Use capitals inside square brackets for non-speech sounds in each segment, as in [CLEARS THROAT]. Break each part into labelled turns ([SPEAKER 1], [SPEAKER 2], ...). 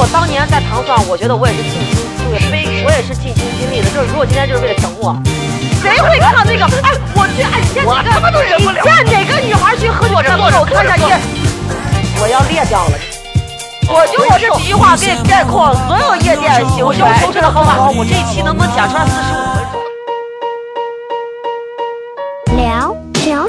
[SPEAKER 1] 我当年在糖蒜，我觉得我也是尽心尽力，我也是尽心尽力的。就是如果今天就是为了整我，谁会看 [LAUGHS] 那个？哎，我去，哎，你见哪个？
[SPEAKER 2] 我他妈都忍不了
[SPEAKER 1] 你见哪个女孩去喝酒这么我看一下你，我要裂掉了。我就我这几句话给你概括所有夜店行为。我就从这喝完，我这一期能不能讲出来四十五分钟？
[SPEAKER 3] 聊聊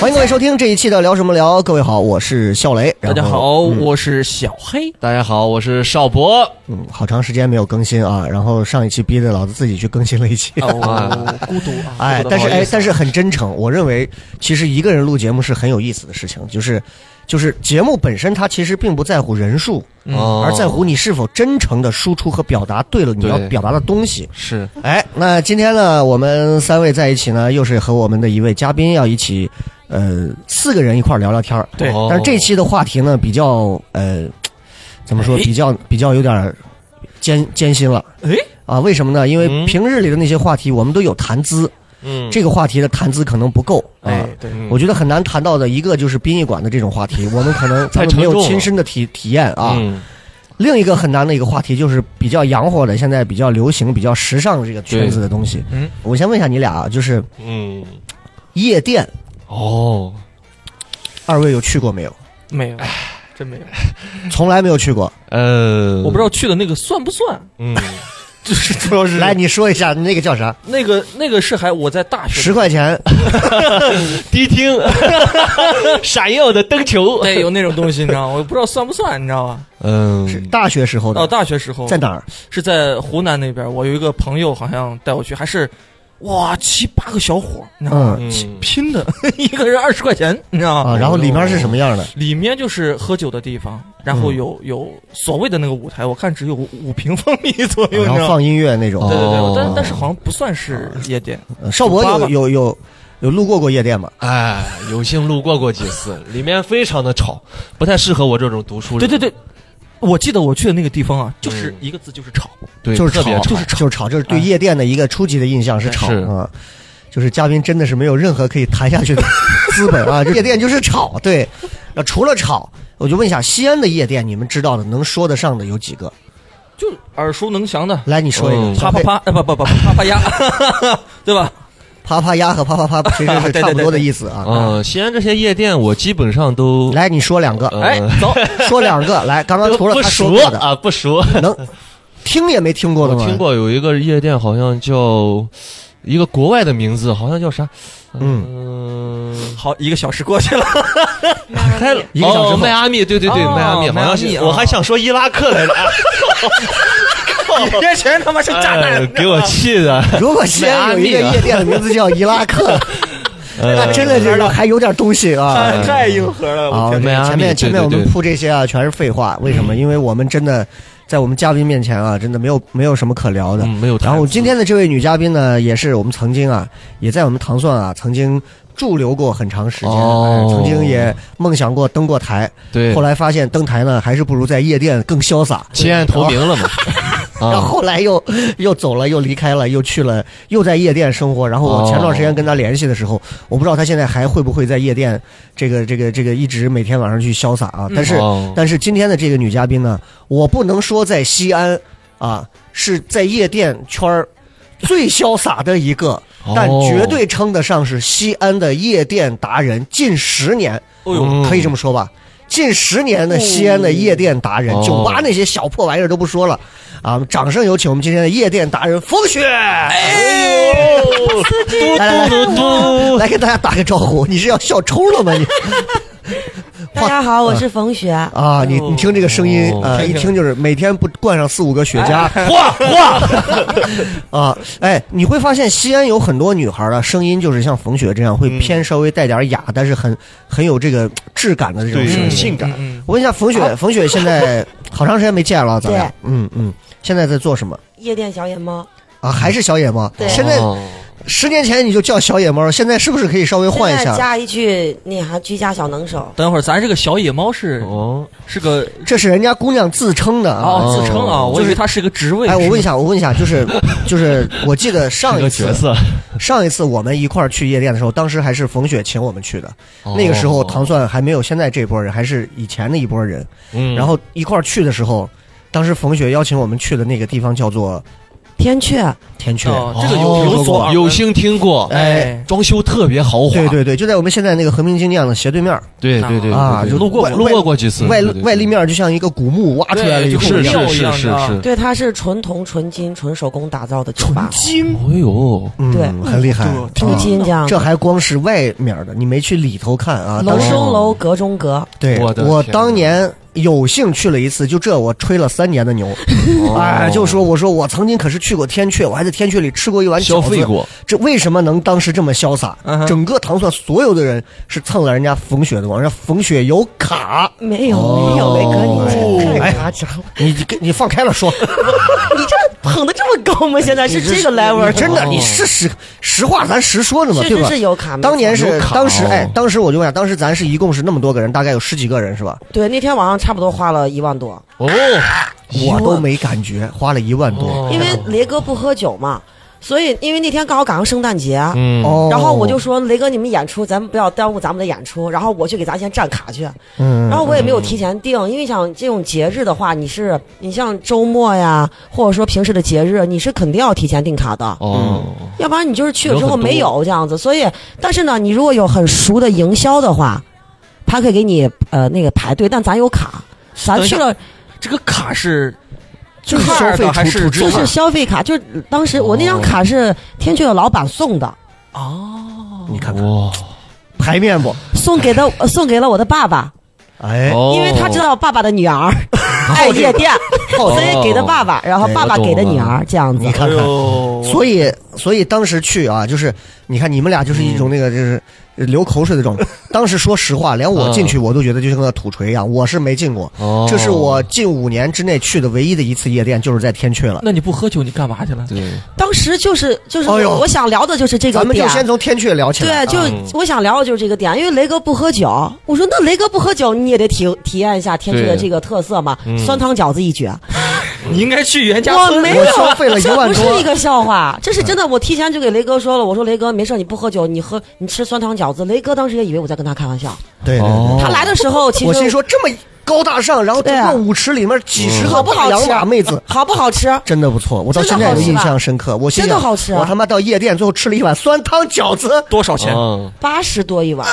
[SPEAKER 4] 欢迎各位收听这一期的聊什么聊。各位好，我是笑雷。
[SPEAKER 5] 大
[SPEAKER 4] 然后
[SPEAKER 5] 家好，我是小黑。
[SPEAKER 6] 嗯大家好，我是邵博。
[SPEAKER 4] 嗯，好长时间没有更新啊，然后上一期逼得老子自己去更新了一
[SPEAKER 5] [LAUGHS]
[SPEAKER 4] 期。
[SPEAKER 5] 哦，孤独啊！
[SPEAKER 4] 哎，
[SPEAKER 5] 孤
[SPEAKER 4] 但
[SPEAKER 5] 独得
[SPEAKER 4] 是
[SPEAKER 5] 不好意
[SPEAKER 4] 哎，
[SPEAKER 5] 思
[SPEAKER 4] 但是很真诚。我认为，其实一个人录节目是很有意思的事情，就是，就是节目本身它其实并不在乎人数，
[SPEAKER 5] 嗯
[SPEAKER 6] 哦
[SPEAKER 4] 而在乎你是否真诚的输出和表达对了你
[SPEAKER 6] 对
[SPEAKER 4] 要表达的东西。
[SPEAKER 6] 是
[SPEAKER 4] 哎，那今天呢，我们三位在一起呢，又是和我们的一位嘉宾要一起，呃，四个人一块儿聊聊天儿。
[SPEAKER 5] 对
[SPEAKER 4] 但是这期的话题呢，比较呃，怎么说？
[SPEAKER 5] 哎
[SPEAKER 4] 比较比较有点儿艰艰辛了
[SPEAKER 5] 哎，
[SPEAKER 4] 啊？为什么呢？因为
[SPEAKER 6] 嗯
[SPEAKER 4] 平日里的那些话题，我们都有谈资，
[SPEAKER 6] 嗯
[SPEAKER 4] 这个话题的谈资可能不够啊。
[SPEAKER 5] 哎，对，
[SPEAKER 4] 我觉得很难谈到的一个就是殡仪馆的这种话题，我们可
[SPEAKER 6] [LAUGHS]
[SPEAKER 4] 能咱们没有
[SPEAKER 6] 沉重了
[SPEAKER 4] 亲身的体体验啊。
[SPEAKER 6] 嗯
[SPEAKER 4] 另一个很难的一个话题就是比较洋火的，现在比较流行、比较时尚的这个圈子的东西。
[SPEAKER 5] 嗯，
[SPEAKER 4] 我先问一下你俩啊，就是
[SPEAKER 6] 嗯
[SPEAKER 4] 夜店，
[SPEAKER 6] 哦，
[SPEAKER 4] 二位有去过没有？
[SPEAKER 5] 没有，真没有。嗯
[SPEAKER 4] 从来没有去过。
[SPEAKER 6] 呃，
[SPEAKER 5] 我不知道去的那个算不算，
[SPEAKER 6] 嗯，
[SPEAKER 5] [LAUGHS]
[SPEAKER 6] [LAUGHS]
[SPEAKER 5] 就是主要是嗯
[SPEAKER 4] 来，你说一下那个叫啥？
[SPEAKER 5] 那个那个是还我在大学
[SPEAKER 4] 十块钱
[SPEAKER 6] 迪厅，闪耀的灯球，
[SPEAKER 5] 对有那种东西，你知道吗？我不知道算不算，你知道吧？
[SPEAKER 6] [LAUGHS] 嗯，
[SPEAKER 4] 是大学时候的，
[SPEAKER 5] 到哦大学时候
[SPEAKER 4] 在哪儿？
[SPEAKER 5] 是在湖南那边，我有一个朋友好像带我去，还是哇七八个小伙，你知道吗？
[SPEAKER 4] 嗯
[SPEAKER 5] 七 [LAUGHS] 拼的，一个人二十块钱，你知道吗？
[SPEAKER 4] 啊，然后里面是什么样的？
[SPEAKER 5] 里面就是喝酒的地方，然后
[SPEAKER 4] 嗯
[SPEAKER 5] 有有所谓的那个舞台，我看只有五五平方米左右，你知
[SPEAKER 4] 啊然后
[SPEAKER 5] 道吗？
[SPEAKER 4] 哦放音乐那种。
[SPEAKER 5] 对对对
[SPEAKER 6] 哦，
[SPEAKER 5] 但但是好像不算是夜店，
[SPEAKER 4] 呃邵博
[SPEAKER 5] 酒吧
[SPEAKER 4] 有
[SPEAKER 5] 吧
[SPEAKER 4] 有有有路过过夜店吗？
[SPEAKER 6] 哎，有幸路过过几次，里面非常的吵，不太适合我这种读书
[SPEAKER 5] 对
[SPEAKER 6] 人。
[SPEAKER 5] 对对，我记得我去的那个地方啊，
[SPEAKER 4] 嗯
[SPEAKER 5] 就是一个字，就是吵。
[SPEAKER 6] 对，
[SPEAKER 4] 就是
[SPEAKER 6] 特别
[SPEAKER 4] 吵，
[SPEAKER 6] 吵，哎
[SPEAKER 4] 就是吵，就是吵，就是对夜店的一个初级的印象是吵
[SPEAKER 6] 是
[SPEAKER 4] 啊。就是嘉宾真的是没有任何可以谈下去的 [LAUGHS] 资本啊！这夜店就是吵，对。那除了吵，我就问一下，西安的夜店你们知道的、能说得上的有几个？
[SPEAKER 5] 就耳熟能详的，
[SPEAKER 4] 来，你说一个。
[SPEAKER 6] 嗯
[SPEAKER 5] 啪
[SPEAKER 4] 小
[SPEAKER 5] 啪
[SPEAKER 4] 黑，
[SPEAKER 5] 啪，哎不不不不啪啪呀， [LAUGHS] 对吧？
[SPEAKER 4] 啪啪呀和啪啪啪其实
[SPEAKER 6] [LAUGHS]
[SPEAKER 4] 是
[SPEAKER 5] 对对
[SPEAKER 4] 差不多的
[SPEAKER 5] 对对
[SPEAKER 4] 意思啊。
[SPEAKER 6] 嗯，西安这些夜店我基本上都
[SPEAKER 4] 来，你说两个，
[SPEAKER 6] 呃
[SPEAKER 5] 哎，走，
[SPEAKER 4] 说两个。来，刚刚
[SPEAKER 6] 都
[SPEAKER 4] 除了
[SPEAKER 6] 不
[SPEAKER 4] 他说
[SPEAKER 6] 熟
[SPEAKER 4] 过的，
[SPEAKER 6] 啊，不熟。
[SPEAKER 4] 能听也没听过的
[SPEAKER 6] 我
[SPEAKER 4] 吗？
[SPEAKER 6] 听。过有一个夜店，好像叫一个国外的名字，好像叫啥？
[SPEAKER 4] 嗯，
[SPEAKER 6] 嗯，
[SPEAKER 5] 好，一个小时过去了，
[SPEAKER 6] 开了
[SPEAKER 4] 一个小时后
[SPEAKER 6] 哦迈阿密，对对对，
[SPEAKER 5] 哦
[SPEAKER 6] 迈阿密，好像
[SPEAKER 5] 迈阿密
[SPEAKER 6] 是，
[SPEAKER 5] 啊
[SPEAKER 6] 我还想说伊拉克来着，
[SPEAKER 5] 别全他妈是炸
[SPEAKER 6] 哎
[SPEAKER 5] 弹，
[SPEAKER 6] 给我气的，
[SPEAKER 4] 如果西安有一个
[SPEAKER 6] 迈阿密啊呃
[SPEAKER 4] 夜店的名字叫伊拉
[SPEAKER 6] [LAUGHS]
[SPEAKER 4] 克，那真的就是还有点东西啊。
[SPEAKER 6] 哎
[SPEAKER 5] 太哎太硬核了，
[SPEAKER 4] 好，
[SPEAKER 5] 我
[SPEAKER 4] 这
[SPEAKER 5] 天
[SPEAKER 6] 迈阿
[SPEAKER 4] 前面
[SPEAKER 6] 密
[SPEAKER 4] 前
[SPEAKER 6] 对
[SPEAKER 4] 面
[SPEAKER 6] 对
[SPEAKER 4] 我们
[SPEAKER 6] 对嗯
[SPEAKER 4] 铺这些啊，全是废话。为什么？因为我们真的在我们嘉宾面前啊，真的没有没有什么可聊的
[SPEAKER 6] 嗯。没有谈资。
[SPEAKER 4] 然后今天的这位女嘉宾呢，也是我们曾经啊，也在我们糖蒜啊曾经驻留过很长时间，
[SPEAKER 6] 哦
[SPEAKER 4] 哎曾经也梦想过登过台，
[SPEAKER 6] 对，
[SPEAKER 4] 后来发现登台呢还是不如在夜店更潇洒。
[SPEAKER 6] 弃暗投明了嘛，
[SPEAKER 4] 然后
[SPEAKER 6] 啊，
[SPEAKER 4] 后来又又走了，又离开了，又去了，又在夜店生活。然后我前段时间跟他联系的时候，我不知道他现在还会不会在夜店这个这个这个一直每天晚上去潇洒啊。但是、
[SPEAKER 6] 哦
[SPEAKER 4] 但是今天的这个女嘉宾呢，我不能说在西安啊是在夜店圈儿最潇洒的一个，但
[SPEAKER 6] 哦
[SPEAKER 4] 绝对称得上是西安的夜店达人。近十年，
[SPEAKER 5] 哦呦，
[SPEAKER 6] 嗯
[SPEAKER 4] 可以这么说吧。近十年的西安的夜店达人，
[SPEAKER 6] 哦
[SPEAKER 4] 酒吧那些小破玩意儿都不说了，啊！掌声有请我们今天的夜店达人风雪，
[SPEAKER 6] 哎呦
[SPEAKER 4] 来来来
[SPEAKER 6] 嘟嘟嘟
[SPEAKER 4] 来给大家打个招呼。你是要笑抽了吗？你
[SPEAKER 2] 大家
[SPEAKER 1] 嗯
[SPEAKER 2] 好，我是冯雪。
[SPEAKER 6] [LAUGHS]
[SPEAKER 4] 啊，你你听这个声音
[SPEAKER 6] 哦
[SPEAKER 4] 啊，呃一
[SPEAKER 5] 听
[SPEAKER 4] 听
[SPEAKER 5] 听
[SPEAKER 4] 就是每天不灌上四五个雪茄，
[SPEAKER 6] 哗哗，
[SPEAKER 4] [LAUGHS] 啊，哎，你会发现西安有很多女孩儿啊，声音就是像冯雪这样，会
[SPEAKER 6] 嗯
[SPEAKER 4] 偏稍微带点哑，但是很很有这个质感的这种
[SPEAKER 6] 对
[SPEAKER 4] 声
[SPEAKER 6] 嗯
[SPEAKER 4] 音。
[SPEAKER 6] 性感
[SPEAKER 5] 嗯嗯
[SPEAKER 4] 我问一下冯雪，冯雪
[SPEAKER 2] [LAUGHS]
[SPEAKER 4] 现在好长时间没见了，咱俩
[SPEAKER 2] 对，
[SPEAKER 4] 嗯嗯，现在在做什么
[SPEAKER 2] 夜店小野猫，
[SPEAKER 4] 啊？还是小野猫？
[SPEAKER 2] 嗯对
[SPEAKER 4] 现在
[SPEAKER 6] 哦
[SPEAKER 4] 十年前你就叫小野猫，现在是不是可以稍微换一
[SPEAKER 2] 现在
[SPEAKER 4] 下？
[SPEAKER 2] 加一句那啥居家小能手，
[SPEAKER 5] 等会儿，咱这个小野猫是
[SPEAKER 6] 哦，
[SPEAKER 5] 是个
[SPEAKER 4] 这是人家姑娘自称的啊。
[SPEAKER 5] 哦自称啊，我以为它是个职位。
[SPEAKER 4] 哎，我问一
[SPEAKER 5] 下，
[SPEAKER 4] 下，我问一下，
[SPEAKER 5] [LAUGHS]
[SPEAKER 4] 就是就是，我记得
[SPEAKER 6] 这
[SPEAKER 4] 上一
[SPEAKER 6] 个
[SPEAKER 4] 次
[SPEAKER 6] 角色，
[SPEAKER 4] 上一次我们一块儿去夜店的时候，当时还是冯雪请我们去的。那个时候糖
[SPEAKER 6] 哦，
[SPEAKER 4] 蒜还没有现在这波人，还是以前的一波人。
[SPEAKER 6] 嗯
[SPEAKER 4] 然后一块儿去的时候，当时冯雪邀请我们去的那个地方叫做
[SPEAKER 2] 天阙
[SPEAKER 4] 天阙。
[SPEAKER 5] 哦这个有
[SPEAKER 6] 哦
[SPEAKER 5] 有所耳闻
[SPEAKER 6] 有幸听过，
[SPEAKER 5] 哎，
[SPEAKER 6] 装修特别豪华，
[SPEAKER 4] 对对对，就在我们现在那个和平精酿的斜对面儿
[SPEAKER 6] 对对对
[SPEAKER 4] 啊，
[SPEAKER 6] 对
[SPEAKER 4] 就
[SPEAKER 6] 对
[SPEAKER 4] 路过
[SPEAKER 6] 路过过几次，
[SPEAKER 4] 外
[SPEAKER 6] 嗯对对对
[SPEAKER 4] 外立面儿就像一个古墓挖出来了一
[SPEAKER 5] 对
[SPEAKER 4] 个
[SPEAKER 5] 就
[SPEAKER 4] 洞
[SPEAKER 6] 是是
[SPEAKER 4] 一样
[SPEAKER 5] 庙一
[SPEAKER 6] 是
[SPEAKER 5] 样
[SPEAKER 6] 是
[SPEAKER 5] 的啊
[SPEAKER 6] 是，
[SPEAKER 2] 对，它是纯铜、纯金、纯手工打造的酒吧，
[SPEAKER 4] 金，
[SPEAKER 6] 哎呦，
[SPEAKER 2] 对
[SPEAKER 4] 嗯，很厉害，
[SPEAKER 5] 对
[SPEAKER 4] 啊
[SPEAKER 2] 镀金这样
[SPEAKER 4] 这还光是外面儿的，你没去里头看啊？
[SPEAKER 2] 楼
[SPEAKER 4] 当时
[SPEAKER 2] 中楼，阁中阁，
[SPEAKER 4] 对，
[SPEAKER 6] 我的
[SPEAKER 4] 我
[SPEAKER 6] 天
[SPEAKER 4] 当
[SPEAKER 6] 哪
[SPEAKER 4] 年有幸去了一次，就这我吹了三年的牛，
[SPEAKER 6] 嗯哦
[SPEAKER 4] 哎，就说我说我曾经可是去过天阙，我还在天阙里吃过一碗
[SPEAKER 6] 消
[SPEAKER 4] 饺
[SPEAKER 6] 费
[SPEAKER 4] 子。
[SPEAKER 6] 过，
[SPEAKER 4] 这为什么能当时这么潇洒？
[SPEAKER 5] 嗯哼
[SPEAKER 4] 整个糖蒜所有的人是蹭了人家冯雪的光，人家冯雪有卡，
[SPEAKER 2] 没有
[SPEAKER 4] 哦
[SPEAKER 2] 没有，伟哥你哎这 [LAUGHS] 太夸张了，
[SPEAKER 4] 你你你放开了说，
[SPEAKER 2] 你这捧的这么高吗？现在是这个 level，
[SPEAKER 4] 哎你真的你是实实话咱实说的嘛，
[SPEAKER 2] 确
[SPEAKER 4] 对
[SPEAKER 2] 实
[SPEAKER 4] 吧？
[SPEAKER 2] 是有卡没错。
[SPEAKER 4] 当年
[SPEAKER 6] 有
[SPEAKER 4] 是
[SPEAKER 6] 卡
[SPEAKER 4] 当时
[SPEAKER 6] 哦
[SPEAKER 4] 哎，当时我就问一下，当时咱是一共是那么多个人，大概有十几个人是吧？
[SPEAKER 2] 对那天晚上差不多花了一万多，
[SPEAKER 6] 哦，
[SPEAKER 4] 我都没感觉，花了一万多
[SPEAKER 6] 哦
[SPEAKER 2] 因为雷哥不喝酒嘛，所以因为那天刚好赶上圣诞节，
[SPEAKER 6] 嗯，
[SPEAKER 4] 哦。
[SPEAKER 2] 然后我就说雷哥你们演出，咱们不要耽误咱们的演出，然后我去给咱先占卡去。
[SPEAKER 4] 嗯，
[SPEAKER 2] 然后我也没有提前定，因为像这种节日的话，你是你像周末呀，或者说平时的节日，你是肯定要提前订卡的，
[SPEAKER 6] 哦，
[SPEAKER 2] 要不然你就是去了之后
[SPEAKER 6] 人很多
[SPEAKER 2] 没有这样子。所以，但是呢，你如果有很熟的营销的话，他可以给你呃那个排队，但咱有卡，咱
[SPEAKER 5] 等一
[SPEAKER 2] 去
[SPEAKER 5] 下
[SPEAKER 2] 了
[SPEAKER 5] 这个卡是
[SPEAKER 4] 就是
[SPEAKER 5] 卡
[SPEAKER 4] 消
[SPEAKER 5] 儿
[SPEAKER 4] 费
[SPEAKER 5] 的还
[SPEAKER 4] 储储
[SPEAKER 5] 是
[SPEAKER 4] 值
[SPEAKER 2] 就
[SPEAKER 4] 卡
[SPEAKER 2] 是消费卡，就是当时我那张卡是天阙的老板送的，
[SPEAKER 5] 哦，
[SPEAKER 4] 你看看
[SPEAKER 6] 哇，
[SPEAKER 4] 排面不？
[SPEAKER 2] 送给
[SPEAKER 4] [LAUGHS]
[SPEAKER 2] 的呃送给了我的爸爸，
[SPEAKER 4] 哎，
[SPEAKER 6] 哦
[SPEAKER 2] 因为他知道爸爸的女儿
[SPEAKER 4] 哦
[SPEAKER 2] 爱夜店，所以给的爸爸，然后爸
[SPEAKER 4] 哎
[SPEAKER 2] 爸给的女儿这样子
[SPEAKER 4] 你。
[SPEAKER 6] 哎
[SPEAKER 4] 看看，
[SPEAKER 5] 呦
[SPEAKER 4] 所以，所以当时去啊，就是你看你们俩就是一
[SPEAKER 6] 嗯
[SPEAKER 4] 种那个就是流口水的状态。当时说实话，连我进去我都觉得就像个土锤一样，我是没进过。
[SPEAKER 6] 嗯哦，
[SPEAKER 4] 这是我近五年之内去的唯一的一次夜店，就是在天阙了。
[SPEAKER 5] 那你不喝酒，你干嘛去了？
[SPEAKER 6] 对，
[SPEAKER 2] 当时就是就是
[SPEAKER 4] 哎呦
[SPEAKER 2] 我想聊的就是这个
[SPEAKER 4] 咱们就
[SPEAKER 2] 点，
[SPEAKER 4] 先从天阙聊起来。啊
[SPEAKER 2] 对，就
[SPEAKER 6] 嗯
[SPEAKER 2] 我想聊的就是这个点，因为雷哥不喝酒，我说那雷哥不喝酒，你也得体体验一下天津的
[SPEAKER 6] 对
[SPEAKER 2] 这个特色嘛，
[SPEAKER 6] 嗯
[SPEAKER 2] 酸汤饺子一绝。
[SPEAKER 5] 你应该去袁家
[SPEAKER 2] 我
[SPEAKER 5] 村。
[SPEAKER 2] 啊没
[SPEAKER 4] 我
[SPEAKER 2] 有，
[SPEAKER 4] 消费了一万
[SPEAKER 2] [LAUGHS]
[SPEAKER 4] 多
[SPEAKER 2] 这不是一个笑话，这是真的。我提前就给雷哥说了，我说雷哥没事，你不喝酒，你喝你吃酸汤饺子。雷哥当时也以为我在跟他开玩笑，
[SPEAKER 4] 对对
[SPEAKER 6] 哦
[SPEAKER 4] 对，
[SPEAKER 2] 他来的时候其实
[SPEAKER 4] 我心说这么高大上，然后整
[SPEAKER 2] 对啊
[SPEAKER 4] 个舞池里面几十
[SPEAKER 2] 好
[SPEAKER 4] 个
[SPEAKER 2] 不好
[SPEAKER 4] 洋
[SPEAKER 2] 吃
[SPEAKER 4] 马妹
[SPEAKER 2] [LAUGHS]
[SPEAKER 4] 子。
[SPEAKER 2] 好不好吃？
[SPEAKER 4] 真的不错，我到
[SPEAKER 2] 真的
[SPEAKER 4] 现在
[SPEAKER 2] 好
[SPEAKER 4] 都
[SPEAKER 2] 吃
[SPEAKER 4] 印
[SPEAKER 2] 吧
[SPEAKER 4] 象深刻。我心
[SPEAKER 2] 真的
[SPEAKER 4] 想
[SPEAKER 2] 好吃啊
[SPEAKER 4] 我他妈到夜店，最后吃了一碗酸汤饺子，
[SPEAKER 5] 多少钱？
[SPEAKER 6] 嗯
[SPEAKER 2] 八十多
[SPEAKER 4] [LAUGHS]
[SPEAKER 2] 一碗，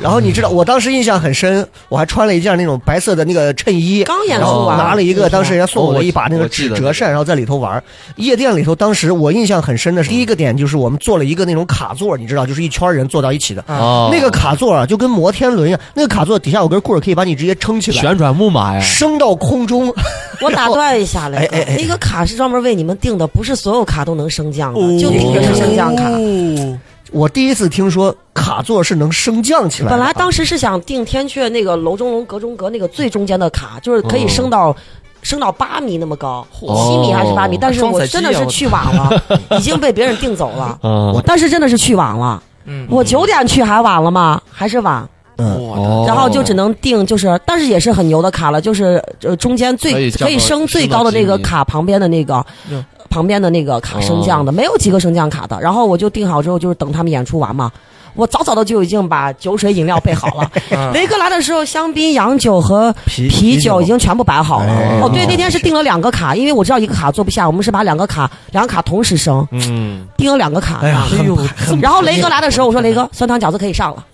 [SPEAKER 4] 然后你知道，我当时印象很深，我还穿了一件那种白色的那个衬衣，
[SPEAKER 2] 刚演出
[SPEAKER 4] 然后
[SPEAKER 2] 完，
[SPEAKER 4] 拿了一个当时人家送我的一把那
[SPEAKER 6] 哦我
[SPEAKER 4] 个
[SPEAKER 6] 我记
[SPEAKER 4] 纸
[SPEAKER 6] 得
[SPEAKER 4] 折扇，然后在里头玩儿。夜店里头，当时我印象很深的是第一个点就是我们做了一个那种卡座，你知道，就是一圈人坐到一起的。
[SPEAKER 6] 哦，
[SPEAKER 4] 那个卡座啊，就跟摩天轮一样，那个卡座底下有根棍儿，可以把你直接撑起
[SPEAKER 2] 啊
[SPEAKER 4] 来，
[SPEAKER 6] 旋转木马呀，
[SPEAKER 4] 升到空中。
[SPEAKER 2] 我打断一下雷哥，
[SPEAKER 4] 哎哎哎
[SPEAKER 2] 那个卡是专门为你们定的，不是所有卡都能升降的，
[SPEAKER 5] 哦
[SPEAKER 2] 就你这是升降卡。
[SPEAKER 4] 我第一次听说卡座是能升降起来的啊。
[SPEAKER 2] 本来当时是想定天阙那个楼中楼、阁中阁那个最中间的卡，就是可以升到。升到八米那么高，
[SPEAKER 5] 嚯
[SPEAKER 2] 七米还是八米？
[SPEAKER 6] 哦
[SPEAKER 2] 但是我真的是去晚了，已经被别人订走了。
[SPEAKER 6] 嗯，
[SPEAKER 4] 我
[SPEAKER 2] 但是真的是去晚了，
[SPEAKER 5] 嗯，
[SPEAKER 2] 我九点去还晚了吗？还是晚，
[SPEAKER 4] 嗯，
[SPEAKER 6] 哦
[SPEAKER 5] 我
[SPEAKER 2] 然后就只能定就是，但是也是很牛的卡了，就是呃中间
[SPEAKER 6] 可
[SPEAKER 2] 最
[SPEAKER 6] 以降到
[SPEAKER 2] 可以升最高的那个卡旁边的那个
[SPEAKER 5] 嗯
[SPEAKER 2] 旁边的那个卡升降的，没有几个升降卡的。然后我就定好之后，就是等他们演出完嘛。我早早的就已经把酒水饮料备好
[SPEAKER 4] [LAUGHS]
[SPEAKER 2] 了，
[SPEAKER 4] 啊
[SPEAKER 5] 的
[SPEAKER 2] 雷哥来的时候，香槟、洋酒和
[SPEAKER 4] 啤
[SPEAKER 2] 啤酒已经全部摆好了。
[SPEAKER 4] 哎
[SPEAKER 2] 哦，对，那天是订了两个卡，因为我知道一个卡坐不下，我们是把两个卡两个卡同时升，
[SPEAKER 6] 嗯，
[SPEAKER 2] 订了两个卡。
[SPEAKER 4] 哎呀，很
[SPEAKER 5] 哎呦
[SPEAKER 4] 很
[SPEAKER 2] 然后雷哥来的时候，我说雷哥，酸汤饺子可以上了。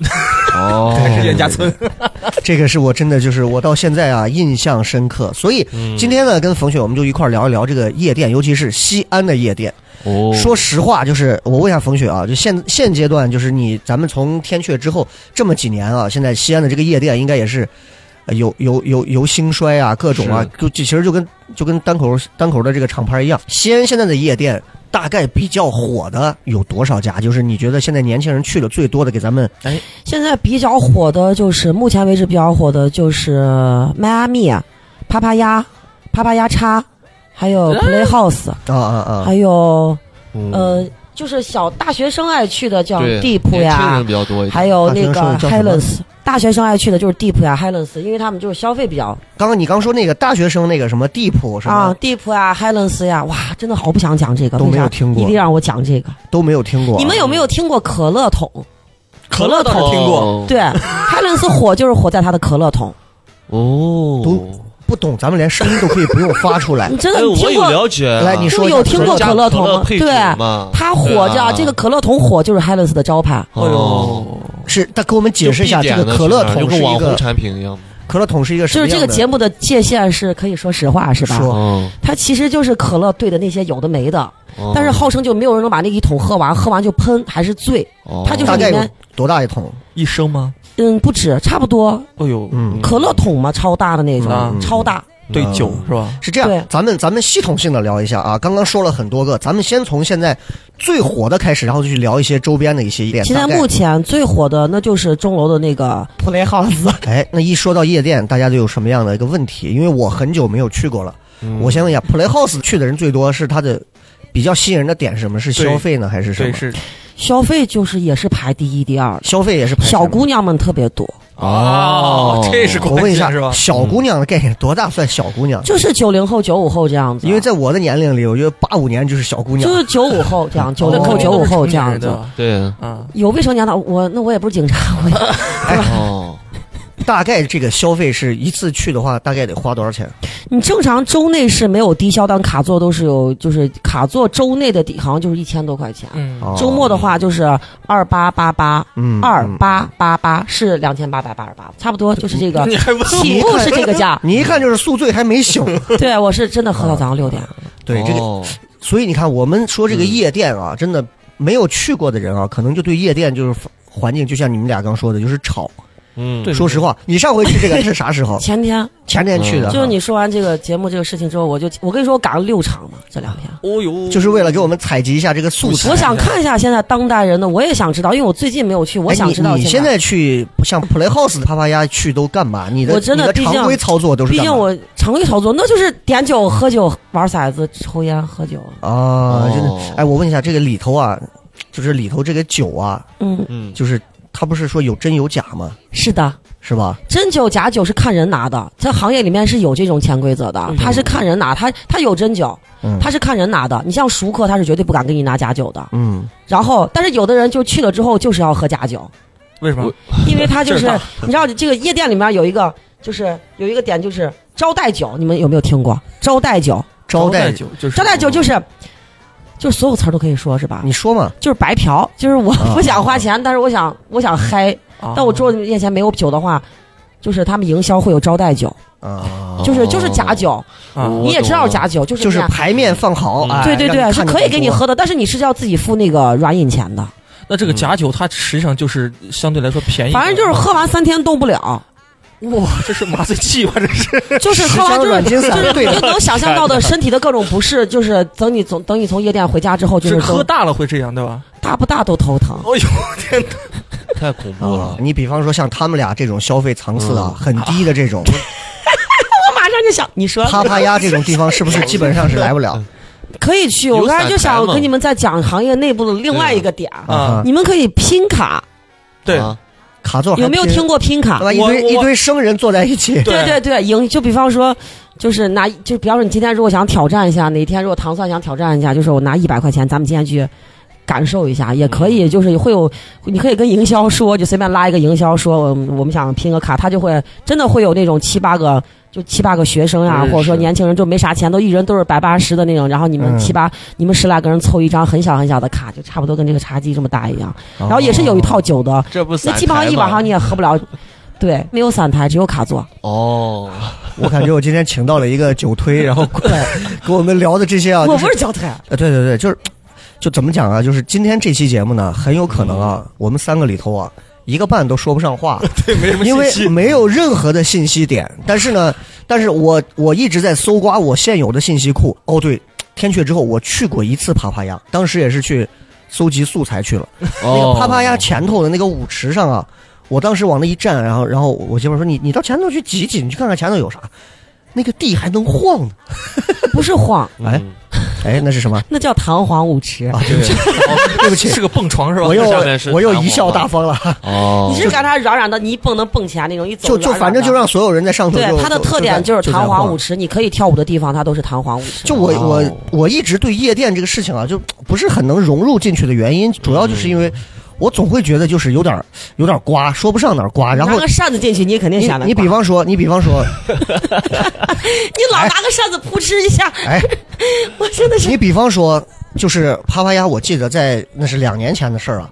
[SPEAKER 6] 哦
[SPEAKER 5] 还是袁家村，
[SPEAKER 4] 这个是我真的就是我到现在啊印象深刻。所以
[SPEAKER 6] 嗯
[SPEAKER 4] 今天呢，跟冯雪我们就一块儿聊一聊这个夜店，尤其是西安的夜店。
[SPEAKER 6] 哦，
[SPEAKER 4] 说实话，就是我问一下冯雪啊，就现现阶段，就是你咱们从天阙之后这么几年啊，现在西安的这个夜店应该也是呃有有有有兴衰啊，各种啊，就就其实就跟就跟单口单口的这个厂牌一样，西安现在的夜店。大概比较火的有多少家？就是你觉得现在年轻人去的最多的，给咱们
[SPEAKER 2] 现在比较火的就是目前为止比较火的就是迈阿密、啊啪啪鸭、啪啪鸭叉，还有 Playhouse，、
[SPEAKER 4] 啊啊啊！
[SPEAKER 2] 还有
[SPEAKER 6] 嗯
[SPEAKER 2] 呃，就是小大学生爱去的叫
[SPEAKER 6] 对啊
[SPEAKER 2] Deep
[SPEAKER 6] 年轻
[SPEAKER 2] 呀
[SPEAKER 6] 人，比较多一点，
[SPEAKER 2] 还有那
[SPEAKER 4] 大
[SPEAKER 2] 个
[SPEAKER 4] 学生叫什么
[SPEAKER 2] Highlands。大学生爱去的就是 Deep 呀、Highlands，因为他们就是消费比较
[SPEAKER 4] 刚刚你刚说那个大学生那个什么地铺什么、
[SPEAKER 2] 啊，Deep 呀、Highlands 呀，哇，真的好不想讲这个，
[SPEAKER 4] 都没有
[SPEAKER 2] 为啥
[SPEAKER 4] 听过
[SPEAKER 2] 一定让我讲这个。
[SPEAKER 4] 都没有听过，啊
[SPEAKER 2] 你们有没有听过可乐桶？
[SPEAKER 5] 可乐倒是听过，
[SPEAKER 6] 哦，
[SPEAKER 2] 对，海伦斯火就是火在他的可乐桶。
[SPEAKER 6] 哦，
[SPEAKER 4] 都不懂，咱们连声音都可以不用发出来
[SPEAKER 2] [LAUGHS] 你。真的
[SPEAKER 6] 哎，
[SPEAKER 2] 你
[SPEAKER 6] 我
[SPEAKER 2] 听
[SPEAKER 6] 有
[SPEAKER 2] 过？
[SPEAKER 6] 了解，
[SPEAKER 4] 来，你
[SPEAKER 2] 就
[SPEAKER 4] 说一下
[SPEAKER 2] 有听过
[SPEAKER 6] 加
[SPEAKER 2] 可乐桶吗？
[SPEAKER 6] 配
[SPEAKER 2] 对，啊
[SPEAKER 6] 酒嘛，
[SPEAKER 2] 它火
[SPEAKER 6] 对啊
[SPEAKER 2] 着这个可乐桶火就是海伦斯的招牌。
[SPEAKER 5] 哎
[SPEAKER 6] 哦。
[SPEAKER 5] 呦，
[SPEAKER 4] 是，他给我们解释一下，
[SPEAKER 6] 就
[SPEAKER 4] 这
[SPEAKER 6] 必点
[SPEAKER 4] 个
[SPEAKER 6] 的
[SPEAKER 4] 可乐
[SPEAKER 6] 就
[SPEAKER 4] 桶是
[SPEAKER 6] 跟
[SPEAKER 4] 一
[SPEAKER 6] 网红
[SPEAKER 4] 个
[SPEAKER 6] 产品一样嘛。
[SPEAKER 4] 可乐桶是一个什
[SPEAKER 2] 就
[SPEAKER 4] 么
[SPEAKER 2] 是
[SPEAKER 4] 样的？
[SPEAKER 2] 这个节目的界限是可以说实话是吧？
[SPEAKER 4] 说
[SPEAKER 6] 哦，
[SPEAKER 2] 它其实就是可乐兑的那些有的没的，
[SPEAKER 6] 哦
[SPEAKER 2] 但是号称就没有人能把那一桶喝完，喝完就喷还是醉。
[SPEAKER 6] 哦
[SPEAKER 2] 它就是
[SPEAKER 4] 大
[SPEAKER 2] 里
[SPEAKER 4] 概有
[SPEAKER 2] 面
[SPEAKER 4] 多大一桶？
[SPEAKER 5] 一生吗？
[SPEAKER 2] 嗯不止，差不多
[SPEAKER 5] 哎呦，
[SPEAKER 4] 嗯，
[SPEAKER 2] 可乐桶嘛超大的那种，
[SPEAKER 5] 嗯
[SPEAKER 2] 超大。
[SPEAKER 5] 对
[SPEAKER 4] 嗯
[SPEAKER 5] 酒是吧？
[SPEAKER 4] 是这
[SPEAKER 2] 对
[SPEAKER 4] 样，咱们咱们系统性的聊一下啊。刚刚说了很多个，咱们先从现在最火的开始，然后就去聊一些周边的一些夜店。
[SPEAKER 2] 现在
[SPEAKER 4] 嗯大概
[SPEAKER 2] 目 [LAUGHS] 前最火的那就是钟楼的那个 Play House。
[SPEAKER 4] 哎，那一说到夜店，大家都有什么样的一个问题？因为我很久没有去过了，
[SPEAKER 6] 嗯
[SPEAKER 2] 嗯
[SPEAKER 4] 我先问一下，Playhouse 去的人最多是它的比较吸引人的点是什么？是消费呢，还是什
[SPEAKER 5] 对
[SPEAKER 4] 么？
[SPEAKER 5] 是
[SPEAKER 2] 消费就是也是排第一、第二，
[SPEAKER 4] 消费也是排
[SPEAKER 2] 小
[SPEAKER 4] 上的
[SPEAKER 2] 姑娘们特别多，
[SPEAKER 6] 哦
[SPEAKER 5] 这是
[SPEAKER 4] 我
[SPEAKER 5] [LAUGHS] 关
[SPEAKER 4] 问一下
[SPEAKER 5] 键是，吧？
[SPEAKER 4] 小姑娘的概念多大算小姑娘？
[SPEAKER 2] 就是九零后、九五后这样
[SPEAKER 5] 嗯
[SPEAKER 2] 子，啊
[SPEAKER 4] 因
[SPEAKER 5] 啊
[SPEAKER 4] 为在我的年龄里，我觉得八五年就是小姑娘
[SPEAKER 2] 就。是九五后这
[SPEAKER 4] 哦
[SPEAKER 2] 样，九
[SPEAKER 5] 哦那
[SPEAKER 2] 零
[SPEAKER 5] 肯
[SPEAKER 2] 后、
[SPEAKER 5] 定
[SPEAKER 2] 九
[SPEAKER 5] 都
[SPEAKER 2] 五
[SPEAKER 5] 是
[SPEAKER 2] 后
[SPEAKER 5] 成
[SPEAKER 2] 这
[SPEAKER 5] 年
[SPEAKER 2] 样
[SPEAKER 5] 人
[SPEAKER 2] 子
[SPEAKER 5] 的。吧
[SPEAKER 6] 对，
[SPEAKER 5] 啊，
[SPEAKER 2] 有未成年的我，那我也不是警察，我也
[SPEAKER 6] 哦，
[SPEAKER 4] 大概这个消费是一次去的话，大概得花多少钱？
[SPEAKER 2] 你正常周内是没有低消，但卡座都是有，就是卡座周内的抵好像就是一千多块钱，
[SPEAKER 5] 嗯，
[SPEAKER 4] 哦
[SPEAKER 2] 周末的话就是二八八八，
[SPEAKER 4] 嗯。
[SPEAKER 2] 二。八八八是两千八百八十八，差不多就是这个
[SPEAKER 5] 你还问我？
[SPEAKER 2] 起步是这个价
[SPEAKER 4] [LAUGHS] 你一看就是宿醉还没
[SPEAKER 5] [LAUGHS]
[SPEAKER 4] 醒，
[SPEAKER 2] 对，我是真的喝到早上六点，？
[SPEAKER 4] 对这个，
[SPEAKER 6] 哦
[SPEAKER 4] 所以你看，我们说这个夜店啊，真
[SPEAKER 5] 嗯
[SPEAKER 4] 的没有去过的人啊，可能就对夜店就是环境，就像你们俩刚说的，就是吵。
[SPEAKER 6] 嗯，
[SPEAKER 5] 对
[SPEAKER 4] 说实话，你上回去这个是啥时候
[SPEAKER 2] [LAUGHS] 前天
[SPEAKER 4] 前天去
[SPEAKER 5] 嗯
[SPEAKER 4] 的，
[SPEAKER 2] 就是你说完这个节目这个事情之后，我就我跟你说，我赶了六场嘛，这两天。
[SPEAKER 5] 哦呦，
[SPEAKER 4] 就是为了给我们采集一下这个素材。
[SPEAKER 2] 我想看一下现在当代人的，我也想知道，因为我最近没有去，我
[SPEAKER 4] 哎
[SPEAKER 2] 想
[SPEAKER 4] 你
[SPEAKER 2] 知道
[SPEAKER 4] 你现在去像 Playhouse 的啪啪鸭去都干嘛？你的
[SPEAKER 2] 我真的
[SPEAKER 4] 你的
[SPEAKER 2] 毕竟
[SPEAKER 4] 常规操作都是
[SPEAKER 2] 毕
[SPEAKER 4] 干嘛
[SPEAKER 2] 竟我常规操作，那就是点酒、喝酒、玩骰子、抽烟、喝酒。
[SPEAKER 4] 啊，真的
[SPEAKER 6] 哦。
[SPEAKER 4] 哎，我问一下，这个里头啊，就是里头这个酒啊，
[SPEAKER 2] 嗯，
[SPEAKER 6] 嗯，
[SPEAKER 4] 就是它不是说有真有假吗？
[SPEAKER 2] 是的，
[SPEAKER 4] 是吧？
[SPEAKER 2] 真酒假酒是看人拿的，在行业里面是有这种潜规则的，他是看人拿，他他有真酒，
[SPEAKER 4] 嗯，
[SPEAKER 2] 他是看人拿的。你像熟客，他是绝对不敢给你拿假酒的。
[SPEAKER 4] 嗯，
[SPEAKER 2] 然后，但是有的人就去了之后就是要喝假酒，
[SPEAKER 4] [LAUGHS]
[SPEAKER 5] 为什么
[SPEAKER 6] 我？
[SPEAKER 2] 因为他就
[SPEAKER 5] 这
[SPEAKER 2] 是
[SPEAKER 5] 儿大
[SPEAKER 2] [LAUGHS] 你知道这个夜店里面有一个就是有一个点就是招待酒，你们有没有听过招待酒？
[SPEAKER 4] 招
[SPEAKER 5] 待
[SPEAKER 4] 待，
[SPEAKER 5] 酒就是
[SPEAKER 2] 招待酒就是，就是所有词儿都可以说是吧
[SPEAKER 4] 你？说嘛？
[SPEAKER 2] 就是白嫖，就是我不想花钱，但是我想我想嗨，
[SPEAKER 5] 啊
[SPEAKER 2] 但我桌子面前没有酒的话，就是他们营销会有招待酒，
[SPEAKER 4] 啊，
[SPEAKER 2] 就是就是假酒，
[SPEAKER 5] 啊
[SPEAKER 6] 我
[SPEAKER 2] 你也知道
[SPEAKER 6] 懂了
[SPEAKER 2] 假酒，就是
[SPEAKER 4] 就是
[SPEAKER 2] 那样
[SPEAKER 4] 牌面放好
[SPEAKER 6] 嗯
[SPEAKER 4] 啊，
[SPEAKER 2] 对对
[SPEAKER 4] 让
[SPEAKER 2] 对，
[SPEAKER 4] 你
[SPEAKER 2] 是
[SPEAKER 4] 看着
[SPEAKER 2] 可以
[SPEAKER 4] 很
[SPEAKER 2] 给你
[SPEAKER 4] 多
[SPEAKER 2] 喝的，但是你是要自己付那个软饮钱的，
[SPEAKER 5] 那这个假酒它实际上就是相对来说便宜，
[SPEAKER 2] 嗯反正就是喝完三天动不了，
[SPEAKER 5] 哇，这是麻醉剂
[SPEAKER 2] [LAUGHS]
[SPEAKER 5] 吧？这是
[SPEAKER 2] 就是喝完就是
[SPEAKER 4] 十箱软
[SPEAKER 2] 就
[SPEAKER 4] 禁散
[SPEAKER 2] 是
[SPEAKER 4] 对
[SPEAKER 2] 就能想象到的身体的各种不适，就是等你从等你从夜店回家之后，就是
[SPEAKER 5] 喝
[SPEAKER 2] 是
[SPEAKER 5] 大了会这样对吧？
[SPEAKER 2] 大不大都头疼
[SPEAKER 5] 哎。呦天哪！
[SPEAKER 6] 太恐怖
[SPEAKER 4] 啊
[SPEAKER 6] 了。。
[SPEAKER 4] [LAUGHS] 你比方说像他们俩这种消费层次啊
[SPEAKER 6] 嗯
[SPEAKER 4] 很低的这种，
[SPEAKER 2] 我马上就想你说
[SPEAKER 4] 啪啪鸭这种地方是不是基本上是来不了？
[SPEAKER 2] 可以去，
[SPEAKER 6] 有
[SPEAKER 2] 我刚才
[SPEAKER 6] 散
[SPEAKER 2] 就想
[SPEAKER 6] 台吗
[SPEAKER 2] 跟你们再讲行业内部的另外一个点儿，
[SPEAKER 5] 啊，
[SPEAKER 2] 你们可以拼卡，
[SPEAKER 5] 对，
[SPEAKER 6] 啊
[SPEAKER 4] 卡座还
[SPEAKER 2] 有没有
[SPEAKER 4] 拼
[SPEAKER 2] 听？过拼卡
[SPEAKER 4] 对？吧？一
[SPEAKER 5] 我
[SPEAKER 4] 堆一
[SPEAKER 5] 我
[SPEAKER 4] 堆生人坐在一起，
[SPEAKER 5] 对
[SPEAKER 2] 对对对，赢就比方说，就是拿就比方说你今天如果想挑战一下，哪天如果糖蒜想挑战一下，就是我拿一百块钱，咱们今天去感受一下，也可以，
[SPEAKER 4] 嗯
[SPEAKER 2] 就是会有，你可以跟营销说，就随便拉一个营销说，我们我们想拼个卡，他就会真的会有那种七八个，就七八个学生呀、
[SPEAKER 6] 我认识
[SPEAKER 2] 或者说年轻人就没啥钱，都一人都是百八十的那种，然后你们
[SPEAKER 4] 嗯
[SPEAKER 2] 七八、你们十来个人凑一张很小很小的卡，就差不多跟这个茶几这么大一样，
[SPEAKER 4] 哦
[SPEAKER 2] 然后也是有一套酒的，
[SPEAKER 6] 这不
[SPEAKER 2] 那
[SPEAKER 6] 散
[SPEAKER 2] 基本上
[SPEAKER 6] 台
[SPEAKER 2] 一
[SPEAKER 6] 吗
[SPEAKER 2] 晚上你也喝不了，对，没有散台，只有卡
[SPEAKER 4] 啊
[SPEAKER 2] 座。
[SPEAKER 6] 哦，
[SPEAKER 4] 我感觉我今天请到了一个酒推，然后过来给我们聊的这些啊，
[SPEAKER 2] 我
[SPEAKER 4] 就是
[SPEAKER 2] 不是脚
[SPEAKER 4] [LAUGHS]
[SPEAKER 2] 腿，
[SPEAKER 4] 呃，对对对，就是就怎么讲啊？就是今天这期节目呢，很有可能啊，我们三个里头啊，一个半都说不上话，
[SPEAKER 6] 对，没什 [LAUGHS] 么
[SPEAKER 4] 因为
[SPEAKER 6] 信息
[SPEAKER 4] 没有任何的信息点。但是呢，但是我我一直在搜刮我现有的信息库。哦，对，天阙之后我去过一次帕帕亚，当时也是去搜集素材去了。那
[SPEAKER 6] 哦
[SPEAKER 4] 个啪啪鸭前头的那个舞池上啊，我当时往那一站，然后然后我媳妇说你你到前头去挤一挤，你去看看前头有啥。那个地还能晃呢，
[SPEAKER 2] 不是晃，
[SPEAKER 4] 哎
[SPEAKER 6] 嗯
[SPEAKER 4] 哎，那
[SPEAKER 6] [LAUGHS]
[SPEAKER 4] 是什么
[SPEAKER 2] 那叫弹簧舞池。
[SPEAKER 4] [LAUGHS] 啊？对不起，
[SPEAKER 2] [LAUGHS]
[SPEAKER 4] 对不起
[SPEAKER 5] 哦是，个蹦床是吧？
[SPEAKER 4] 我又
[SPEAKER 6] 下面是
[SPEAKER 4] 我又贻
[SPEAKER 6] 弹
[SPEAKER 4] 笑
[SPEAKER 6] 簧
[SPEAKER 4] 大方了，
[SPEAKER 6] 哦
[SPEAKER 2] 你，是感觉它软软的，你一蹦能蹦起来那种，一走 [LAUGHS]
[SPEAKER 4] 就就
[SPEAKER 2] 软软
[SPEAKER 4] 反正
[SPEAKER 2] 的
[SPEAKER 4] 就让所有人在上头就。
[SPEAKER 2] 对它的
[SPEAKER 4] 就
[SPEAKER 2] 特点
[SPEAKER 4] 就
[SPEAKER 2] 就
[SPEAKER 4] 在
[SPEAKER 2] 是弹簧舞。
[SPEAKER 4] 就在晃
[SPEAKER 2] 池，你可以跳舞的地方它都是弹簧舞池。
[SPEAKER 4] 就我
[SPEAKER 6] 哦
[SPEAKER 4] 我我一直对夜店这个事情啊，就不是很能融入进去的原因，主要就是因
[SPEAKER 6] 嗯
[SPEAKER 4] 为我总会觉得就是有点儿有点儿瓜，说不上哪儿瓜，然
[SPEAKER 2] 拿
[SPEAKER 4] 后。
[SPEAKER 2] 个扇子进去，你肯定
[SPEAKER 4] 你
[SPEAKER 2] 想得
[SPEAKER 4] 你比
[SPEAKER 2] 挂
[SPEAKER 4] 方哎说，你比方说， [LAUGHS]
[SPEAKER 2] 你老拿个扇子扑哧一下，
[SPEAKER 4] 哎，
[SPEAKER 2] 我真的是
[SPEAKER 4] 你比方说，就是啪啪鸭，我记得在那是两年前的事儿啊。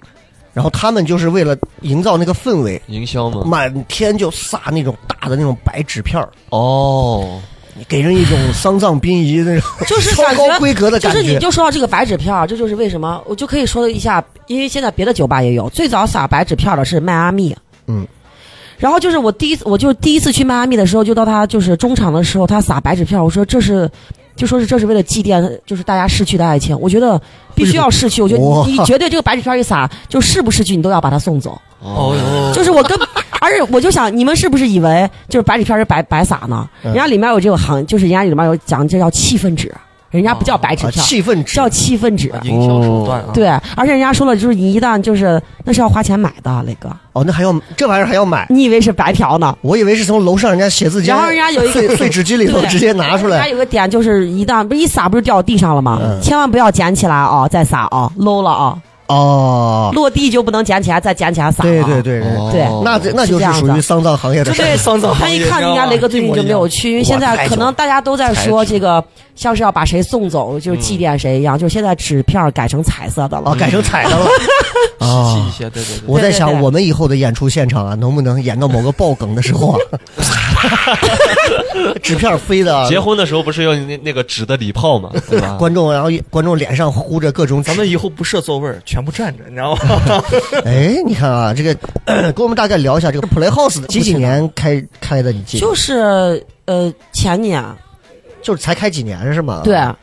[SPEAKER 4] 然后他们就是为了营造那个氛围，
[SPEAKER 6] 营销吗？
[SPEAKER 4] 满天就撒那种大的那种白纸片儿，
[SPEAKER 6] 哦，
[SPEAKER 4] 给人一种丧葬殡仪那种
[SPEAKER 2] [LAUGHS] 就是
[SPEAKER 4] 超
[SPEAKER 2] 感觉
[SPEAKER 4] 高规格的
[SPEAKER 2] 就
[SPEAKER 4] 感
[SPEAKER 2] 是你
[SPEAKER 4] 觉。啊
[SPEAKER 2] 就说到这个白纸片儿，这就是为什么我就可以说一下，因为现在别的酒吧也有，最早撒白纸片儿的是迈阿密，
[SPEAKER 4] 嗯，
[SPEAKER 2] 然后就是我第一次，我就是第一次去迈阿密的时候，就到他就是中场的时候，他撒白纸片儿，我说这是。就说是这是为了祭奠，就是大家逝去的爱情。我觉得必须要逝去，我觉得
[SPEAKER 4] 哇
[SPEAKER 2] 你你绝对这个白纸片儿一撒，就是不逝去你都要把它送走。
[SPEAKER 5] 哦哟，
[SPEAKER 2] 就是我跟，而且我就想，你们是不是以为就是白纸片是白白撒呢？
[SPEAKER 4] 嗯
[SPEAKER 2] 人家里面有这个行，就是人家里面有讲这叫气氛纸，人家不叫白纸
[SPEAKER 4] 啊，
[SPEAKER 2] 票，
[SPEAKER 4] 气氛纸
[SPEAKER 2] 叫气氛纸。
[SPEAKER 4] 哎
[SPEAKER 5] 营销手段啊，
[SPEAKER 2] 对，而且人家说了，就是你一旦就是那是要花钱买的，磊哥，
[SPEAKER 4] 哦，那还要这玩意儿还要买？
[SPEAKER 2] 你以为是白嫖呢？
[SPEAKER 4] 我以为是从楼上人家写字间，
[SPEAKER 2] 然后人家有一个
[SPEAKER 4] 碎碎纸机里头
[SPEAKER 2] 对
[SPEAKER 4] 直接拿出
[SPEAKER 2] 人家
[SPEAKER 4] 来，
[SPEAKER 2] 有个点就是一旦不是一撒不是掉地上了吗？
[SPEAKER 4] 嗯
[SPEAKER 2] 千万不要捡起来啊、再撒啊、搂了啊、
[SPEAKER 4] 哦，
[SPEAKER 2] 落地就不能捡起来，再捡起来撒、啊。
[SPEAKER 4] 对对对对，
[SPEAKER 6] 哦
[SPEAKER 2] 对
[SPEAKER 4] 那这那就
[SPEAKER 2] 是这
[SPEAKER 4] 是
[SPEAKER 2] 样
[SPEAKER 4] 属
[SPEAKER 2] 的
[SPEAKER 4] 于丧葬行业的事儿
[SPEAKER 2] 对，
[SPEAKER 5] 丧葬
[SPEAKER 2] 他
[SPEAKER 5] 行业
[SPEAKER 2] 一看人家雷哥最近就没有去，因为
[SPEAKER 4] 哇
[SPEAKER 2] 现在
[SPEAKER 4] 啊太
[SPEAKER 2] 可
[SPEAKER 4] 久
[SPEAKER 2] 能大家都在说这个像是要把谁送走，就是祭奠
[SPEAKER 4] 嗯
[SPEAKER 2] 谁一样，就是现在纸片儿改成彩色的了
[SPEAKER 4] 啊，。改成彩
[SPEAKER 2] [LAUGHS]
[SPEAKER 4] 的了
[SPEAKER 5] 稀
[SPEAKER 4] 啊
[SPEAKER 5] 奇一。些，对对对。
[SPEAKER 4] 我在
[SPEAKER 2] 对
[SPEAKER 4] 想，
[SPEAKER 2] 对
[SPEAKER 4] 我们以后的演出现场啊，能不能演到某个爆梗的时候啊， [LAUGHS] 纸片儿飞的啊，
[SPEAKER 6] 结婚的时候不是用那那个纸的礼炮嘛，对
[SPEAKER 4] [LAUGHS]
[SPEAKER 6] 吧？
[SPEAKER 4] 观众，然后观众脸上糊着各种纸
[SPEAKER 5] 咱。们以后不设座位儿，全部站着，你知道吗？
[SPEAKER 4] 哎，你看啊，这个 [CLEARS THROAT] 给我们大概聊一下这个 Playhouse 的几几年开开的？你记得
[SPEAKER 2] 就是呃前年
[SPEAKER 4] 就是才开几年是吗？
[SPEAKER 2] 对，
[SPEAKER 4] 啊，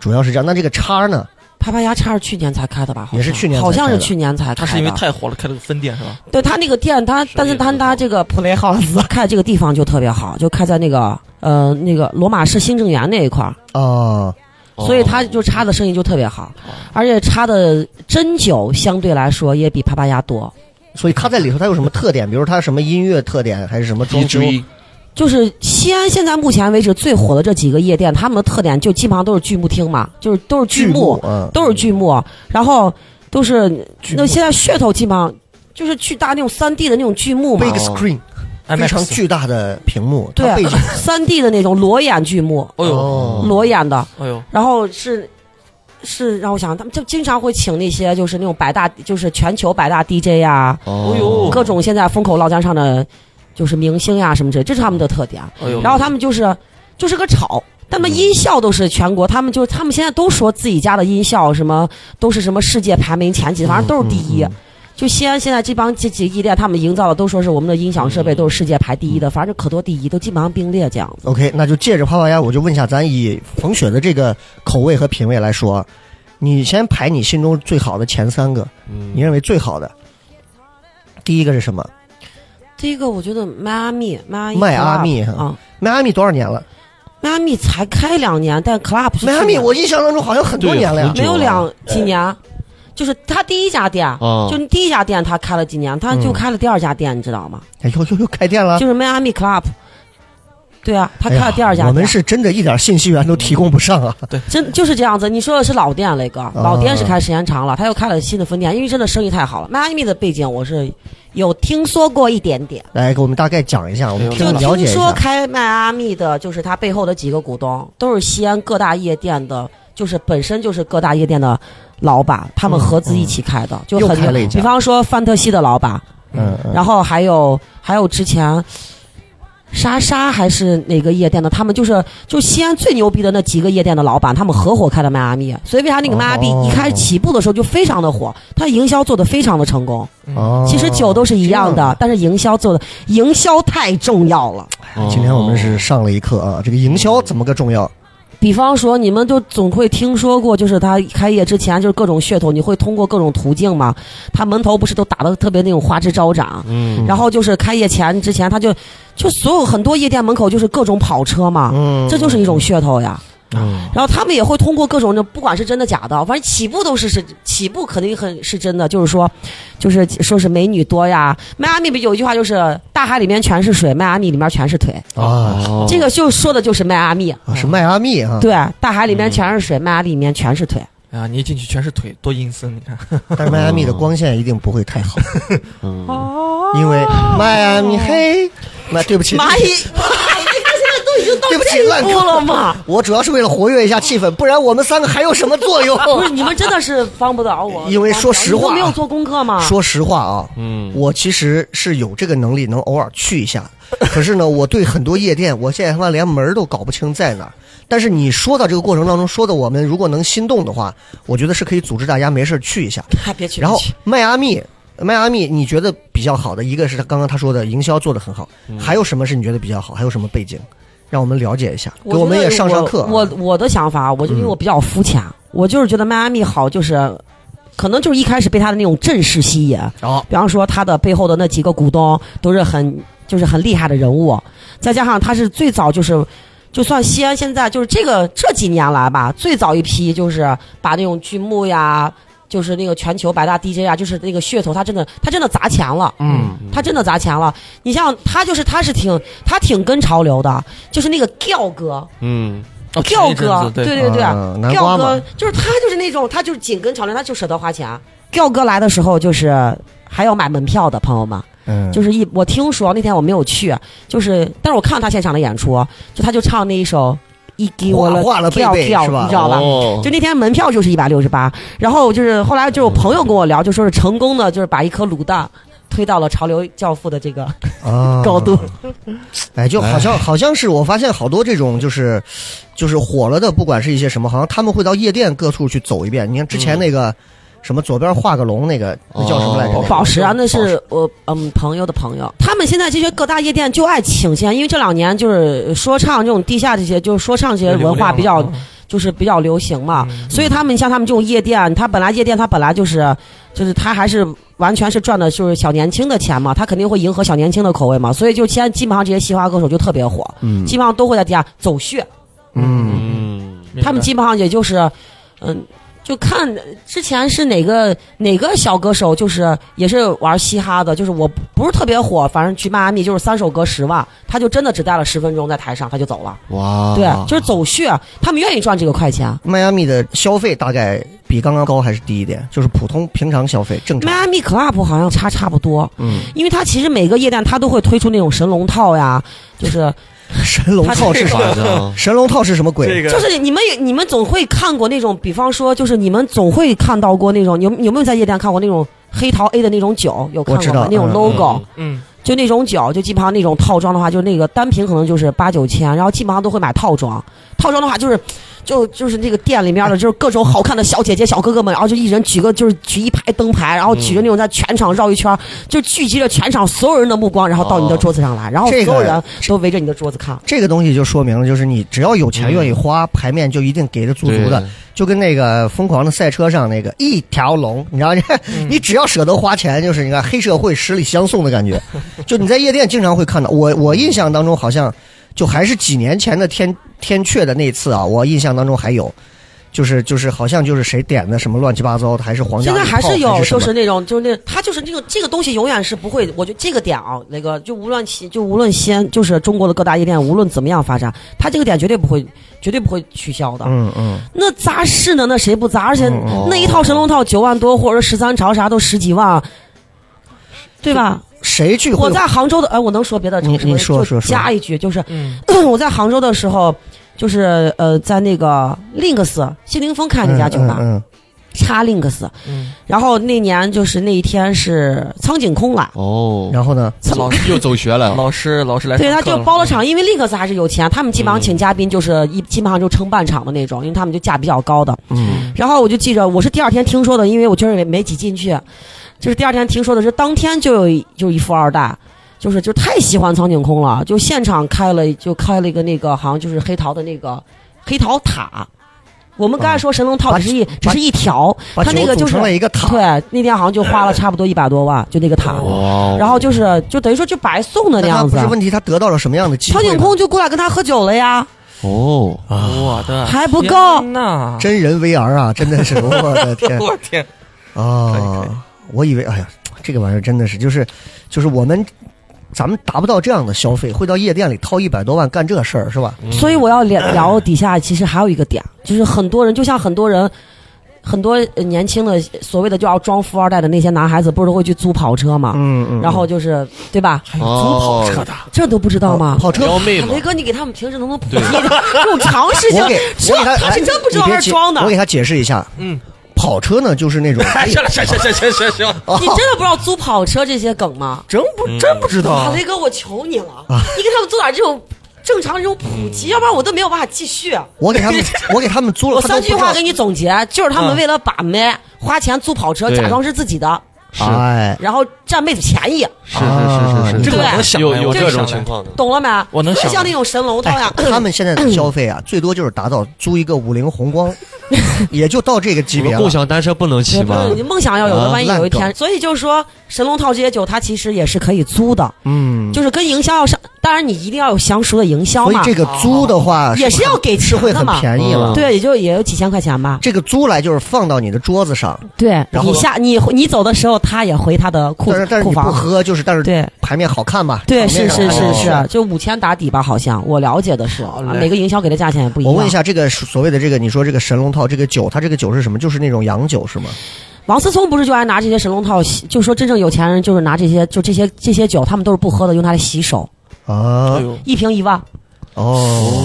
[SPEAKER 4] 主要是这样。那这个叉呢？
[SPEAKER 2] 啪啪牙叉是去年才开的吧？好像
[SPEAKER 4] 也是去年才
[SPEAKER 2] 好像
[SPEAKER 4] 开
[SPEAKER 2] 是
[SPEAKER 4] 的
[SPEAKER 2] 去年才开的。
[SPEAKER 5] 啊他是因为太火了，开了个分店是吧？
[SPEAKER 2] 对他那个店，他但是他他这个 Play House 开的这个地方就特别好，就开在那个呃那个罗马市新政园那一块儿，
[SPEAKER 4] 啊，
[SPEAKER 6] 哦
[SPEAKER 2] 所以他就叉的生意就特别好，而且叉的针灸相对来说也比啪啪牙多。
[SPEAKER 4] 所以它在里头它有什么特点？比如它什么音乐特点，还是什么装修？
[SPEAKER 6] DJ
[SPEAKER 2] 就是西安现在目前为止最火的这几个夜店，他们的特点就基本上都是剧目厅嘛，就是都是剧目，
[SPEAKER 4] 嗯，
[SPEAKER 2] 都是剧目，然后都是
[SPEAKER 5] 剧
[SPEAKER 2] 那
[SPEAKER 5] 目
[SPEAKER 2] 现在噱头基本上就是巨大那种三 D 的那种剧目嘛
[SPEAKER 4] 嗯 big，screen 非常
[SPEAKER 5] IMAX
[SPEAKER 4] 巨大的屏幕，它
[SPEAKER 2] 对啊
[SPEAKER 4] 背景，
[SPEAKER 2] 三 D 的那种裸眼剧目，
[SPEAKER 5] 哦呦，
[SPEAKER 4] 哦
[SPEAKER 2] 裸眼的，
[SPEAKER 5] 哦呦，
[SPEAKER 2] 然后是。是让我想，他们就经常会请那些就是那种百大，就是全球百大 DJ 呀、
[SPEAKER 6] 哦
[SPEAKER 5] 哦呦
[SPEAKER 2] 各种现在风口浪尖上的就是明星呀、什么之类，这是他们的特点。
[SPEAKER 5] 哦呦，
[SPEAKER 2] 然后他们就是就是个吵，他们音效都是全国，他们就是他们现在都说自己家的音效什么都是什么世界排名前几，反正都是第一。就西安现在这帮这几个夜店，他们营造的都说是我们的音响设备都是世界排第一的，反正可多第一，都基本上并列这样。
[SPEAKER 4] OK，那就借着啪啪鸭，我就问一下，咱以冯雪的这个口味和品味来说，啊你先排你心中最好的前三个，
[SPEAKER 6] 嗯
[SPEAKER 4] 你认为最好的，第一个是什么？
[SPEAKER 2] 第一个我觉得迈阿密，迈阿密，
[SPEAKER 4] 迈阿密
[SPEAKER 2] 啊，
[SPEAKER 4] 迈阿密多少年了？
[SPEAKER 2] 迈阿密才开两年，但 club 是
[SPEAKER 4] 迈阿
[SPEAKER 2] 去
[SPEAKER 4] 密
[SPEAKER 2] 年
[SPEAKER 4] 我哎印象当中好像很多年了呀
[SPEAKER 6] 对。
[SPEAKER 2] 没有
[SPEAKER 6] 久了
[SPEAKER 2] 两几年。啊就是他第一家店，啊
[SPEAKER 6] 哦
[SPEAKER 2] 就第一家店他开了几年，他就
[SPEAKER 4] 嗯
[SPEAKER 2] 开了第二家店，你知道吗？
[SPEAKER 4] 哎呦呦呦，开店了！
[SPEAKER 2] 就是迈阿密 club，对啊，他开
[SPEAKER 4] 哎呀
[SPEAKER 2] 了第二家店。
[SPEAKER 4] 我们是真的一点信息源都提供不上啊。
[SPEAKER 2] 真就是这样子。你说的是老店，雷
[SPEAKER 4] 哦
[SPEAKER 2] 哥，老店是开时间长了，他又开了新的分店，因为真的生意太好了。迈阿密的背景我是有听说过一点点，
[SPEAKER 4] 来，给我们大概讲一下，我们听
[SPEAKER 2] 就
[SPEAKER 4] 众了解
[SPEAKER 2] 听
[SPEAKER 4] 一
[SPEAKER 2] 说
[SPEAKER 4] 下。
[SPEAKER 2] 开迈阿密的，就是他背后的几个股东都是西安各大夜店的，就是本身就是各大夜店的老板，他们合资一起开的，就
[SPEAKER 4] 嗯又
[SPEAKER 2] 很
[SPEAKER 4] 开了一家
[SPEAKER 2] 比方说范特西的老板，
[SPEAKER 4] 嗯，嗯
[SPEAKER 2] 然后还有还有之前。莎莎还是哪个夜店的？他们就是就西安最牛逼的那几个夜店的老板，他们合伙开的迈阿密。所以为啥那个迈阿密
[SPEAKER 4] 哦
[SPEAKER 2] 一开始起步的时候就非常的火，它营销做的非常的成功。
[SPEAKER 4] 哦，
[SPEAKER 2] 其实酒都是一样的，但是营销做的营销太重要了。
[SPEAKER 6] 哦
[SPEAKER 4] 这样。今天我们是上了一课啊，这个营销怎么个重要？
[SPEAKER 2] 比方说，你们就总会听说过，就是他开业之前就是各种噱头，你会通过各种途径嘛。他门头不是都打的特别那种花枝招展，
[SPEAKER 6] 嗯，
[SPEAKER 2] 然后就是开业前之前，他就就所有很多夜店门口就是各种跑车嘛，
[SPEAKER 4] 嗯
[SPEAKER 2] 这就是一种噱头呀。
[SPEAKER 6] 嗯
[SPEAKER 2] 然后他们也会通过各种，不管是真的假的，反正起步都是是起步肯定很是真的，就是说，就是说是美女多呀。迈阿密不有一句话就是大海里面全是水，迈阿密里面全是腿，
[SPEAKER 4] 啊，
[SPEAKER 6] 哦
[SPEAKER 2] 这个就说的就是迈阿密。
[SPEAKER 4] 啊是迈阿密啊，
[SPEAKER 2] 对，大海里面全是水，迈阿密里面全是腿。
[SPEAKER 5] 哎呀，你一进去全是腿，多阴森！你
[SPEAKER 2] 哦
[SPEAKER 5] 看，
[SPEAKER 4] 但是迈阿密的光线一定不会太好，
[SPEAKER 6] 嗯
[SPEAKER 4] 因为迈阿密嘿，那对不起，
[SPEAKER 2] 哦 [LAUGHS] 蚂蚁，蚂蚁，他现在都已经到
[SPEAKER 4] 对不起
[SPEAKER 2] 这一步了吗？
[SPEAKER 4] 我主要是为了活跃一下气氛，不然我们三个还有什么作用？ [LAUGHS]
[SPEAKER 2] 不是，你们真的是帮不了我。
[SPEAKER 4] 因为说实话
[SPEAKER 2] 你都
[SPEAKER 4] 啊
[SPEAKER 2] 没有做功课吗？
[SPEAKER 4] 说实话啊，
[SPEAKER 6] 嗯，
[SPEAKER 4] 我其实是有这个能力，能偶尔去一下。可是呢，我对很多夜店，我现在他妈连门儿都搞不清在哪儿。但是你说到这个过程当中，说的我们如果能心动的话，我觉得是可以组织大家没事儿去一下。
[SPEAKER 2] 哎，别去。
[SPEAKER 4] 然后
[SPEAKER 2] 别去
[SPEAKER 4] 迈阿密，迈阿密，你觉得比较好的一个是他刚刚他说的营销做的很好，
[SPEAKER 2] 嗯
[SPEAKER 4] 还有什么是你觉得比较好？还有什么背景？让我们了解一下，给我们
[SPEAKER 2] 觉
[SPEAKER 4] 也
[SPEAKER 2] 得
[SPEAKER 4] 上上课啊。嗯
[SPEAKER 2] 我我的想法，我就因为我比较肤浅，我就是觉得迈阿密好，就是可能就是一开始被他的那种阵势吸引，
[SPEAKER 4] 哦，
[SPEAKER 2] 比方说他的背后的那几个股东都是很就是很厉害的人物，再加上他是最早就是。就算西安现在就是这个这几年来吧，最早一批就是把那种剧目呀，就是那个全球百大 DJ 啊，就是那个噱头，他真的他真的砸钱了，
[SPEAKER 4] 嗯，
[SPEAKER 2] 他真的砸钱了。你像他就是他是挺他挺跟潮流的，就是那个 Giao 哥，
[SPEAKER 6] 嗯
[SPEAKER 5] 哦前
[SPEAKER 2] 调
[SPEAKER 5] 一阵
[SPEAKER 2] 哥，
[SPEAKER 5] 子对
[SPEAKER 2] 对对，
[SPEAKER 4] 啊南瓜
[SPEAKER 2] 调
[SPEAKER 4] 嘛
[SPEAKER 2] 哥就是他，就是那种他就是紧跟潮流，他就舍得花钱。调哥来的时候就是还要买门票的，朋友们，
[SPEAKER 4] 嗯，
[SPEAKER 2] 就是一我听说那天我没有去，就是但是我看了他现场的演出，就他就唱那一首《一给我
[SPEAKER 4] 画了贝
[SPEAKER 2] 调
[SPEAKER 4] 贝
[SPEAKER 2] 调
[SPEAKER 4] 是》，吧
[SPEAKER 2] 你知道吧？
[SPEAKER 6] 哦
[SPEAKER 2] 就那天门票就是一百六十八，然后就是后来就是我朋友跟我聊，就说是成功的，就是把一颗卤蛋推到了潮流教父的这个
[SPEAKER 4] 啊
[SPEAKER 2] 高度。
[SPEAKER 4] 哎，就好像好像是我发现好多这种就是就是火了的，不管是一些什么，好像他们会到夜店各处去走一遍。你看之前那个、什么左边画个龙那个，那叫什么来着？
[SPEAKER 6] 哦
[SPEAKER 2] 宝石啊，那
[SPEAKER 4] 宝石
[SPEAKER 2] 是我嗯朋友的朋友，他们现在这些各大夜店就爱请现，因为这两年就是说唱这种地下这些，就是说唱这些文化比较
[SPEAKER 5] 啊嗯
[SPEAKER 2] 啊就是比较流行嘛，所以他们像他们这种夜店，他本来夜店他本来就是就是他还是完全是赚的就是小年轻的钱嘛，他肯定会迎合小年轻的口味嘛，所以就现在基本上这些嘻哈歌手就特别火，
[SPEAKER 4] 嗯
[SPEAKER 2] 基本上都会在地下走穴，
[SPEAKER 4] 嗯，
[SPEAKER 6] 嗯
[SPEAKER 2] 他们基本上也就是，嗯，就看之前是哪个哪个小歌手，就是也是玩嘻哈的，就是我不不是特别火，反正去迈阿密就是三首歌十万，他就真的只待了十分钟在台上他就走了，
[SPEAKER 6] 哇，
[SPEAKER 2] 对，啊
[SPEAKER 6] [LAUGHS]
[SPEAKER 2] 就是走穴，他们愿意赚这个快钱。
[SPEAKER 4] 迈阿密的消费大概比刚刚高还是低一点？就是普通平常消费正
[SPEAKER 2] 迈
[SPEAKER 4] 常。
[SPEAKER 2] 阿密 club 好像差差不多，
[SPEAKER 4] 嗯，
[SPEAKER 2] 因为他其实每个夜店他都会推出那种神龙套呀，就是
[SPEAKER 4] 神龙套是啥？
[SPEAKER 6] 夸张，
[SPEAKER 4] 神龙套是什么鬼？
[SPEAKER 5] [LAUGHS] 这个
[SPEAKER 2] 就是你们有你们总会看过那种，比方说就是你们总会看到过那种，有有没有在夜店看过那种黑桃 A 的那种酒？有看
[SPEAKER 4] 我知
[SPEAKER 2] 过
[SPEAKER 4] 道
[SPEAKER 2] 吗？那种
[SPEAKER 4] 嗯
[SPEAKER 2] logo，、
[SPEAKER 5] 嗯，
[SPEAKER 2] 就那种酒，就基本上那种套装的话，就那个单瓶可能就是八九千，然后基本上都会买套装。套装的话就是，就就是那个店里面的，就是各种好看的小姐姐、小哥哥们，然后就一人举个就是举一排灯牌，然后举着那种在全场绕一圈，就聚集着全场所有人的目光，然后到你的桌子上来，然后所
[SPEAKER 4] 这个
[SPEAKER 2] 有人都围着你的桌子看。
[SPEAKER 4] 这个东西就说明了，就是你只要有钱
[SPEAKER 6] 嗯
[SPEAKER 4] 愿意花，牌面就一定给的足足的
[SPEAKER 6] 对。
[SPEAKER 4] 就跟那个疯狂的赛车上那个一条龙，你知道，你看
[SPEAKER 2] 嗯
[SPEAKER 4] [LAUGHS] 你只要舍得花钱，就是你看黑社会十里相送的
[SPEAKER 2] [LAUGHS]
[SPEAKER 4] 感觉。就你在夜店经常会看到，我我印象当中好像就还是几年前的天天阙的那次啊，我印象当中还有。就是就是好像就是谁点的什么乱七八糟的，还是皇家
[SPEAKER 2] 现
[SPEAKER 4] 礼
[SPEAKER 2] 在
[SPEAKER 4] 炮
[SPEAKER 2] 还是有，
[SPEAKER 4] 什
[SPEAKER 2] 就
[SPEAKER 4] 么
[SPEAKER 2] 是那种，就是那他就是这个这个东西永远是不会，我觉得这个点啊，那个就无论西就无论西安，就是中国的各大夜店，无论怎么样发展，他这个点绝对不会，绝对不会取消的。
[SPEAKER 4] 嗯嗯，
[SPEAKER 2] 那砸是呢？那谁不砸？而且
[SPEAKER 4] 嗯
[SPEAKER 2] 那一套神龙套九万多，或者十三朝啥都十几万，啊对吧？
[SPEAKER 4] 谁去
[SPEAKER 2] 我
[SPEAKER 4] 会嗯
[SPEAKER 2] 在杭州的，哎，我能说别的城市吗？
[SPEAKER 4] 你你说
[SPEAKER 2] 就
[SPEAKER 4] 说说
[SPEAKER 2] 加一句，就是 [COUGHS]
[SPEAKER 5] 嗯，
[SPEAKER 2] 我在杭州的时候，就是呃，在那个 Links 谢霆锋开那家酒吧，
[SPEAKER 4] 嗯嗯
[SPEAKER 2] 叉 Links，
[SPEAKER 5] 嗯
[SPEAKER 2] 然后那年就是那一天是苍井空来，
[SPEAKER 6] 哦
[SPEAKER 4] 嗯，然后呢？
[SPEAKER 5] 老师
[SPEAKER 6] 又走学了，
[SPEAKER 5] 老师老师来上
[SPEAKER 2] 嗯对，
[SPEAKER 5] 课
[SPEAKER 2] 他
[SPEAKER 5] 了，
[SPEAKER 2] 就包了场，因为 Links 还是有钱，他们基本上
[SPEAKER 6] 嗯
[SPEAKER 2] 请嘉宾就是一基本上就撑半场的那种，因为他们就价比较高的。
[SPEAKER 4] 嗯
[SPEAKER 2] 然后我就记着，我是第二天听说的，因为我确实也没挤进去，就是第二天听说的是当天就有一就一富二代。就是就太喜欢苍井空了，就现场开了就开了一个那个好像就是黑桃的那个黑桃塔，我们刚
[SPEAKER 5] 嗯
[SPEAKER 2] 才说神龙套
[SPEAKER 4] 把
[SPEAKER 2] 只是一、只
[SPEAKER 4] 把
[SPEAKER 2] 是一条，
[SPEAKER 4] 把
[SPEAKER 2] 他那
[SPEAKER 4] 酒
[SPEAKER 2] 个就
[SPEAKER 4] 组成
[SPEAKER 2] 是
[SPEAKER 4] 了一个塔，
[SPEAKER 2] 对，那天好像就花了差不多一百多万，就那个塔，
[SPEAKER 6] 哇哦
[SPEAKER 2] 然后就是就等于说就白送的那
[SPEAKER 4] 那他
[SPEAKER 2] 样
[SPEAKER 4] 不
[SPEAKER 2] 子
[SPEAKER 4] 是。问题，他得到了什么样的机
[SPEAKER 2] 苍
[SPEAKER 4] 会呢？
[SPEAKER 2] 井空就过来跟他喝酒了呀，
[SPEAKER 6] 哦，
[SPEAKER 5] 哎我的
[SPEAKER 2] 还不够
[SPEAKER 5] 那
[SPEAKER 4] 啊真人 VR 啊，真的是我的天
[SPEAKER 5] 我天，可以可
[SPEAKER 4] 啊！我以为哎呀，这个玩意儿真的是就是就是我们。咱们达不到这样的消费，会到夜店里掏一百多万干这事儿是吧？
[SPEAKER 2] 所以我要聊聊底下其实还有一个点，就是很多人就像很多人。很多呃年轻的所谓的就要装富二代的那些男孩子，不是都会去租跑车嘛？
[SPEAKER 4] 嗯嗯哎
[SPEAKER 2] 然后就是对吧？
[SPEAKER 5] 还有租
[SPEAKER 4] 哦
[SPEAKER 5] 跑车的，
[SPEAKER 2] 这都不知道吗？
[SPEAKER 4] 跑车
[SPEAKER 6] 哦撩妹嘛
[SPEAKER 2] 雷，哥，你给他们平时能不能普及一点 [LAUGHS] 这种常识性
[SPEAKER 4] 我给？
[SPEAKER 2] 这
[SPEAKER 4] 我给他，
[SPEAKER 2] 他是
[SPEAKER 4] 哎
[SPEAKER 2] 真不知道
[SPEAKER 4] 你别
[SPEAKER 2] 还是
[SPEAKER 4] 解
[SPEAKER 2] 装的？
[SPEAKER 4] 我给他解释一下，
[SPEAKER 5] 嗯，
[SPEAKER 4] 跑车呢就是那种，
[SPEAKER 5] 哎，行了行行行行行行，
[SPEAKER 4] 哦
[SPEAKER 2] 你真的不知道租跑车这些梗吗？
[SPEAKER 5] 真不真不知
[SPEAKER 2] 啊，
[SPEAKER 5] 道
[SPEAKER 2] 雷哥，我求你了，
[SPEAKER 4] 啊
[SPEAKER 2] 你给他们做点这种正常这种普及，要不然我都没有办法继续。
[SPEAKER 4] 我给他们， [LAUGHS] 我给他们租了，
[SPEAKER 2] 我
[SPEAKER 4] 他都
[SPEAKER 2] 三
[SPEAKER 4] 嗯不知
[SPEAKER 2] 句
[SPEAKER 4] 道
[SPEAKER 2] 话给你总结，就是他们
[SPEAKER 5] 嗯
[SPEAKER 2] 为了把妹，花钱租跑车，
[SPEAKER 6] 对
[SPEAKER 2] 假装是自己的，
[SPEAKER 6] 是
[SPEAKER 4] 哎，
[SPEAKER 2] 然后占妹子便宜，
[SPEAKER 6] 是是是是
[SPEAKER 5] 这
[SPEAKER 6] 是
[SPEAKER 5] 个我能
[SPEAKER 2] 对
[SPEAKER 5] 想
[SPEAKER 6] 有
[SPEAKER 5] 来
[SPEAKER 6] 有
[SPEAKER 5] 我能
[SPEAKER 6] 这
[SPEAKER 5] 想
[SPEAKER 6] 种
[SPEAKER 5] 来
[SPEAKER 6] 情况的，
[SPEAKER 2] 懂了没？
[SPEAKER 5] 我能
[SPEAKER 2] 就
[SPEAKER 5] 想
[SPEAKER 2] 像那种神龙套
[SPEAKER 4] 哎
[SPEAKER 2] 呀， [LAUGHS]
[SPEAKER 4] 他们现在的消费
[SPEAKER 2] [CLEARS THROAT]
[SPEAKER 4] 啊，最多就是达到租一个五菱宏
[SPEAKER 5] [LAUGHS]
[SPEAKER 4] 光，也就到这个级
[SPEAKER 6] 你
[SPEAKER 4] 别
[SPEAKER 6] 们
[SPEAKER 4] 了
[SPEAKER 6] 共。享单车不能骑
[SPEAKER 2] 也不
[SPEAKER 6] 吗
[SPEAKER 2] 是？你梦想要有的，
[SPEAKER 6] 啊
[SPEAKER 2] 万一有一
[SPEAKER 4] 烂
[SPEAKER 2] 天，所以就是说神龙套这些酒，它其实也是可以租的，
[SPEAKER 4] 嗯，
[SPEAKER 2] 就是跟营销要上，当然你一定要有相熟的营销
[SPEAKER 4] 所以
[SPEAKER 2] 嘛，
[SPEAKER 4] 这个租的话
[SPEAKER 2] 也是要给
[SPEAKER 4] 是
[SPEAKER 2] 吃
[SPEAKER 4] 会
[SPEAKER 2] 的
[SPEAKER 4] 很
[SPEAKER 2] 嘛，
[SPEAKER 4] 便宜了。
[SPEAKER 6] 嗯
[SPEAKER 2] 对，也啊就也有几千块钱吧。
[SPEAKER 4] 这个租来就是放到你的桌子上，
[SPEAKER 2] 对
[SPEAKER 4] 然后
[SPEAKER 2] 你下你你走的时候，他也回他的库
[SPEAKER 4] 但是但是
[SPEAKER 2] 库
[SPEAKER 4] 你不
[SPEAKER 2] 房。
[SPEAKER 4] 喝，就是但是
[SPEAKER 2] 对
[SPEAKER 4] 牌面好看吧？
[SPEAKER 2] 对，
[SPEAKER 4] 场面
[SPEAKER 2] 是
[SPEAKER 4] 上啊
[SPEAKER 2] 是
[SPEAKER 4] 看
[SPEAKER 2] 是
[SPEAKER 4] 着
[SPEAKER 2] 是，就五千打底吧，好像我了解的是，啊
[SPEAKER 5] 嘞
[SPEAKER 2] 每个营销给的价钱也不一样。
[SPEAKER 4] 我问一，下，这个所谓的这个，你说这个神龙套这个酒，它这个酒是什么？就是那种洋酒是吗？
[SPEAKER 2] 王思聪不是就爱拿这些神龙套洗，就说真正有钱人就是拿这些，就这些这些酒，他们都是不喝的，用它来洗手，
[SPEAKER 4] 啊
[SPEAKER 5] 哎，呦，
[SPEAKER 2] 一瓶一万。
[SPEAKER 4] 哦，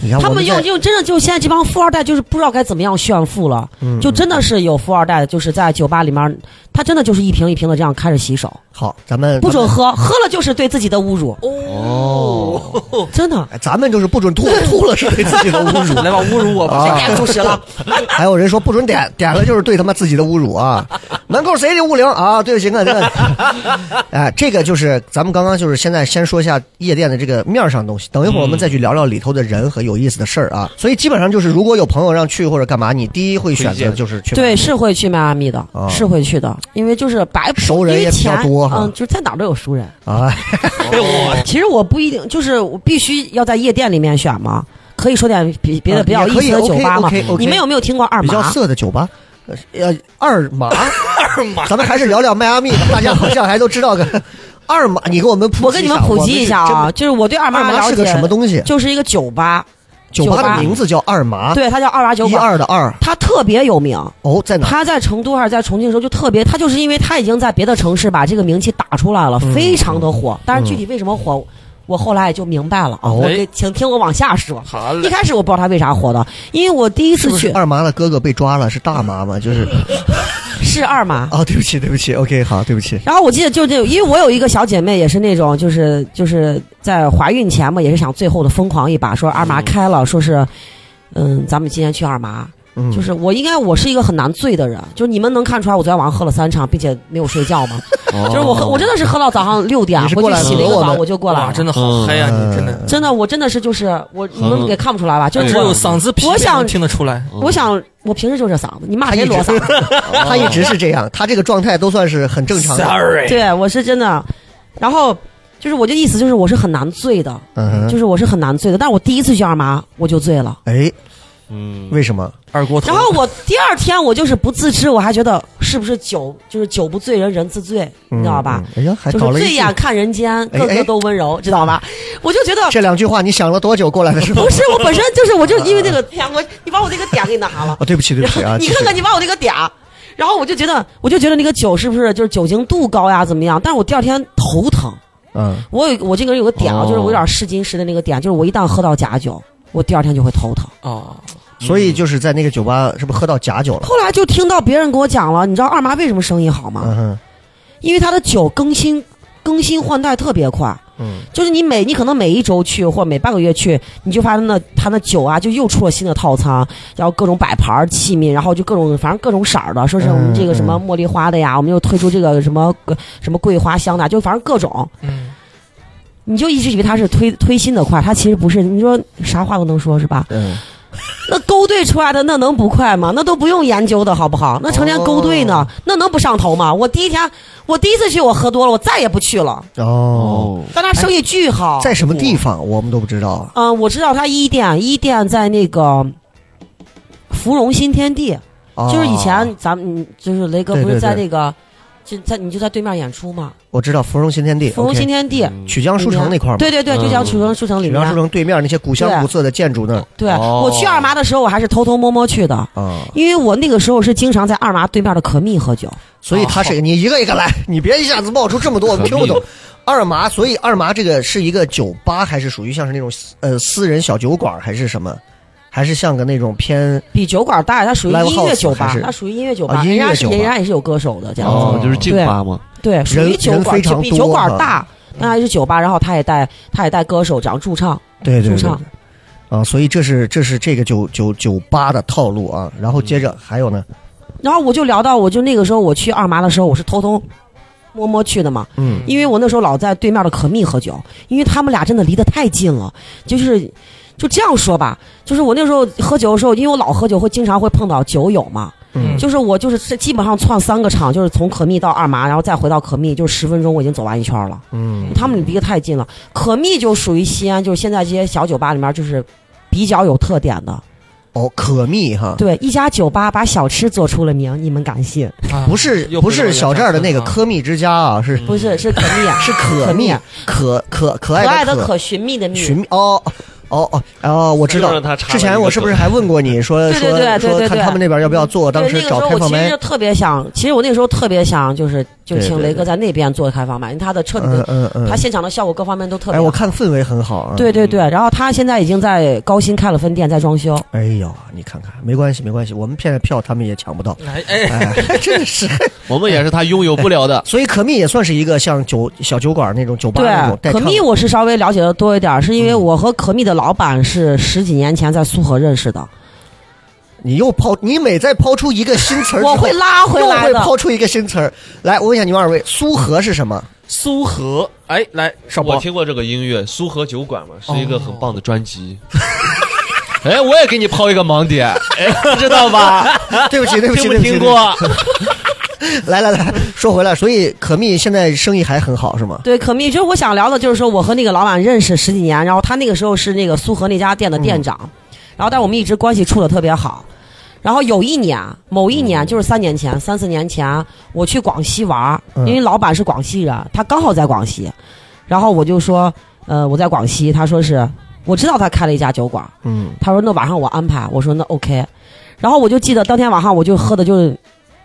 [SPEAKER 4] 你看
[SPEAKER 2] 他
[SPEAKER 4] 我
[SPEAKER 2] 们用
[SPEAKER 4] 在
[SPEAKER 2] 用真的就现在这帮富二代就是不知道该怎么样炫富了，
[SPEAKER 4] 嗯
[SPEAKER 2] 就真的是有富二代，就是在酒吧里面，他真的就是一瓶一瓶的这样开始洗手，
[SPEAKER 4] 好，咱们
[SPEAKER 2] 不准喝，喝了就是对自己的侮辱，
[SPEAKER 6] 哦，
[SPEAKER 2] 真的。
[SPEAKER 4] 哎咱们就是不准吐，吐了是对自己的侮辱。
[SPEAKER 5] 哎来吧，侮辱我吧，
[SPEAKER 4] 啊
[SPEAKER 2] 太主食了，
[SPEAKER 4] [LAUGHS] 还有人说不准点，点了就是对他妈自己的侮辱啊！门口谁的五菱啊？对不起，我这个， [LAUGHS] 哎，这个就是咱们刚刚就是现在先说一下夜店的这个面儿上的东西，等一会儿我们再去聊聊里头的人和有意思的事儿啊。所以基本上就是，如果有朋友让去或者干嘛，你第一会选择就是去
[SPEAKER 2] 对，是会去迈阿密的，
[SPEAKER 4] 啊
[SPEAKER 2] 是会去的，因为就是白
[SPEAKER 4] 熟人
[SPEAKER 2] 因为
[SPEAKER 4] 也比较
[SPEAKER 2] 钱
[SPEAKER 4] 多哈
[SPEAKER 2] 嗯，就是在哪儿都有熟人。
[SPEAKER 4] 啊，
[SPEAKER 5] 哎我
[SPEAKER 2] 其实我不一定，就是我必须要在夜店里面选嘛，可以说点别别的
[SPEAKER 4] 啊
[SPEAKER 2] 比较有
[SPEAKER 4] 也可
[SPEAKER 2] 意
[SPEAKER 4] 以
[SPEAKER 2] 思的酒吧嘛。
[SPEAKER 4] ，OK，OK，OK
[SPEAKER 2] 你们有没有听过二
[SPEAKER 4] 比较
[SPEAKER 2] 麻？
[SPEAKER 4] 色的酒吧，呃，二麻，
[SPEAKER 5] 二妈，
[SPEAKER 4] 咱们还是聊聊迈阿密吧，大家好像还都知道个二麻，你给我们普及一下
[SPEAKER 2] 我跟你们普及一下
[SPEAKER 4] 我
[SPEAKER 2] 啊，
[SPEAKER 4] 们
[SPEAKER 2] 就是我对二
[SPEAKER 4] 是真的
[SPEAKER 2] 麻
[SPEAKER 4] 二
[SPEAKER 2] 的
[SPEAKER 4] 麻
[SPEAKER 2] 了
[SPEAKER 4] 是
[SPEAKER 2] 解
[SPEAKER 4] 个什么东西？啊
[SPEAKER 2] 就是一个酒吧，
[SPEAKER 4] 酒吧的名字叫二麻，
[SPEAKER 2] 对，它叫二麻酒
[SPEAKER 4] 啊一
[SPEAKER 2] 馆，
[SPEAKER 4] 二的二。
[SPEAKER 2] 它特别有名。
[SPEAKER 4] 哦，在哪？
[SPEAKER 2] 它在成都还是在重庆的时候就特别，它就是因为它已经在别的城市把这个名气打出来了，
[SPEAKER 4] 嗯
[SPEAKER 2] 非常的火。但是具体为什么火，我后来也就明白了啊。
[SPEAKER 4] 哦
[SPEAKER 2] 我给请听我往下说。
[SPEAKER 5] 好
[SPEAKER 2] 一
[SPEAKER 5] 嘞，
[SPEAKER 2] 开始我不知道它为啥火的，因为我第一
[SPEAKER 4] 是
[SPEAKER 2] 次
[SPEAKER 4] 不是
[SPEAKER 2] 去嗯
[SPEAKER 4] 二麻的哥哥被抓了？是大麻吗？就是
[SPEAKER 2] 是二麻，
[SPEAKER 4] 啊，对不起，对不起，OK，好，对不起。
[SPEAKER 2] 然后我记得就这，因为我有一个小姐妹也是那种，就是就是在怀孕前嘛，也是想最后的疯狂一把，说二麻开了，说是，嗯，咱们今天去二麻。
[SPEAKER 4] 嗯
[SPEAKER 2] 就是我应该我是一个很难醉的人，就是你们能看出来我昨天晚上喝了三场，并且没有睡觉吗？
[SPEAKER 6] 哦
[SPEAKER 2] 就是我喝我真的是喝到早上六点
[SPEAKER 4] 哦你是
[SPEAKER 2] 回
[SPEAKER 4] 过
[SPEAKER 2] 去
[SPEAKER 4] 来哦
[SPEAKER 2] 洗了一
[SPEAKER 4] 讹
[SPEAKER 2] 个
[SPEAKER 4] 我
[SPEAKER 2] 澡
[SPEAKER 4] 们
[SPEAKER 2] 我就过来
[SPEAKER 5] 哇，
[SPEAKER 2] 了，
[SPEAKER 5] 真的好嗨哎呀，
[SPEAKER 4] 嗯呃
[SPEAKER 5] 你真的，
[SPEAKER 2] 真的我真的是就是我你们
[SPEAKER 6] 嗯
[SPEAKER 2] 也看不出来吧？就
[SPEAKER 5] 只
[SPEAKER 2] 是
[SPEAKER 4] 哎
[SPEAKER 5] 有
[SPEAKER 2] 我
[SPEAKER 5] 嗓子疲惫
[SPEAKER 2] 我想
[SPEAKER 5] 能听得出来，
[SPEAKER 2] 我想我平时就这嗓子，你骂
[SPEAKER 4] 他
[SPEAKER 2] 谁
[SPEAKER 4] 一直
[SPEAKER 2] 裸嗓子？
[SPEAKER 4] [LAUGHS] 他一直是这样，他这个状态都算是很
[SPEAKER 6] 嗯
[SPEAKER 4] 正常的。
[SPEAKER 5] Sorry，
[SPEAKER 2] 对，我是真的。然后就是我这意思就是我是很难醉的，
[SPEAKER 4] 嗯
[SPEAKER 2] 就
[SPEAKER 4] 哼，
[SPEAKER 2] 是我是很难醉的。但是我第一次去二麻我就醉了，
[SPEAKER 4] 哎，
[SPEAKER 6] 嗯，
[SPEAKER 4] 为什么？
[SPEAKER 5] 二锅头。
[SPEAKER 2] 然后我第二天我就是不自知，我还觉得是不是酒就是酒不醉人人自醉，你知道吧？
[SPEAKER 4] 嗯？嗯哎呀，还
[SPEAKER 2] 就
[SPEAKER 4] 搞
[SPEAKER 2] 是
[SPEAKER 4] 了
[SPEAKER 2] 醉
[SPEAKER 4] 一句
[SPEAKER 2] 眼看人间，
[SPEAKER 4] 哎
[SPEAKER 2] 个
[SPEAKER 4] 哎
[SPEAKER 2] 个都温柔，知道吧？我就觉得
[SPEAKER 4] 这两句话，你想了多久过来的时候
[SPEAKER 2] 不？是我本身就是我就是因为那
[SPEAKER 4] [LAUGHS]
[SPEAKER 2] 个天，啊我你把我那个点给拿了
[SPEAKER 4] 啊，，对不起，对不起
[SPEAKER 2] [LAUGHS]
[SPEAKER 4] 啊，
[SPEAKER 2] 你
[SPEAKER 4] 其实
[SPEAKER 2] 看看你把我那个点儿，然后我就觉得，我就觉得那个酒是不是就是酒精度高呀，怎么样？但是我第二天头疼，
[SPEAKER 4] 嗯，
[SPEAKER 2] 我有我这个人有个点啊，
[SPEAKER 6] 哦
[SPEAKER 2] 就是我有点试金石的那个点，就是我一旦喝到假酒，我第二天就会头疼。
[SPEAKER 5] 啊，
[SPEAKER 4] 所以就是在那个酒吧，是不是喝到假酒了？
[SPEAKER 2] 后来就听到别人给我讲了，你知道二麻为什么生意好吗？
[SPEAKER 4] 嗯哼，
[SPEAKER 2] 因为他的酒更新更新换代特别快。
[SPEAKER 4] 嗯，
[SPEAKER 2] 就是你每你可能每一周去或者每半个月去，你就发现那他那酒啊就又出了新的套餐，然后各种摆盘儿器皿，然后就各种反正各种色儿的，说是我们这个什么
[SPEAKER 4] 嗯
[SPEAKER 2] 茉莉花的呀，我们又推出这个什么呃什么桂花香的啊，就反正各种，
[SPEAKER 5] 嗯，
[SPEAKER 2] 你就一直以为他是推推新的快，他其实不是。你说啥话都能说是吧？
[SPEAKER 4] 嗯，
[SPEAKER 2] 那勾兑出来的那能不快吗？那都不用研究的好不好？那成天勾兑呢，
[SPEAKER 4] 哦
[SPEAKER 2] 那能不上头吗？我第一天我第一次去我喝多了，我再也不去了。
[SPEAKER 4] 哦，，
[SPEAKER 2] 但他生意巨
[SPEAKER 5] 哦
[SPEAKER 2] 好，
[SPEAKER 4] 在什么地方我们都不知道。
[SPEAKER 2] 嗯，我知道他一店，一店在那个芙蓉新天地，
[SPEAKER 4] 啊
[SPEAKER 2] 就是以前咱们就是雷哥
[SPEAKER 4] 对
[SPEAKER 2] 不
[SPEAKER 4] 对
[SPEAKER 2] 是在
[SPEAKER 4] 对
[SPEAKER 2] 那个，就在你就在对面演出嘛，
[SPEAKER 4] 我知道芙蓉新天地，
[SPEAKER 2] 芙蓉
[SPEAKER 4] OK
[SPEAKER 2] 新天地，
[SPEAKER 4] 曲江书城那块儿嘛，
[SPEAKER 2] 对对对，就
[SPEAKER 6] 嗯
[SPEAKER 2] 叫楚城书城里
[SPEAKER 4] 曲江书
[SPEAKER 2] 面。
[SPEAKER 4] 城对面那些古香古色的建筑那儿
[SPEAKER 2] 对，
[SPEAKER 6] 哦
[SPEAKER 2] 我去二麻的时候，我还是偷偷摸摸去的，
[SPEAKER 4] 啊，
[SPEAKER 2] 因为我那个时候是经常在二麻对面的可蜜喝酒。
[SPEAKER 4] 所以它是你一个一个来，你别一下子冒出这么多，我们听不
[SPEAKER 6] 哦
[SPEAKER 4] 懂。二麻，所以二麻这个是一个酒吧，还是属于像是那种呃私人小酒馆，还是什么？还是像个那种偏
[SPEAKER 2] 比酒馆大，它属于
[SPEAKER 4] Live
[SPEAKER 2] 音乐
[SPEAKER 4] house
[SPEAKER 2] 酒吧
[SPEAKER 4] 还是，
[SPEAKER 2] 它属于音乐酒吧，
[SPEAKER 4] 啊音
[SPEAKER 2] 人
[SPEAKER 4] 乐
[SPEAKER 2] 家是
[SPEAKER 4] 酒吧
[SPEAKER 2] 人家也是有歌手的这样子，
[SPEAKER 4] 哦
[SPEAKER 7] 哦，就是静吧嘛，
[SPEAKER 2] 对，属于酒
[SPEAKER 4] 人非
[SPEAKER 2] 馆，
[SPEAKER 4] 常
[SPEAKER 2] 就比酒
[SPEAKER 4] 多
[SPEAKER 2] 馆
[SPEAKER 4] 哈嗯
[SPEAKER 2] 大，但还是酒吧，然后他也带他也带歌手这样驻唱，
[SPEAKER 4] 对
[SPEAKER 2] 驻唱。
[SPEAKER 4] 啊，所以这是这是这个酒酒酒吧的套路啊。然后接着还有呢，
[SPEAKER 2] 然后我就聊到，我就那个时候我去二麻的时候，我是偷偷摸摸去的嘛，
[SPEAKER 4] 嗯
[SPEAKER 2] 因为我那时候老在对面的可蜜喝酒，因为他们俩真的离得太近了，就是就这样说吧，就是我那时候喝酒的时候，因为我老喝酒，会经常会碰到酒友嘛，
[SPEAKER 4] 嗯
[SPEAKER 2] 就是我就是是基本上窜三个场，就是从可蜜到二麻，然后再回到可蜜，就是十分钟我已经走完一圈了，
[SPEAKER 4] 嗯
[SPEAKER 2] 他们离得太近了。可蜜就属于西安，就是现在这些小酒吧里面就是比较有特点的，
[SPEAKER 4] 哦，可蜜哈，
[SPEAKER 2] 对，一家酒吧把小吃做出了名，你们敢信？
[SPEAKER 5] 啊
[SPEAKER 4] 不是
[SPEAKER 5] 又
[SPEAKER 4] 不
[SPEAKER 5] 回到
[SPEAKER 4] 是小
[SPEAKER 5] 原
[SPEAKER 4] 寨儿的
[SPEAKER 5] 上
[SPEAKER 4] 那个嗯
[SPEAKER 5] 啊
[SPEAKER 4] 科蜜之家啊，是
[SPEAKER 2] 不是，是可蜜啊，
[SPEAKER 4] 是可
[SPEAKER 2] 可
[SPEAKER 4] 蜜
[SPEAKER 2] 蜜，
[SPEAKER 4] 可可可
[SPEAKER 2] 可
[SPEAKER 4] 爱
[SPEAKER 2] 爱
[SPEAKER 4] 的
[SPEAKER 2] 的
[SPEAKER 4] 可
[SPEAKER 2] 可，寻觅的
[SPEAKER 4] 寻
[SPEAKER 2] 觅。
[SPEAKER 4] 觅哦哦哦哦，我知
[SPEAKER 6] 这就
[SPEAKER 4] 道
[SPEAKER 6] 让他，插了
[SPEAKER 4] 之前我是不是还问过你
[SPEAKER 2] [LAUGHS]
[SPEAKER 4] 说
[SPEAKER 2] 对对对
[SPEAKER 4] 说
[SPEAKER 2] 对
[SPEAKER 4] 说
[SPEAKER 2] 对
[SPEAKER 4] 看
[SPEAKER 2] 对
[SPEAKER 4] 他们那边要不要做？当
[SPEAKER 2] 对，
[SPEAKER 4] 时
[SPEAKER 2] 那个时
[SPEAKER 4] 找
[SPEAKER 2] 候
[SPEAKER 4] 开
[SPEAKER 2] 我
[SPEAKER 4] 放
[SPEAKER 2] 其实
[SPEAKER 4] 麦
[SPEAKER 2] 就，特别想，其实我那个时候特别想，就是就
[SPEAKER 4] 对
[SPEAKER 2] 请
[SPEAKER 4] 对
[SPEAKER 2] 雷
[SPEAKER 4] 对
[SPEAKER 2] 哥在那边做开放麦，因为他的彻底
[SPEAKER 4] 嗯
[SPEAKER 2] 的，
[SPEAKER 4] 嗯嗯
[SPEAKER 2] 他，现场的效果各方面都特别
[SPEAKER 4] 哎，
[SPEAKER 2] 好。
[SPEAKER 4] 我看氛围很好啊。
[SPEAKER 2] 对，对对，然后他现在已经在高新开了分店，在装修。
[SPEAKER 4] 哎呦，你看看，没关系没关系，我们骗的票他们也抢
[SPEAKER 2] [LAUGHS]
[SPEAKER 4] 不到。
[SPEAKER 5] 哎哎，
[SPEAKER 4] 哎，真的是， [LAUGHS]
[SPEAKER 6] 我们也是他拥有不了的。
[SPEAKER 4] 所以可蜜也算是一个像酒小酒馆那种酒吧那种
[SPEAKER 2] 对，
[SPEAKER 4] 带
[SPEAKER 2] 啊可
[SPEAKER 4] 唱嗯
[SPEAKER 2] 蜜我是稍微了解的多一点，是因为我和可蜜的老板是十几年前在苏河认识的，
[SPEAKER 4] 你又抛，你每再抛出一个新词儿之后，
[SPEAKER 2] 我会拉回
[SPEAKER 4] 又
[SPEAKER 2] 来
[SPEAKER 4] 会
[SPEAKER 2] 的。
[SPEAKER 4] 抛出一个新词儿。来，我问一下你们二位，苏荷是什么？
[SPEAKER 5] 苏荷，哎，来
[SPEAKER 4] 啊
[SPEAKER 5] 少
[SPEAKER 6] 我
[SPEAKER 5] 博，
[SPEAKER 6] 听过这个音乐，苏荷酒馆嘛，
[SPEAKER 4] 哦
[SPEAKER 6] 是一个很棒的专辑。 [LAUGHS] 哎，我也给你抛一个盲点，哎，知道
[SPEAKER 4] [LAUGHS]
[SPEAKER 6] 吧？
[SPEAKER 4] 对不起，对不起，
[SPEAKER 6] 听没
[SPEAKER 4] 对不起。
[SPEAKER 6] 听过？
[SPEAKER 4] 对不起？来来来，说回来，所以可蜜现在生意还很好是吗？
[SPEAKER 2] 对，可蜜，就是我想聊的，就是说我和那个老板认识十几年，然后他那个时候是那个苏荷那家店的
[SPEAKER 4] 嗯
[SPEAKER 2] 店长，然后但我们一直关系处的特别好。然后有一年，某一
[SPEAKER 4] 嗯
[SPEAKER 2] 年就是三年前、三四年前，我去广西玩儿，
[SPEAKER 4] 嗯
[SPEAKER 2] 因为老板是广西人，他刚好在广西，然后我就说，呃，我在广西，他说是我知道他开了一家酒馆，
[SPEAKER 4] 嗯，
[SPEAKER 2] 他说那晚上我安排，我说那 OK，然后我就记得当天晚上我就喝的就是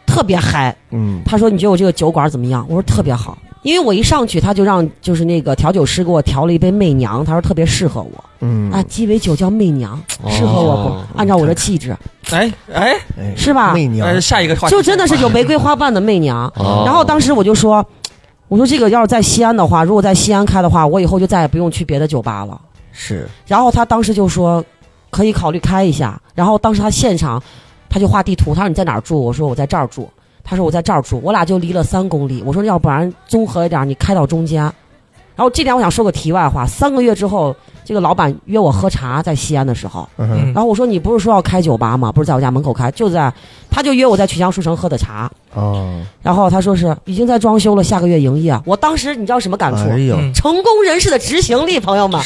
[SPEAKER 2] 特别嗨，
[SPEAKER 4] 嗯，
[SPEAKER 2] 他说你觉得我这个酒馆怎么样？我说特别好，因为我一上去他就让就是那个调酒师给我调了一杯媚娘，他说特别适合我，
[SPEAKER 4] 嗯
[SPEAKER 2] 啊，鸡尾酒叫媚娘，
[SPEAKER 6] 哦
[SPEAKER 2] 适合我不？按照我的气质
[SPEAKER 5] 哎哎，
[SPEAKER 4] 哎
[SPEAKER 2] 是吧
[SPEAKER 4] 媚娘
[SPEAKER 6] 呃
[SPEAKER 5] 哎，下一个话题
[SPEAKER 2] 就真的是有玫瑰花瓣的媚娘，
[SPEAKER 6] 哦
[SPEAKER 2] 然后当时我就说，我说这个要是在西安的话，如果在西安开的话，我以后就再也不用去别的酒吧了。
[SPEAKER 4] 是
[SPEAKER 2] 然后他当时就说可以考虑开一下。然后当时他现场他就画地图，他说你在哪儿住？我说我在这儿住。他说我在这儿住，我俩就离了三公里。我说要不然综合一点，你开到中间。然后这点我想说个题外话，三个月之后，这个老板约我喝茶，在西安的时候，
[SPEAKER 4] 嗯
[SPEAKER 5] 嗯
[SPEAKER 4] 哼，
[SPEAKER 2] 然后我说你不是说要开酒吧吗？不是在我家门口开，就在，他就约我在曲江书城喝的茶，
[SPEAKER 4] 哦，
[SPEAKER 2] 然后他说是已经在装修了，下个月营业。我当时你知道什么感触？
[SPEAKER 4] 哎呦，
[SPEAKER 5] 嗯
[SPEAKER 2] 成功人士的执行力，朋友们，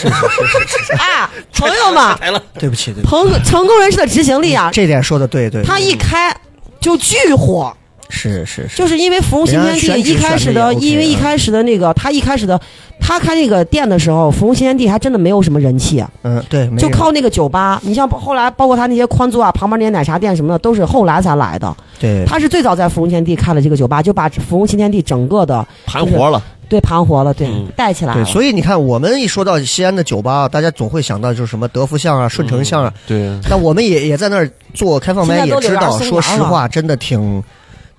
[SPEAKER 2] 啊，朋友们，
[SPEAKER 5] 来了，
[SPEAKER 4] 对不起，对不起，
[SPEAKER 2] 朋成功人士的执行力啊，
[SPEAKER 4] 这点说的对对，
[SPEAKER 2] 他一开就巨火。
[SPEAKER 4] 是是是，
[SPEAKER 2] 就是因为芙蓉新天
[SPEAKER 4] 人家选
[SPEAKER 2] 地
[SPEAKER 4] 址
[SPEAKER 2] 一开始
[SPEAKER 4] 选得
[SPEAKER 2] 的，
[SPEAKER 4] 也 OK
[SPEAKER 2] 因为一
[SPEAKER 4] 啊
[SPEAKER 2] 开始的那个，他一开始的，他开那个店的时候，芙蓉新天地还真的没有什么人气，
[SPEAKER 4] 嗯，对，没
[SPEAKER 2] 就
[SPEAKER 4] 有
[SPEAKER 2] 靠那个酒吧。你像后来，包括他那些宽租啊，旁边那些奶茶店什么的，都是后来才来的。
[SPEAKER 4] 对，
[SPEAKER 2] 他是最早在芙蓉新天地开了这个酒吧，就把芙蓉新天地整个的
[SPEAKER 6] 盘活了，
[SPEAKER 2] 对盘活了，对
[SPEAKER 6] 嗯
[SPEAKER 2] 带起来
[SPEAKER 4] 对，
[SPEAKER 2] 了。
[SPEAKER 4] 所以你看，我们一说到西安的酒吧，大家总会想到就是什么德福巷啊、顺城巷啊。
[SPEAKER 6] 嗯
[SPEAKER 2] 嗯
[SPEAKER 6] 对，
[SPEAKER 4] 那我们也也在那儿做开放麦，
[SPEAKER 2] 现在
[SPEAKER 4] 也
[SPEAKER 2] 都
[SPEAKER 4] 知道，
[SPEAKER 2] 柳园
[SPEAKER 4] 说实
[SPEAKER 2] 松园
[SPEAKER 4] 话，真的挺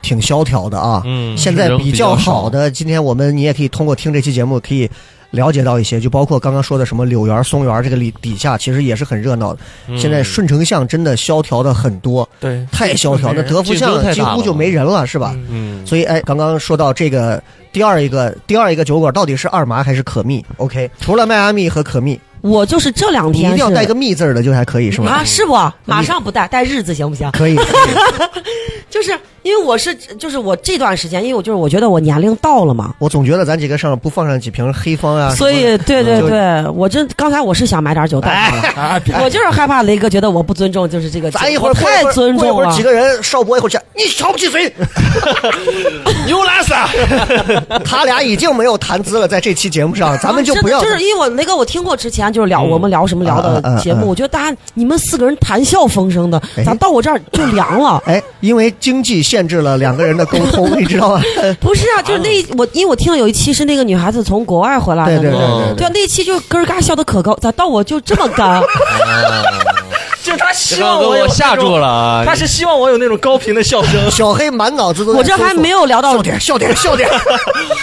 [SPEAKER 4] 挺萧条的啊。
[SPEAKER 6] 嗯，
[SPEAKER 4] 现在
[SPEAKER 6] 人
[SPEAKER 4] 比
[SPEAKER 6] 比
[SPEAKER 4] 较
[SPEAKER 6] 少
[SPEAKER 4] 好，的，今天我们你也可以通过听这期节目可以了解到一些，就包括刚刚说的什么柳园、松园这个里底下，其实也是很热闹的。
[SPEAKER 6] 嗯
[SPEAKER 4] 现在顺城巷真的萧条的很多，
[SPEAKER 5] 对，
[SPEAKER 4] 太萧条，那德福
[SPEAKER 6] 竞争
[SPEAKER 4] 巷
[SPEAKER 6] 太
[SPEAKER 4] 几
[SPEAKER 6] 大
[SPEAKER 4] 乎
[SPEAKER 6] 了
[SPEAKER 4] 就没人了，是吧？
[SPEAKER 5] 嗯
[SPEAKER 6] 嗯，
[SPEAKER 4] 所以，哎，刚刚说到这个第二一个第二一个酒馆到底是二麻还是可蜜？OK，除了迈阿密和可蜜，
[SPEAKER 2] 我就是这两
[SPEAKER 4] 你一
[SPEAKER 2] 天
[SPEAKER 4] 定要
[SPEAKER 2] 是
[SPEAKER 4] 带个蜜字儿的就还可以是吧？
[SPEAKER 2] 啊，是不？马上不带，带日子行不行？
[SPEAKER 4] 可以，可以
[SPEAKER 2] 就是因为我是，就是我这段时间，因为我就是我觉得我年龄到了嘛，
[SPEAKER 4] 我总觉得咱几个上不放上几瓶黑方啊，
[SPEAKER 2] 所
[SPEAKER 4] 什
[SPEAKER 2] 以
[SPEAKER 4] 么
[SPEAKER 2] 对对
[SPEAKER 4] 就哎
[SPEAKER 2] 对，我真刚才我是想买点酒带上了。
[SPEAKER 5] 啊，别
[SPEAKER 2] 我就是害怕雷哥觉得我不尊重，就是这个，
[SPEAKER 4] 咱一会儿
[SPEAKER 2] 我
[SPEAKER 4] 过一
[SPEAKER 2] 太
[SPEAKER 4] 会儿
[SPEAKER 2] 尊
[SPEAKER 4] 过一
[SPEAKER 2] 重
[SPEAKER 4] 会儿
[SPEAKER 2] 了啊
[SPEAKER 4] 几。个人，邵博一会儿去，你瞧不起谁？
[SPEAKER 6] 牛拉萨，
[SPEAKER 4] 他俩已经没有谈资了，在这期节目上，咱们就
[SPEAKER 2] 真
[SPEAKER 4] 不
[SPEAKER 2] 的
[SPEAKER 4] 要
[SPEAKER 2] 就是因为我雷哥，我听过之前就是聊
[SPEAKER 6] 嗯
[SPEAKER 2] 我们聊什么聊
[SPEAKER 4] 嗯嗯嗯
[SPEAKER 2] 的节目，
[SPEAKER 4] 嗯
[SPEAKER 2] 我觉得大家你们四个人谈笑风生的
[SPEAKER 4] 哎，
[SPEAKER 2] 咋到我这儿就凉了？
[SPEAKER 4] 哎，因为经济限制了两个人的沟通，你知道吗？
[SPEAKER 2] 不是啊，就是那一我因为我听了有一期是那个女孩子从国外回来
[SPEAKER 4] 对
[SPEAKER 2] 的
[SPEAKER 4] 对对
[SPEAKER 2] 嘛，
[SPEAKER 4] 对
[SPEAKER 2] 对啊，那一期就咯儿嘎笑的可高，咋到我就这么
[SPEAKER 4] [LAUGHS]
[SPEAKER 2] 干？
[SPEAKER 5] 就他
[SPEAKER 6] 这
[SPEAKER 5] 希
[SPEAKER 6] 个
[SPEAKER 5] 望
[SPEAKER 6] 给
[SPEAKER 5] 我有
[SPEAKER 6] 我
[SPEAKER 5] 那
[SPEAKER 6] 吓住
[SPEAKER 5] 种，
[SPEAKER 6] 了啊！
[SPEAKER 5] 他是希望我有那种高频的笑
[SPEAKER 4] [LAUGHS]
[SPEAKER 5] 声。
[SPEAKER 4] 对小黑满脑子都在
[SPEAKER 2] 我这还
[SPEAKER 4] 搜索
[SPEAKER 2] 没有聊到
[SPEAKER 4] 笑，点，笑点，笑点。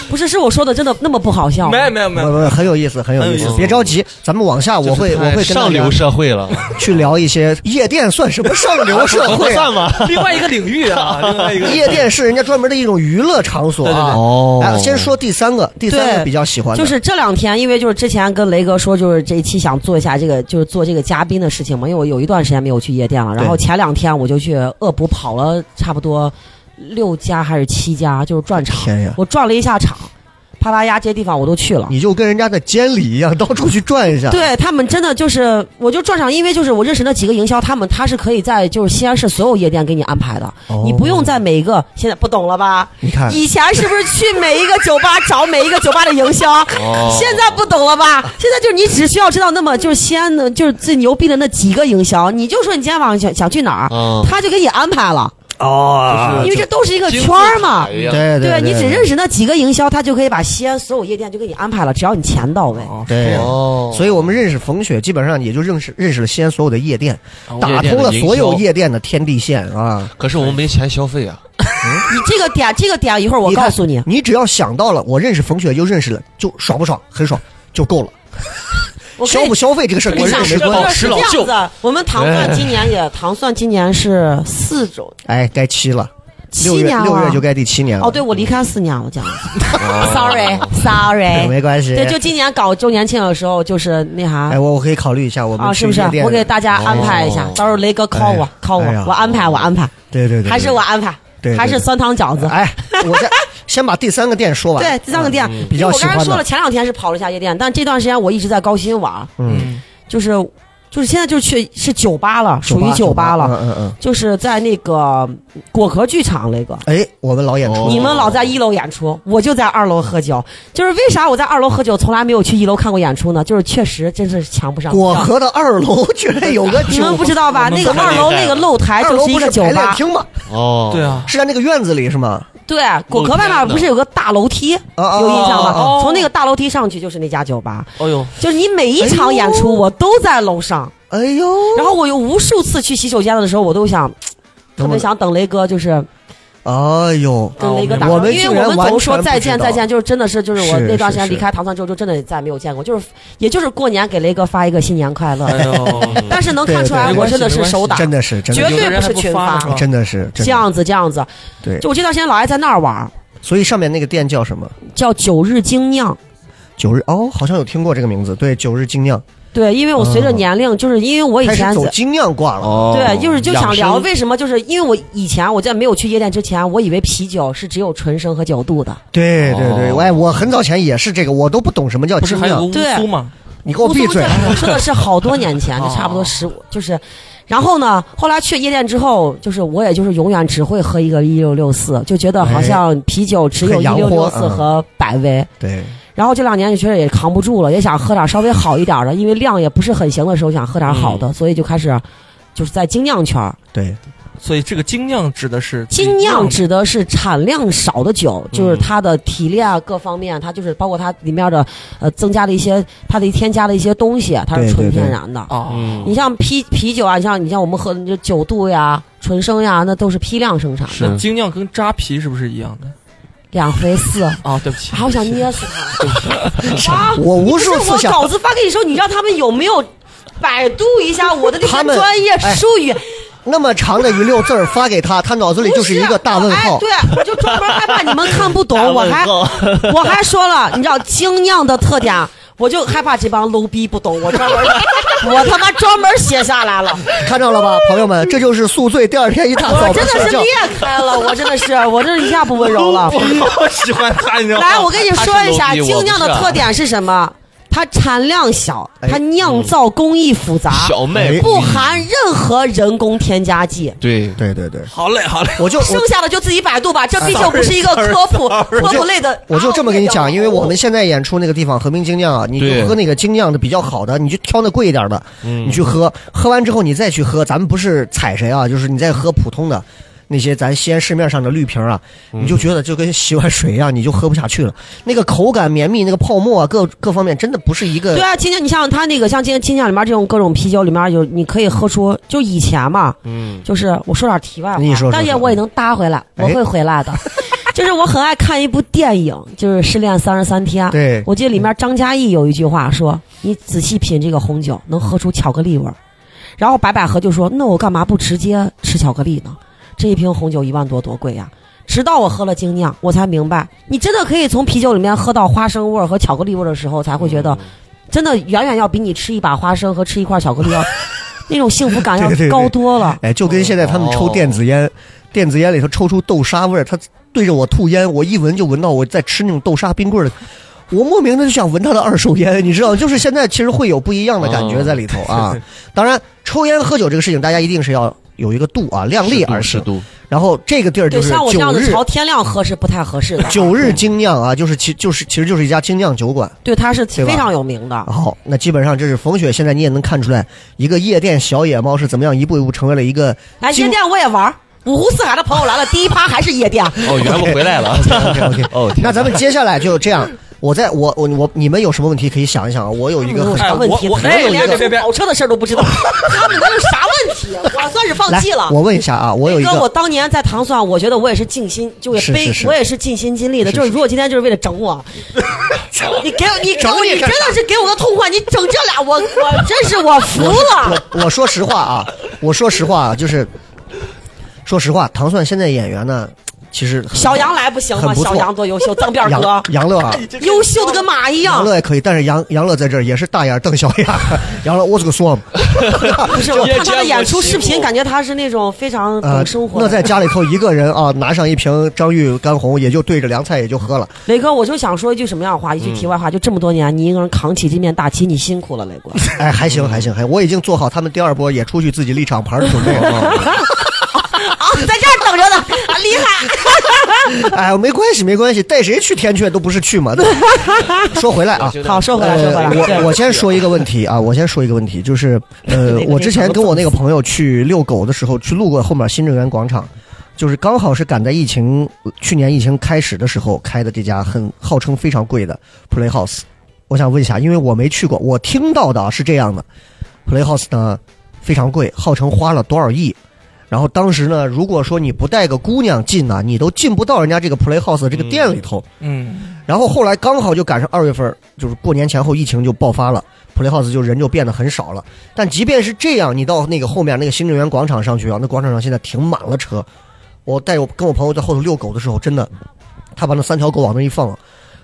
[SPEAKER 2] 不是是我说的真的那么不好笑吗？
[SPEAKER 5] 没有没有
[SPEAKER 4] [LAUGHS]
[SPEAKER 5] 没
[SPEAKER 4] 不
[SPEAKER 5] 有，
[SPEAKER 4] 不，很有意思，很有意
[SPEAKER 5] 很有
[SPEAKER 4] 思
[SPEAKER 5] 意。思
[SPEAKER 4] 别着急，咱们往下，我会
[SPEAKER 6] 就是
[SPEAKER 4] 我
[SPEAKER 6] 太
[SPEAKER 4] 会跟大
[SPEAKER 6] 上
[SPEAKER 4] 家
[SPEAKER 6] 流社会了，
[SPEAKER 4] 去聊一些夜店算什么上流 [LAUGHS] 社
[SPEAKER 6] [LAUGHS] 不
[SPEAKER 4] 会啊？
[SPEAKER 6] 算吗？
[SPEAKER 5] 另外一个领域啊，
[SPEAKER 4] 嗯
[SPEAKER 5] 另外一个
[SPEAKER 4] 夜店是人家专门的一种娱乐场所啊。
[SPEAKER 6] 哦
[SPEAKER 4] 哎，先说第三个，第三个
[SPEAKER 2] 对
[SPEAKER 4] 比较喜欢的
[SPEAKER 2] 就是这两天，因为就是之前跟雷哥说，就是这一期想做一下这个，就是做这个嘉宾的事情嘛。因为我有一段时间没有去夜店了，然后
[SPEAKER 4] 对
[SPEAKER 2] 前两天我就去恶补跑了差不多六家还是七家，就是转场
[SPEAKER 4] 天呀，
[SPEAKER 2] 我转了一下场，啪啪呀这些地方我都去了。
[SPEAKER 4] 你就跟人家的监理一样，到处去转一下。
[SPEAKER 2] 对他们真的就是，我就转场，因为就是我认识那几个营销，他们他是可以在就是西安市所有夜店给你安排的，
[SPEAKER 4] 哦
[SPEAKER 2] 你不用在每一个现在不懂了吧？
[SPEAKER 4] 你看
[SPEAKER 2] 以前是不是去每一个酒吧找每一个酒吧的营销？
[SPEAKER 6] 哦
[SPEAKER 2] 现在不懂了吧？现在就是你只需要知道那么就是西安的就是最牛逼的那几个营销，你就说你今天晚上想想去哪儿，
[SPEAKER 6] 嗯
[SPEAKER 2] 他就给你安排了，
[SPEAKER 6] 啊
[SPEAKER 4] 哦
[SPEAKER 2] 因为这都是一个
[SPEAKER 6] 金
[SPEAKER 2] 圈
[SPEAKER 6] 字
[SPEAKER 2] 儿嘛
[SPEAKER 6] 塔。一样
[SPEAKER 4] 哎对对，
[SPEAKER 2] 啊你只认识那几个营销，他就可以把西安所有夜店就给你安排了，只要你钱到位。
[SPEAKER 4] 对。
[SPEAKER 6] 哦，
[SPEAKER 4] 所以我们认识冯雪，基本上也就认识认识了西安所有的夜店，打
[SPEAKER 6] 哦夜店
[SPEAKER 4] 通
[SPEAKER 6] 的
[SPEAKER 4] 了
[SPEAKER 6] 营
[SPEAKER 4] 所有
[SPEAKER 6] 销
[SPEAKER 4] 夜店的天地线啊！
[SPEAKER 6] 可是我们没钱消费啊，
[SPEAKER 2] 你这个点，这个点一会儿我
[SPEAKER 4] 你看
[SPEAKER 2] 告诉你。
[SPEAKER 4] 你只要想到了，我认识冯雪就认识了，就爽不爽？很爽就够了。
[SPEAKER 2] 我
[SPEAKER 4] 消
[SPEAKER 2] 跟
[SPEAKER 4] 不消费这个事儿
[SPEAKER 2] 你
[SPEAKER 4] 跟这
[SPEAKER 2] 想
[SPEAKER 4] 个没
[SPEAKER 2] 是
[SPEAKER 4] 关
[SPEAKER 6] 保
[SPEAKER 4] 系。
[SPEAKER 6] 持
[SPEAKER 2] 这
[SPEAKER 6] 老
[SPEAKER 2] 样
[SPEAKER 6] 旧
[SPEAKER 2] 子，我们糖蒜今年也糖蒜今年是四周
[SPEAKER 4] 哎，该七了，六
[SPEAKER 2] 七
[SPEAKER 4] 月
[SPEAKER 2] 年了，
[SPEAKER 4] 六月就该第七年了。
[SPEAKER 2] 哦，对我离开四年，我讲
[SPEAKER 6] 哦
[SPEAKER 4] 对，
[SPEAKER 2] ，sorry，sorry，
[SPEAKER 4] 哎没关系。
[SPEAKER 2] 对，就今年搞周年庆的时候，就是那啥
[SPEAKER 4] 哎，我我可以考虑一下，我们
[SPEAKER 2] 啊，
[SPEAKER 4] 去
[SPEAKER 2] 是不是
[SPEAKER 4] 夜？店
[SPEAKER 2] 我给大家安排一下
[SPEAKER 6] 哦，
[SPEAKER 2] 到时候雷哥 call 我
[SPEAKER 4] 哎
[SPEAKER 2] ，call
[SPEAKER 4] 哎呀
[SPEAKER 2] 我，我安排，我安排，
[SPEAKER 4] 对对对，对
[SPEAKER 2] 还是我安排
[SPEAKER 4] 对对，
[SPEAKER 2] 还是酸汤饺子。
[SPEAKER 4] 哎，我先 [LAUGHS] 先把第三个店说完。
[SPEAKER 2] 对，第三个店
[SPEAKER 4] 嗯，比较
[SPEAKER 2] 我
[SPEAKER 4] 喜
[SPEAKER 2] 刚
[SPEAKER 4] 欢
[SPEAKER 2] 才说了，
[SPEAKER 4] 的，
[SPEAKER 2] 前两天是跑了一下夜店，但这段时间我一直在高新玩，
[SPEAKER 4] 嗯，
[SPEAKER 2] 就是就是现在就去是酒吧了，属于
[SPEAKER 4] 酒
[SPEAKER 2] 吧了。
[SPEAKER 4] 嗯嗯嗯。
[SPEAKER 2] 就是在那个果壳剧场那个。
[SPEAKER 4] 哎，我们老演出，
[SPEAKER 6] 哦
[SPEAKER 2] 你们老在一楼演出，我就在二楼喝酒。就是为啥我在二楼喝酒，从来没有去一楼看过演出呢？就是确实真是强不上
[SPEAKER 4] 果
[SPEAKER 2] 票。
[SPEAKER 4] 核的二
[SPEAKER 2] [LAUGHS]
[SPEAKER 4] 楼居然有个酒，
[SPEAKER 2] 你们不知道吧？那个二楼那个露台
[SPEAKER 4] 二楼
[SPEAKER 2] 就是一
[SPEAKER 4] 不
[SPEAKER 2] 个
[SPEAKER 4] 是
[SPEAKER 2] 酒
[SPEAKER 4] 排练
[SPEAKER 2] 吧，
[SPEAKER 4] 厅吗？
[SPEAKER 6] 哦，
[SPEAKER 5] 对，啊，
[SPEAKER 4] 是在那个院子里是吗？
[SPEAKER 2] 对，果壳外面不是有个大楼梯，
[SPEAKER 4] 啊啊
[SPEAKER 2] 有印象
[SPEAKER 4] 啊啊
[SPEAKER 5] 啊
[SPEAKER 2] 吧？从那个大楼梯上去就是那家酒吧。
[SPEAKER 5] 哦呦，
[SPEAKER 2] 就是你每一场演出，我都在楼上。
[SPEAKER 4] 哎呦，
[SPEAKER 2] 哦然后我有无数次去洗手间的时候，我都想特
[SPEAKER 4] 能不
[SPEAKER 2] 别想等雷哥，就是
[SPEAKER 4] 哎呦，
[SPEAKER 2] 跟雷哥
[SPEAKER 5] 啊
[SPEAKER 2] 打
[SPEAKER 4] 我
[SPEAKER 2] 招
[SPEAKER 4] 们
[SPEAKER 2] 呼，因为我们总说再见再见，就是真的是就是我
[SPEAKER 4] 是
[SPEAKER 2] 那段时间
[SPEAKER 4] 是
[SPEAKER 2] 离开唐蒜之后，就真的再没有见过，就是也就是过年给雷哥发一个新年快乐，
[SPEAKER 5] 哎呦，
[SPEAKER 2] 但是能看出来
[SPEAKER 5] 对对
[SPEAKER 2] 我真的是手打，
[SPEAKER 4] 真的是真
[SPEAKER 2] 绝
[SPEAKER 4] 的
[SPEAKER 5] 有的
[SPEAKER 2] 对
[SPEAKER 5] 人
[SPEAKER 2] 不
[SPEAKER 5] 还
[SPEAKER 2] 是
[SPEAKER 5] 不
[SPEAKER 2] 群
[SPEAKER 5] 发
[SPEAKER 2] 发
[SPEAKER 5] 呢，
[SPEAKER 4] 真的是
[SPEAKER 2] 这，样子这样子。
[SPEAKER 4] 对
[SPEAKER 2] 就我这段时间老爱在那儿玩，
[SPEAKER 4] 所以上面那个店叫什么？
[SPEAKER 2] 叫九日精酿，
[SPEAKER 4] 九日哦，好像有听过这个名字，对，九日精酿，
[SPEAKER 2] 对，因为我随着年龄，就是因为我以
[SPEAKER 4] 嗯开
[SPEAKER 2] 前
[SPEAKER 4] 始走精酿挂了。
[SPEAKER 6] 哦
[SPEAKER 2] 对，就是就想聊
[SPEAKER 6] 养生
[SPEAKER 2] 为什么，就是因为我以前我在没有去夜店之前，我以为啤酒是只有纯生和角度的，
[SPEAKER 4] 对对对，
[SPEAKER 6] 哦
[SPEAKER 4] 我、哎、我很早前也是这个，我都不懂什么叫
[SPEAKER 5] 不是
[SPEAKER 4] 精
[SPEAKER 5] 还有个
[SPEAKER 4] 酿，
[SPEAKER 5] 乌苏吗？
[SPEAKER 4] 你给我
[SPEAKER 2] 乌
[SPEAKER 4] 闭
[SPEAKER 2] 苏
[SPEAKER 4] 嘴啊哦
[SPEAKER 2] 这！我说的是好多年
[SPEAKER 4] [LAUGHS]
[SPEAKER 2] 前，就差不多十五，就是。然后呢，后来去夜店之后，就是我也就是永远只会喝一个一六六四，就觉得好像啤酒只有
[SPEAKER 4] 哎很
[SPEAKER 2] 一
[SPEAKER 4] 洋
[SPEAKER 2] 六六
[SPEAKER 4] 货
[SPEAKER 2] 四
[SPEAKER 4] 嗯
[SPEAKER 2] 和百威。
[SPEAKER 4] 对，
[SPEAKER 2] 然后这两年就觉得也扛不住了，也想喝点稍微好一点的，因为量也不是很行的时候，想喝点好
[SPEAKER 4] 嗯
[SPEAKER 2] 的，所以就开始就是在精酿圈儿。
[SPEAKER 4] 对，
[SPEAKER 5] 所以这个精酿指的是
[SPEAKER 2] 精酿指的是产量少的酒，
[SPEAKER 4] 嗯
[SPEAKER 2] 就是它的体力啊各方面，它就是包括它里面的呃增加的一些它的添加的一些东西，它是
[SPEAKER 4] 对
[SPEAKER 2] 纯
[SPEAKER 4] 对对
[SPEAKER 2] 天然的。
[SPEAKER 5] 啊，
[SPEAKER 6] 嗯
[SPEAKER 2] 你像啤啤酒啊，你像你像我们喝的这九度呀、纯生呀，那都是批量生产的，
[SPEAKER 6] 是
[SPEAKER 5] 精酿跟扎啤是不是一样的？
[SPEAKER 2] 两回四。
[SPEAKER 5] 啊，对不起，
[SPEAKER 2] 啊！我想捏死他！
[SPEAKER 5] 对不起，
[SPEAKER 2] 啊！
[SPEAKER 4] [LAUGHS] 我无数
[SPEAKER 2] 不是
[SPEAKER 4] 次
[SPEAKER 2] 我
[SPEAKER 4] 想，
[SPEAKER 2] 稿子发给你的时候，你让他们有没有百度一下我的这
[SPEAKER 4] 他
[SPEAKER 2] 些
[SPEAKER 4] 们哎
[SPEAKER 2] 专业术语？
[SPEAKER 4] 那么长的一溜字儿发给他，他脑子里就是一个大问号
[SPEAKER 2] 不。是哎对，我就专门害怕你们看不懂，我还 [LAUGHS] 我还说了，你知道精酿的特点，我就害怕这帮 low 逼不懂，我专门我他妈专门写下来了，
[SPEAKER 4] 看到了吧，朋友们，这就是宿醉第二天一大早
[SPEAKER 2] 我
[SPEAKER 4] 不
[SPEAKER 2] 真的
[SPEAKER 4] 睡
[SPEAKER 2] 是
[SPEAKER 4] 觉
[SPEAKER 2] 裂。开了，我真的是我这一下不温柔
[SPEAKER 4] [LAUGHS]
[SPEAKER 2] 了。
[SPEAKER 5] 我好喜欢他，你知道
[SPEAKER 2] [LAUGHS]
[SPEAKER 5] 吗？
[SPEAKER 2] 来，我跟你说一下
[SPEAKER 6] 他是 low 逼我不是啊
[SPEAKER 2] 精酿的特点是什么？它产量小，
[SPEAKER 4] 哎
[SPEAKER 2] 它酿造工艺复杂，
[SPEAKER 6] 小嗯妹
[SPEAKER 2] 不含任何人工添加剂。
[SPEAKER 6] 哎对
[SPEAKER 4] 对对对，
[SPEAKER 5] 好嘞，好嘞，
[SPEAKER 4] 我就
[SPEAKER 2] 剩
[SPEAKER 4] 我
[SPEAKER 2] 下的就自己百度吧，这毕竟不是一个科
[SPEAKER 6] [LAUGHS]
[SPEAKER 2] 普科普类的。
[SPEAKER 4] 我就这么跟你
[SPEAKER 2] 啊
[SPEAKER 4] 讲，因为我们现在演出那个地方和平精酿啊，你
[SPEAKER 6] 对
[SPEAKER 4] 就喝那个精酿的比较好的，你就挑那贵一点的，你去喝，喝完之后你再去喝，咱们不是踩谁啊，就是你再喝普通的。那些咱西安市面上的绿瓶啊，你就觉得就跟洗碗水一样，你就喝不下去了。那个口感绵密，那个泡沫啊，各各方面真的不是一
[SPEAKER 2] 对
[SPEAKER 4] 个。
[SPEAKER 2] 啊，青酱，你像它那个像今青酱里面这种各种啤酒里面有，你可以喝出就以前嘛，
[SPEAKER 6] 嗯，
[SPEAKER 2] 就是我说点题外话，
[SPEAKER 4] 你说说
[SPEAKER 2] 但也
[SPEAKER 4] 说
[SPEAKER 2] 我也能搭回来，我
[SPEAKER 4] 哎
[SPEAKER 2] 会回来的。 [LAUGHS] 就是我很爱看一部电影，就是《失恋三十三天》。
[SPEAKER 4] 对
[SPEAKER 2] 我记得里面张嘉译有一句话说：“你仔细品这个红酒，能喝出巧克力味儿。”然后白百合就说：“那我干嘛不直接吃巧克力呢？这一瓶红酒一万多，多贵呀！”直到我喝了精酿，我才明白，你真的可以从啤酒里面喝到花生味儿和巧克力味儿的时候，才会觉得，真的远远要比你吃一把花生和吃一块巧克力要那种幸福感要
[SPEAKER 4] 对对对
[SPEAKER 2] 高多了。
[SPEAKER 4] 哎，就跟现在他们
[SPEAKER 6] 哦
[SPEAKER 4] 抽电子烟，电子烟里头抽出豆沙味儿，他对着我吐烟，我一闻就闻到我在吃那种豆沙冰棍儿的，我莫名的就想闻他的二手烟，你知道，就是现在其实会有不一样的感觉
[SPEAKER 6] 嗯
[SPEAKER 4] 在里头
[SPEAKER 6] [LAUGHS]
[SPEAKER 4] 啊。当然，抽烟喝酒这个事情，大家一定是要有一个度啊，量力而
[SPEAKER 6] 适
[SPEAKER 4] 行。
[SPEAKER 6] 度，
[SPEAKER 4] 然后这个地儿
[SPEAKER 2] 对，
[SPEAKER 4] 就是
[SPEAKER 2] 像我这
[SPEAKER 4] 九
[SPEAKER 2] 样子
[SPEAKER 4] 日。
[SPEAKER 2] 朝天亮喝是不太合适的
[SPEAKER 4] 九日精酿啊，就是其就是其实就是一家精酿酒馆。
[SPEAKER 2] 对，它是
[SPEAKER 4] 对吧
[SPEAKER 2] 非常有名的。
[SPEAKER 4] 好，那基本上这是冯雪，现在你也能看出来，一个夜店小野猫是怎么样一步一步成为了一个
[SPEAKER 2] 来，
[SPEAKER 4] 精
[SPEAKER 2] 夜店哎我也玩儿，五湖四海的朋友来了，第一趴还是夜店。
[SPEAKER 6] 哦，原不回来了。
[SPEAKER 4] OK，OK，OK
[SPEAKER 6] [LAUGHS] 哦，天哪
[SPEAKER 4] 那咱们接下来就这样，我在我我我你们有什么问题可以想一想啊？我有一个很
[SPEAKER 2] 啥问题？
[SPEAKER 5] 哎我我
[SPEAKER 2] 他们连
[SPEAKER 5] 别别别
[SPEAKER 2] 出跑车的事儿都不知道， [LAUGHS] 他们能有啥问题？我算是放
[SPEAKER 4] 来
[SPEAKER 2] 弃了，。哎
[SPEAKER 4] 我问一下啊，我有一
[SPEAKER 2] 哥，我
[SPEAKER 4] 个
[SPEAKER 2] 当年在糖蒜，我觉得我也是尽心，就也
[SPEAKER 4] 是
[SPEAKER 2] 背，
[SPEAKER 4] 是是
[SPEAKER 2] 我也是尽心尽力的。
[SPEAKER 4] 是
[SPEAKER 2] 就是
[SPEAKER 4] 是
[SPEAKER 2] 如果今天就是为了整
[SPEAKER 4] [LAUGHS]
[SPEAKER 2] 我，你给我，你给
[SPEAKER 4] 整
[SPEAKER 2] 我，
[SPEAKER 4] 你
[SPEAKER 2] 你
[SPEAKER 4] 干
[SPEAKER 2] 真
[SPEAKER 4] 啥
[SPEAKER 2] 的是给我个痛快，你整这俩，我我真是我服了。
[SPEAKER 4] 我我说实话啊，我说实话啊，就是说实话，糖蒜现在演员呢，其实很
[SPEAKER 2] 小杨来不行吗？
[SPEAKER 4] 很不错
[SPEAKER 2] 小杨多优秀，脏辫儿哥哎
[SPEAKER 4] 杨杨乐啊。
[SPEAKER 2] 优秀的跟马一
[SPEAKER 4] 杨
[SPEAKER 2] 样
[SPEAKER 4] 乐。也可以，但是杨杨乐在这儿也是大眼瞪小眼。杨乐，我是个
[SPEAKER 2] [LAUGHS]
[SPEAKER 4] 说，
[SPEAKER 2] [LAUGHS] 不是，我看他的演出视频，感觉他是那种非常
[SPEAKER 4] 呃
[SPEAKER 2] 懂生，活
[SPEAKER 4] 那
[SPEAKER 2] 的。
[SPEAKER 4] 在家里头一个人啊，拿上一瓶张裕干红，也就对着凉菜也就喝了。
[SPEAKER 2] 雷哥，我就想说一句什么样的话，一
[SPEAKER 4] 嗯
[SPEAKER 2] 句题外话，就这么多年，你一个人扛起这面大旗，你辛苦了，雷
[SPEAKER 4] [LAUGHS]
[SPEAKER 2] 哥。
[SPEAKER 4] 哎，还行还行还行，我已经做好他们第二波也出去自己立厂牌的准备
[SPEAKER 6] [LAUGHS]
[SPEAKER 4] 了。
[SPEAKER 2] 啊，在这儿等着呢，啊厉害。
[SPEAKER 4] 哎，没关系，没关系，带谁去天阙都不是去嘛。说回来啊，
[SPEAKER 2] 好，说回来，啊说回
[SPEAKER 4] 呃，
[SPEAKER 2] 来。
[SPEAKER 4] 我我先说一个问题啊，我先说一个问题，就是
[SPEAKER 2] [LAUGHS]
[SPEAKER 4] 呃，我之前跟我那个朋友去遛狗的时候，去路过后面新政园广场，就是刚好是赶在疫情去年疫情开始的时候开的这家很号称非常贵的 Playhouse。我想问一下，因为我没去过，我听到的啊是这样的，Playhouse 呢非常贵，号称花了多少亿。然后当时呢，如果说你不带个姑娘进呢、你都进不到人家这个 Playhouse 的这个店里头。
[SPEAKER 5] 嗯，
[SPEAKER 4] 然后后来刚好就赶上二月份，就是过年前后疫情就爆发了，Playhouse 就人就变得很少了。但即便是这样，你到那个后面那个行政园广场上去啊，那广场上现在停满了车。我带我跟我朋友在后头遛狗的时候，真的，他把那三条狗往那一放，啊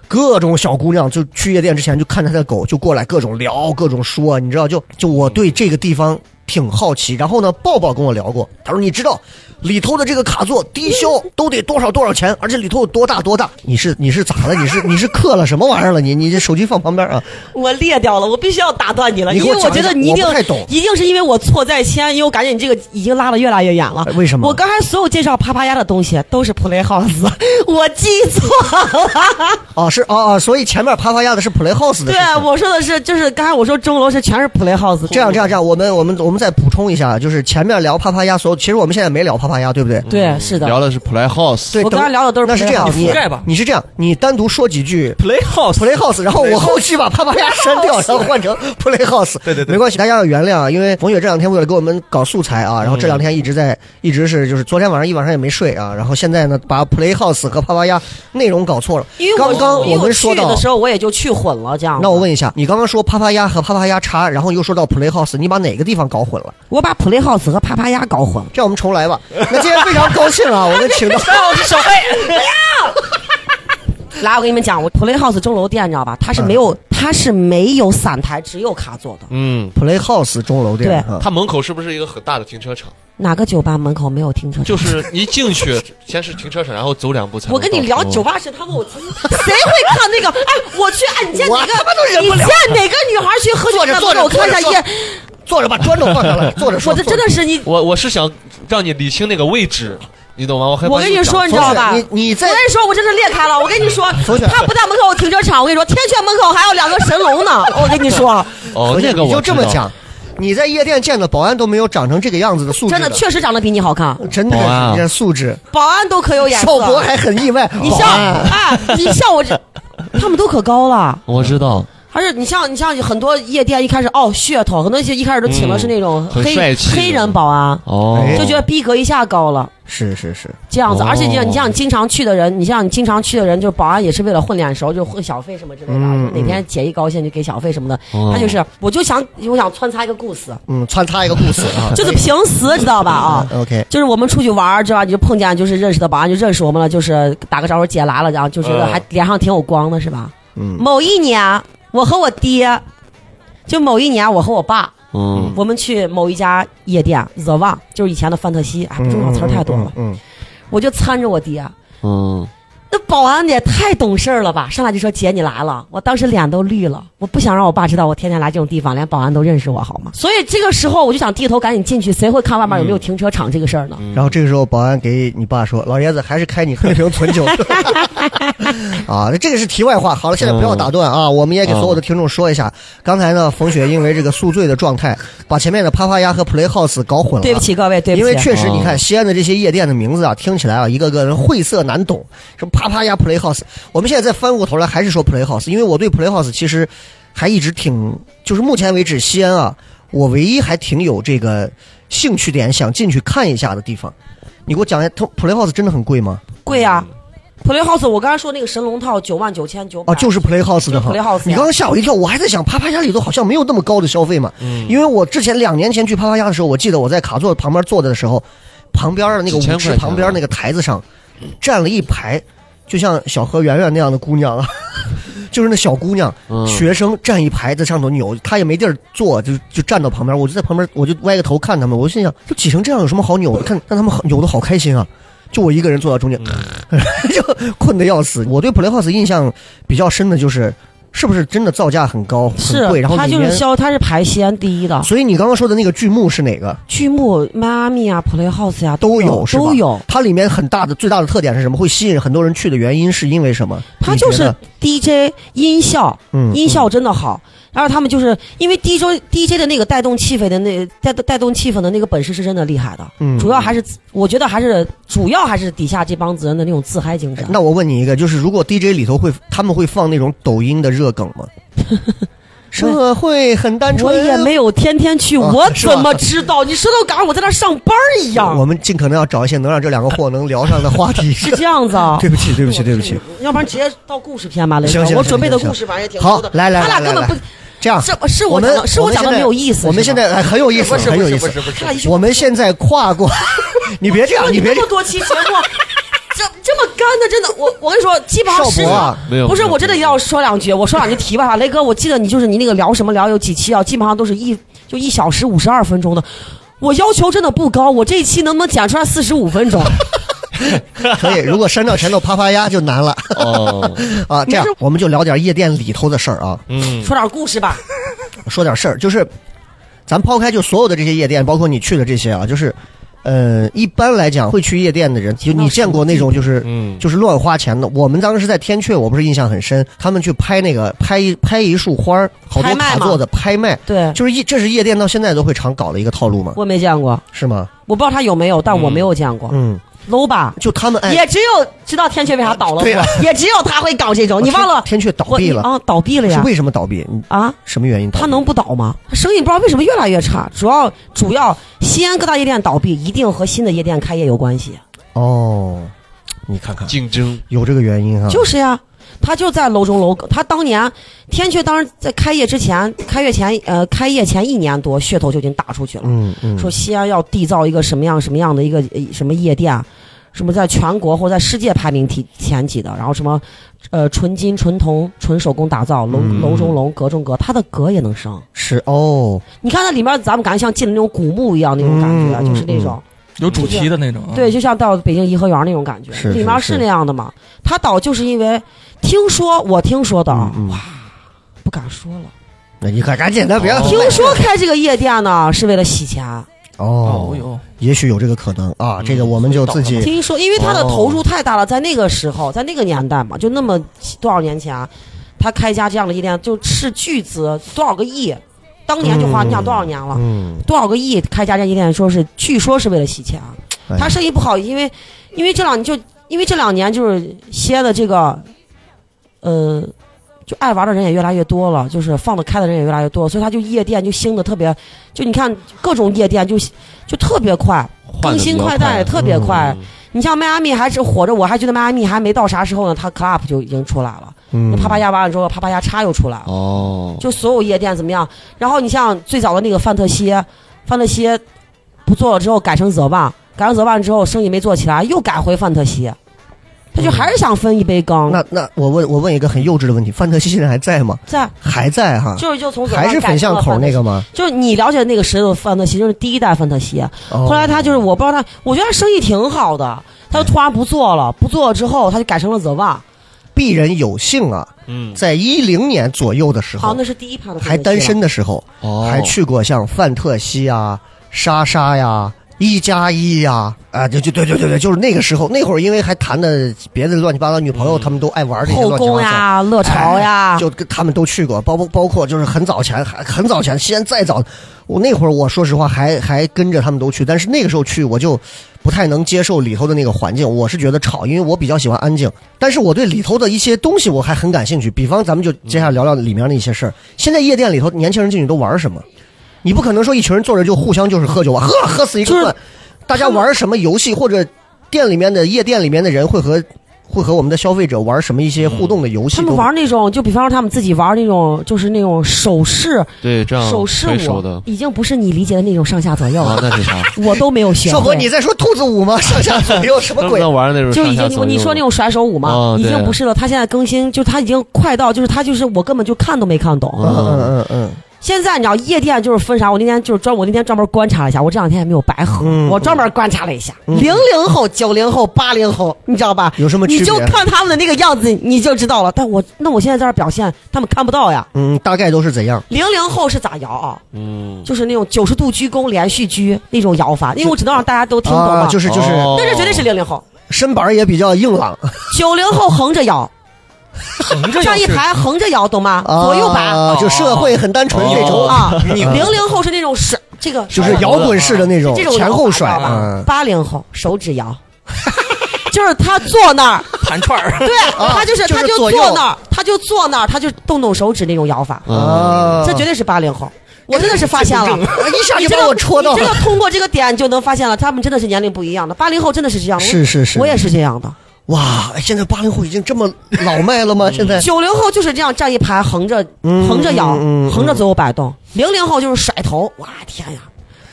[SPEAKER 4] 各种小姑娘就去夜店之前就看着他的狗就过来各种聊各种说，你知道就就我对这个地方挺好奇。然后呢，抱抱跟我聊过，他说你知道里头的这个卡座低消都得多少多少钱，而且里头有多大多大。你是你是咋了？你是你是嗑了什么玩意儿了？你你这手机放旁边啊？
[SPEAKER 2] 我裂掉了，我必须要打断你了，
[SPEAKER 4] 你
[SPEAKER 2] 因
[SPEAKER 4] 给
[SPEAKER 2] 为
[SPEAKER 4] 我
[SPEAKER 2] 我
[SPEAKER 4] 讲
[SPEAKER 2] 觉
[SPEAKER 4] 一
[SPEAKER 2] 得
[SPEAKER 4] 下
[SPEAKER 2] 你一
[SPEAKER 4] 我
[SPEAKER 2] 定
[SPEAKER 4] 不太懂
[SPEAKER 2] 一定是因为我错在先，因为我感觉你这个已经拉得越来越远了
[SPEAKER 4] 哎。为什么
[SPEAKER 2] 我刚才所有介绍啪啪鸭的东西都是 Playhouse，我 [LAUGHS] 记错了。
[SPEAKER 4] 啊是啊啊！所以前面啪啪压的是 Playhouse 的事
[SPEAKER 2] 对
[SPEAKER 4] 情。，
[SPEAKER 2] 我说的是就是刚才我说钟楼是全是 Playhouse。
[SPEAKER 4] 这样这样这样，我们我们我们再补充一下，就是前面聊啪啪鸭，所有其实我们现在没聊啪啪鸭，对不对？
[SPEAKER 2] 对，是的。
[SPEAKER 4] 嗯
[SPEAKER 6] 聊的是 Playhouse，
[SPEAKER 4] 对，
[SPEAKER 2] 我
[SPEAKER 4] 等
[SPEAKER 2] 刚才聊的都是
[SPEAKER 4] 那是这样，
[SPEAKER 2] Playhouse
[SPEAKER 4] 你
[SPEAKER 5] 覆盖吧
[SPEAKER 4] 你是这样，你单独说几句
[SPEAKER 5] Playhouse
[SPEAKER 4] Playhouse，然后我后期把啪啪鸭删掉，然后换成 Playhouse。
[SPEAKER 5] 对对对
[SPEAKER 4] 没关系，大家要原谅啊，因为冯雪这两天为了给我们搞素材啊，然后这两
[SPEAKER 2] 嗯
[SPEAKER 4] 天一直在，一直是就是昨天晚上一晚上也没睡啊，然后现在呢把 Playhouse 和啪啪鸭内容搞错了。
[SPEAKER 2] 因为
[SPEAKER 4] 刚刚
[SPEAKER 2] 因为
[SPEAKER 4] 我们说
[SPEAKER 2] 去
[SPEAKER 4] 到
[SPEAKER 2] 的时候，我也就去混了，这样。
[SPEAKER 4] 那我，问一下，你刚刚说啪啪鸭和啪啪鸭叉，然后又说到 Playhouse，你把哪个地方搞混了？
[SPEAKER 2] 我把 Playhouse 和啪啪鸭搞混了。
[SPEAKER 4] 这样我们重来吧。那今天非常高兴啊，我们
[SPEAKER 2] [LAUGHS]
[SPEAKER 4] 请到
[SPEAKER 5] 我是小黑，
[SPEAKER 2] [LAUGHS] 来，我跟你们讲，我 Playhouse 钟楼店，你知道吧？它是没
[SPEAKER 4] 嗯
[SPEAKER 2] 有，它是没有散台，只有卡座的。
[SPEAKER 6] 嗯，
[SPEAKER 4] Playhouse 钟楼店
[SPEAKER 2] 对
[SPEAKER 4] 啊，
[SPEAKER 6] 它门口是不是一个很大的停车场？
[SPEAKER 2] 哪个酒吧门口没有停车场？
[SPEAKER 6] 就是一进去先是停车场，然后走两步才能
[SPEAKER 2] 我跟你
[SPEAKER 6] 到
[SPEAKER 2] 聊
[SPEAKER 6] 嗯
[SPEAKER 2] 酒吧时，他问我 [LAUGHS] 谁会看那个？ [LAUGHS] 哎，我去，哎，你见哪个？
[SPEAKER 4] 我他妈都忍
[SPEAKER 2] 你
[SPEAKER 4] 不了
[SPEAKER 2] 见哪个女孩去喝酒？
[SPEAKER 4] 坐着
[SPEAKER 2] 那
[SPEAKER 4] 坐着
[SPEAKER 2] 我看一下
[SPEAKER 4] 坐着
[SPEAKER 2] 夜，
[SPEAKER 4] 坐着把砖头放下来，坐着说。
[SPEAKER 2] 我这真的是你，
[SPEAKER 6] 我我是想让你理清那个位置，你懂吗？我害怕
[SPEAKER 2] 我跟你说，你知
[SPEAKER 4] 冯
[SPEAKER 2] 道
[SPEAKER 4] 雪
[SPEAKER 2] 吧？
[SPEAKER 4] 你你在
[SPEAKER 2] 我跟你说，我真是裂开了。我跟你说
[SPEAKER 4] 冯雪，
[SPEAKER 2] 他不但门口有停车场，我跟你说，天阙门口还有两个神龙
[SPEAKER 4] [LAUGHS]
[SPEAKER 2] 呢。我跟你说，
[SPEAKER 6] 哦，
[SPEAKER 4] 而且
[SPEAKER 6] 那个
[SPEAKER 4] 你
[SPEAKER 6] 我
[SPEAKER 4] 就这么
[SPEAKER 6] 知道，
[SPEAKER 4] 讲，你在夜店见的保安都没有长成这个样子的素质
[SPEAKER 2] 真的确实长得比你好看，
[SPEAKER 4] 真的
[SPEAKER 6] 保安啊
[SPEAKER 4] 是你这素质。
[SPEAKER 2] 保安都可有眼色。
[SPEAKER 4] 少博还很意外，
[SPEAKER 2] 你
[SPEAKER 4] 保
[SPEAKER 2] 像
[SPEAKER 4] 安
[SPEAKER 2] 啊，你像我这，他们都可高了。
[SPEAKER 6] 我知道，
[SPEAKER 2] 而且你像你像很多夜店一开始哦噱头，很多一些一开始都请的是那种
[SPEAKER 6] 嗯很
[SPEAKER 2] 黑、
[SPEAKER 6] 帅气的
[SPEAKER 2] 黑人保安，
[SPEAKER 6] 哦，
[SPEAKER 4] 哎
[SPEAKER 2] 就觉得逼格一下高了。
[SPEAKER 4] 是是是，
[SPEAKER 2] 这样子，
[SPEAKER 6] 哦
[SPEAKER 2] 而且你像你像你经常去的人，你像你经常去的人，就是保安也是为了混脸熟，就是混小费什么之类的。
[SPEAKER 4] 嗯
[SPEAKER 2] 哪天姐一高兴就给小费什么的，
[SPEAKER 6] 哦
[SPEAKER 2] 他就是，我就想我想穿插一个故事，
[SPEAKER 4] 嗯，穿插一个故事啊，
[SPEAKER 2] 就是平时知道吧 [LAUGHS] 啊。
[SPEAKER 4] OK，
[SPEAKER 2] 就是我们出去玩儿，知道吧你就碰见就是认识的保安就认识我们了，就是打个招呼，姐来了，然后就觉得还脸上挺有光的，是吧？
[SPEAKER 4] 嗯
[SPEAKER 2] 某一年，我和我爹，就某一年，我和我爸，
[SPEAKER 6] 嗯，
[SPEAKER 2] 我们去某一家夜店 The One，就是以前的范特西，哎，不重要词儿太多了，
[SPEAKER 4] 嗯，
[SPEAKER 2] 我就搀着我爹。
[SPEAKER 6] 嗯，
[SPEAKER 2] 那保安也太懂事儿了吧！上来就说：“姐，你来了。”我当时脸都绿了，我不想让我爸知道我天天来这种地方，连保安都认识我，好吗？所以这个时候我就想低头赶紧进去，谁会看外面有没有停车场这个事儿呢？
[SPEAKER 4] 嗯然后这个时候保安给你爸说：“老爷子，还是开你黑瓶存酒。” [LAUGHS] 啊，那这个是题外话。好了，现在不要打断啊，我们也给所
[SPEAKER 6] 嗯
[SPEAKER 4] 有的听众说一下，刚才呢，冯雪因为这个宿醉的状态，把前面的啪啪鸭和 Playhouse 搞混了。啊
[SPEAKER 2] 对不起各啊位，对不
[SPEAKER 4] 因为
[SPEAKER 2] 起。
[SPEAKER 4] 确实，
[SPEAKER 6] 哦
[SPEAKER 4] 你看西安的这些夜店的名字啊，听起来啊，一个个人晦涩难懂，什么啪啪呀 Playhouse。我们现在再翻过头来，还是说 Playhouse，因为我对 Playhouse 其实还一直挺，就是目前为止西安啊，我唯一还挺有这个兴趣点想进去看一下的地方。你给我讲一下，它 Playhouse 真的很贵吗？
[SPEAKER 2] 贵啊！Playhouse，我刚才说那个神龙套九万九千九百，
[SPEAKER 4] 啊，就是 Playhouse 的哈
[SPEAKER 2] 就是 Playhouse 呀。
[SPEAKER 6] 啊
[SPEAKER 4] 你刚刚吓我一跳，我还在想啪啪鸭里头好像没有那么高的消费嘛。
[SPEAKER 6] 嗯
[SPEAKER 4] 因为我之前两年前去啪啪鸭的时候，我记得我在卡座旁边坐着的时候，旁边的那个舞
[SPEAKER 6] 几千块
[SPEAKER 4] 池
[SPEAKER 6] 钱嗯
[SPEAKER 4] 旁边那个台子上站了一排，就像小何圆圆那样的姑娘啊， [LAUGHS] 就是那小姑娘、
[SPEAKER 6] 嗯
[SPEAKER 4] 学生站一排在上头扭，她也没地儿坐，就就站到旁边，我就在旁边我就歪个头看他们，我就心想，就挤成这样有什么好扭的？看看他们好扭的好开心啊。就我一个人坐到中间， [LAUGHS] 就困得要死。我对 Playhouse 印象比较深的就是，是不是真的造价很高、很
[SPEAKER 2] 是
[SPEAKER 4] 贵？然后
[SPEAKER 2] 它
[SPEAKER 4] 里
[SPEAKER 2] 就是
[SPEAKER 4] 面，
[SPEAKER 2] 销，它是排西安第一的，
[SPEAKER 4] 所以你刚刚说的那个剧目是哪个？
[SPEAKER 2] 剧目迈阿密啊，Playhouse 呀、
[SPEAKER 4] 都有
[SPEAKER 2] 有
[SPEAKER 4] 是吧？
[SPEAKER 2] 都有。
[SPEAKER 4] 它里面很大的最大的特点是什么？会吸引很多人去的原因是因为什么？
[SPEAKER 2] 它
[SPEAKER 4] 你
[SPEAKER 2] 就
[SPEAKER 4] 觉
[SPEAKER 2] 是
[SPEAKER 4] 得
[SPEAKER 2] DJ 音效，
[SPEAKER 4] 嗯
[SPEAKER 2] 音效真的好。然后他们就是因为 DJ DJ 的那个带动气氛的那带带动气氛的那个本事是真的厉害的，
[SPEAKER 4] 嗯
[SPEAKER 2] 主要还是我觉得还是主要还是底下这帮子人的那种自嗨精神。
[SPEAKER 4] 那我问你一个，就是如果 DJ 里头会他们会放那种抖音的热梗
[SPEAKER 2] [LAUGHS]
[SPEAKER 4] 吗？社会很单
[SPEAKER 2] 我
[SPEAKER 4] 纯，
[SPEAKER 2] 也没有天天去，
[SPEAKER 4] 啊
[SPEAKER 2] 我
[SPEAKER 4] 是吧
[SPEAKER 2] 怎么知道？你说到赶上我在那儿上班儿一
[SPEAKER 4] 我
[SPEAKER 2] 样，
[SPEAKER 4] 们尽可能要找一些能让这两个货能聊上的话题。？
[SPEAKER 2] [LAUGHS] 是这样子啊
[SPEAKER 4] [LAUGHS] 对不起，对不起，对不起。
[SPEAKER 2] 要不然直接到故事片吧，雷
[SPEAKER 4] 行
[SPEAKER 2] 哥
[SPEAKER 4] 行，
[SPEAKER 2] 我
[SPEAKER 4] 行
[SPEAKER 2] 准备的
[SPEAKER 4] 行
[SPEAKER 2] 故事吧也挺
[SPEAKER 4] 好
[SPEAKER 2] 多的。
[SPEAKER 4] 来来
[SPEAKER 2] 他俩
[SPEAKER 4] 来
[SPEAKER 2] 根本
[SPEAKER 4] 来
[SPEAKER 2] 不，
[SPEAKER 4] 这样，
[SPEAKER 2] 这是我
[SPEAKER 4] 我
[SPEAKER 2] 讲
[SPEAKER 4] 们
[SPEAKER 2] 的，是
[SPEAKER 4] 我们
[SPEAKER 2] 讲的
[SPEAKER 4] 现
[SPEAKER 2] 没
[SPEAKER 4] 在
[SPEAKER 2] 有意思。
[SPEAKER 4] 我们现
[SPEAKER 2] 是吧
[SPEAKER 4] 在哎很有意思，
[SPEAKER 5] 不是
[SPEAKER 4] 很
[SPEAKER 5] 不
[SPEAKER 4] 有
[SPEAKER 5] 是
[SPEAKER 4] 意
[SPEAKER 5] 不
[SPEAKER 4] 思
[SPEAKER 5] 是。不是
[SPEAKER 2] 他俩一句
[SPEAKER 4] [LAUGHS] 我们现在跨过，你别这样，你别
[SPEAKER 2] 这么多期节目，这这么干的，真的，我我跟你说，基本上
[SPEAKER 4] 少
[SPEAKER 2] 十
[SPEAKER 4] 博啊，
[SPEAKER 6] 没有，
[SPEAKER 2] 不是
[SPEAKER 6] 没有
[SPEAKER 2] 我真的要说两句，我说两句题外话。雷哥，我记得你就是你那个聊什么聊有几期啊，基本上都是一就一小时五十二分钟的。我要求真的不高，我这一期能不能剪出来四十五分钟？
[SPEAKER 4] 可以。如果山照前头啪啪呀就难了
[SPEAKER 6] 哦，
[SPEAKER 4] 啊。这样我们就聊点夜店里头的事儿啊，
[SPEAKER 6] 嗯，
[SPEAKER 2] 说点故事吧。
[SPEAKER 4] 说点事儿，就是咱抛开就所有的这些夜店，包括你去的这些啊，就是呃，一般来讲会去夜店的人，就你见过那种就是
[SPEAKER 6] 嗯
[SPEAKER 4] 就是乱花钱的。我们当时在天阙，我不是印象很深，他们去拍那个拍一拍一束花儿，好多
[SPEAKER 2] 拍卖
[SPEAKER 4] 卡
[SPEAKER 2] 吗
[SPEAKER 4] 座的拍卖，
[SPEAKER 2] 对，
[SPEAKER 4] 就是夜这是夜店到现在都会常搞的一个套路嘛，
[SPEAKER 2] 我没见过，
[SPEAKER 4] 是吗？
[SPEAKER 2] 我不知道他有没有，但我没有见过。
[SPEAKER 4] 嗯，
[SPEAKER 2] low 吧，
[SPEAKER 4] 就他们哎，啊
[SPEAKER 2] 也只有知道天阙为啥倒了，
[SPEAKER 4] 对呀
[SPEAKER 2] 也只有他会搞这种。你忘了
[SPEAKER 4] 天阙倒
[SPEAKER 2] 我
[SPEAKER 4] 闭了，
[SPEAKER 2] 啊？倒闭了
[SPEAKER 4] 是
[SPEAKER 2] 呀？
[SPEAKER 4] 为什么倒闭？你
[SPEAKER 2] 啊？
[SPEAKER 4] 什么原因倒闭？
[SPEAKER 2] 他能不倒吗？他生意不知道为什么越来越差，主要主要西安各大夜店倒闭，一定和新的夜店开业有关系。
[SPEAKER 4] 哦，你看看
[SPEAKER 6] 竞争，
[SPEAKER 4] 有这个原因哈，
[SPEAKER 2] 就是呀，他就在楼中楼，他当年天阙当时在开业之前，开业前呃开业前一年多，噱头就已经打出去了，
[SPEAKER 4] 嗯嗯，
[SPEAKER 2] 说西安要缔造一个什么样什么样的一个呃什么夜店，什么在全国或者在世界排名提前几的，然后什么呃纯金纯铜纯手工打造，楼
[SPEAKER 4] 嗯
[SPEAKER 2] 楼中楼阁中阁，它的阁也能升。
[SPEAKER 4] 是哦，
[SPEAKER 2] 你看那里面，咱们感觉像进了那种古墓一样那种感觉，啊
[SPEAKER 4] 嗯嗯嗯
[SPEAKER 2] 就是那种。
[SPEAKER 5] 有主题的那种啊。
[SPEAKER 2] 对，就像到北京颐和园那种感觉，
[SPEAKER 4] 是是
[SPEAKER 2] 里面
[SPEAKER 4] 是
[SPEAKER 2] 是那样的嘛。他倒就是因为听说，我听说的，啊
[SPEAKER 4] 嗯嗯，
[SPEAKER 2] 哇，不敢说了。
[SPEAKER 4] 那你看赶紧的，别让他
[SPEAKER 2] 听说开这个夜店呢，是为了洗钱。
[SPEAKER 5] 哦
[SPEAKER 4] 哦，
[SPEAKER 5] 有
[SPEAKER 4] 也许有这个可能啊，
[SPEAKER 6] 嗯
[SPEAKER 4] 这个我们就自己
[SPEAKER 2] 听说，因为他的
[SPEAKER 4] 哦
[SPEAKER 2] 投入太大了，在那个时候，在那个年代嘛，就那么几多少年前啊，他开一家这样的夜店，就是巨资多少个亿，当年就花，
[SPEAKER 4] 嗯
[SPEAKER 2] 你想多少年了？
[SPEAKER 4] 嗯，
[SPEAKER 2] 多少个亿开家这夜店，说是据说是为了洗钱啊。
[SPEAKER 4] 哎
[SPEAKER 2] 他生意不好，因为因为这两就因为这两年就是西安的这个，呃，就爱玩的人也越来越多了，就是放得开的人也越来越多，所以他就夜店就兴的特别，就你看各种夜店就就特别快，
[SPEAKER 6] 换
[SPEAKER 2] 更
[SPEAKER 6] 得
[SPEAKER 2] 新
[SPEAKER 6] 比较
[SPEAKER 2] 快代也特别
[SPEAKER 4] 嗯
[SPEAKER 2] 快。你像迈阿密还是火着，我还觉得迈阿密还没到啥时候呢，它 club 就已经出来了，
[SPEAKER 4] 嗯
[SPEAKER 2] 那啪啪呀完了之后，啪啪呀叉又出来了。
[SPEAKER 6] 哦，
[SPEAKER 2] 就所有夜店怎么样？然后你像最早的那个范特西，范特西不做了之后改成 The One，改成 The One 之后生意没做起来，又改回范特西，他就还是想分一杯羹。
[SPEAKER 4] 嗯那那我问我问一个很幼稚的问题，范特西现在还在吗？
[SPEAKER 2] 在
[SPEAKER 4] 还在哈，
[SPEAKER 2] 就是就从 The
[SPEAKER 4] 还
[SPEAKER 2] One
[SPEAKER 4] 是
[SPEAKER 2] 改
[SPEAKER 4] 粉
[SPEAKER 2] 成
[SPEAKER 4] 巷
[SPEAKER 2] 了
[SPEAKER 4] 口
[SPEAKER 2] 范特
[SPEAKER 4] 那
[SPEAKER 2] 西，
[SPEAKER 4] 个吗？
[SPEAKER 2] 就是你了解那个谁的范特西，就是第一代范特西。
[SPEAKER 4] 哦
[SPEAKER 2] 后来他就是我不知道他，我觉得他生意挺好的，他就突然不做了，不做了之后他就改成了 The One。
[SPEAKER 4] 哦鄙人有幸啊，
[SPEAKER 6] 嗯，
[SPEAKER 4] 在一零年左右的时
[SPEAKER 2] 好，
[SPEAKER 4] 候
[SPEAKER 2] 那，是第一盘的范特西
[SPEAKER 4] 还单身的时候，
[SPEAKER 6] 哦，
[SPEAKER 4] 还去过像范特西啊、莎莎呀、一加一呀，啊，就就对对对对，就是那个时候，那会儿因为还谈的别的乱七八糟女朋友，他们都爱玩这些
[SPEAKER 2] 后
[SPEAKER 4] 乱七
[SPEAKER 2] 宫
[SPEAKER 4] 八糟。
[SPEAKER 2] 呀、乐潮呀，
[SPEAKER 4] 就跟他们都去过，包包包括就是很早前，还很早前，西安再早，我那会儿我说实话还还跟着他们都去，但是那个时候去我就不太能接受里头的那个环境，我是觉得吵，因为我比较喜欢安静，但是我对里头的一些东西我还很感兴趣，比方咱们就接下来聊聊里面的一些事儿。现在夜店里头年轻人进去都玩什么？你不可能说一群人坐着就互相就是喝酒啊，喝喝死一个
[SPEAKER 2] 就是
[SPEAKER 4] 算。大家玩什么游戏或者店里面的夜店里面的人会和会和我们的消费者玩什么一些互动的游戏？
[SPEAKER 2] 他们
[SPEAKER 4] 都
[SPEAKER 2] 玩那种，就比方说他们自己玩那种，就是那种手势，
[SPEAKER 6] 对这样
[SPEAKER 2] 手势
[SPEAKER 6] 推手
[SPEAKER 2] 舞
[SPEAKER 6] 的
[SPEAKER 2] 已经不是你理解的那种上下左右
[SPEAKER 6] 啊，
[SPEAKER 2] 了，
[SPEAKER 6] 那是啥？
[SPEAKER 2] 我都没有学
[SPEAKER 4] 少博，
[SPEAKER 2] 会。
[SPEAKER 4] 你在说兔子舞吗？ [LAUGHS] 上下左右什
[SPEAKER 6] 他
[SPEAKER 4] 么
[SPEAKER 6] 们
[SPEAKER 4] 鬼
[SPEAKER 6] 那？玩的那种
[SPEAKER 2] 就
[SPEAKER 6] 上
[SPEAKER 2] 已
[SPEAKER 6] 下
[SPEAKER 2] 经
[SPEAKER 6] 左右
[SPEAKER 2] 你说那种啊甩手舞嘛，
[SPEAKER 6] 哦
[SPEAKER 2] 已
[SPEAKER 6] 对
[SPEAKER 2] 经不是了。他现在更新，就他已经快到，就是他就是我根本就看都没看懂。
[SPEAKER 6] 嗯
[SPEAKER 4] 嗯嗯嗯
[SPEAKER 2] 现在你知道夜店就是分啥？我那天就是专我那天专门观察了一下，我这两天也没有白喝，
[SPEAKER 4] 嗯
[SPEAKER 2] 我专门观察了一下，零零后、九零后、八零后，你知道吧？
[SPEAKER 4] 有什么区别
[SPEAKER 2] 你就看他们的那个样子，你就知道了。但我那我现在在这儿表现，他们看不到呀。
[SPEAKER 4] 嗯嗯，大概都是怎样？
[SPEAKER 2] 零零后是咋摇啊？
[SPEAKER 6] 嗯，
[SPEAKER 2] 就是那种九十度鞠躬连续鞠那种摇法，因为我只能让大家都听懂嘛。
[SPEAKER 4] 啊，就是就是
[SPEAKER 6] 哦
[SPEAKER 2] 但是绝对是零零后，
[SPEAKER 4] 身板儿也比较硬朗
[SPEAKER 2] 九零后横着摇，
[SPEAKER 5] 横
[SPEAKER 2] 这
[SPEAKER 5] 着
[SPEAKER 2] 样一排横着摇，懂吗？
[SPEAKER 4] 啊，
[SPEAKER 2] 左右摆
[SPEAKER 4] 就社会很单纯那种
[SPEAKER 6] 哦
[SPEAKER 2] 啊。
[SPEAKER 5] 你
[SPEAKER 2] 零零后是那种甩这个，
[SPEAKER 4] 就是摇滚式的那种
[SPEAKER 2] 这种
[SPEAKER 4] 哦前后甩
[SPEAKER 2] 啊
[SPEAKER 4] 啊。。
[SPEAKER 2] 八零后手指摇， [LAUGHS] 就是他坐那儿，
[SPEAKER 5] 盘串儿，
[SPEAKER 2] [LAUGHS] 对
[SPEAKER 4] 啊
[SPEAKER 2] 他就是
[SPEAKER 4] 就
[SPEAKER 2] 他
[SPEAKER 4] 是
[SPEAKER 2] 就
[SPEAKER 4] 左
[SPEAKER 2] 坐
[SPEAKER 4] 右
[SPEAKER 2] 那儿，他就坐那儿，他就动动手指那种摇法，
[SPEAKER 4] 哦
[SPEAKER 6] 啊，
[SPEAKER 2] 这绝对是八零后。我真的是发现
[SPEAKER 4] 哎
[SPEAKER 2] 了，
[SPEAKER 4] 一下
[SPEAKER 2] 你
[SPEAKER 4] 就
[SPEAKER 2] 这
[SPEAKER 4] 把
[SPEAKER 2] 个
[SPEAKER 4] 我戳到
[SPEAKER 2] 你这
[SPEAKER 4] 了
[SPEAKER 2] 个。通过这个点就能发现了，他们真的是年龄不一样的。八零后真的是这样的，
[SPEAKER 4] 是是是，
[SPEAKER 2] 我也是这样的。
[SPEAKER 4] 哇！哎现在八零后已经这么老迈了吗？
[SPEAKER 2] [LAUGHS]
[SPEAKER 4] 现在
[SPEAKER 2] 九零后嗯就是这样站一排，横着
[SPEAKER 4] 嗯
[SPEAKER 2] 横着摇
[SPEAKER 4] 嗯嗯嗯，
[SPEAKER 2] 横着左右摆动。零零后就是甩头，哇天呀！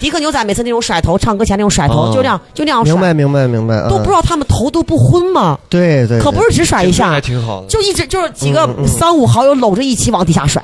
[SPEAKER 2] 迪克牛仔每次那种甩头，唱歌前那种甩头，
[SPEAKER 6] 哦
[SPEAKER 2] 就这样就那样甩，
[SPEAKER 4] 明白明白明白，嗯
[SPEAKER 2] 都不知道他们头都不昏吗？
[SPEAKER 4] 对对，
[SPEAKER 2] 可不是只甩一
[SPEAKER 6] 还
[SPEAKER 2] 下，
[SPEAKER 6] 挺好的。
[SPEAKER 2] 就一直就是几个
[SPEAKER 4] 嗯嗯
[SPEAKER 2] 三五好友搂着一起往底下甩。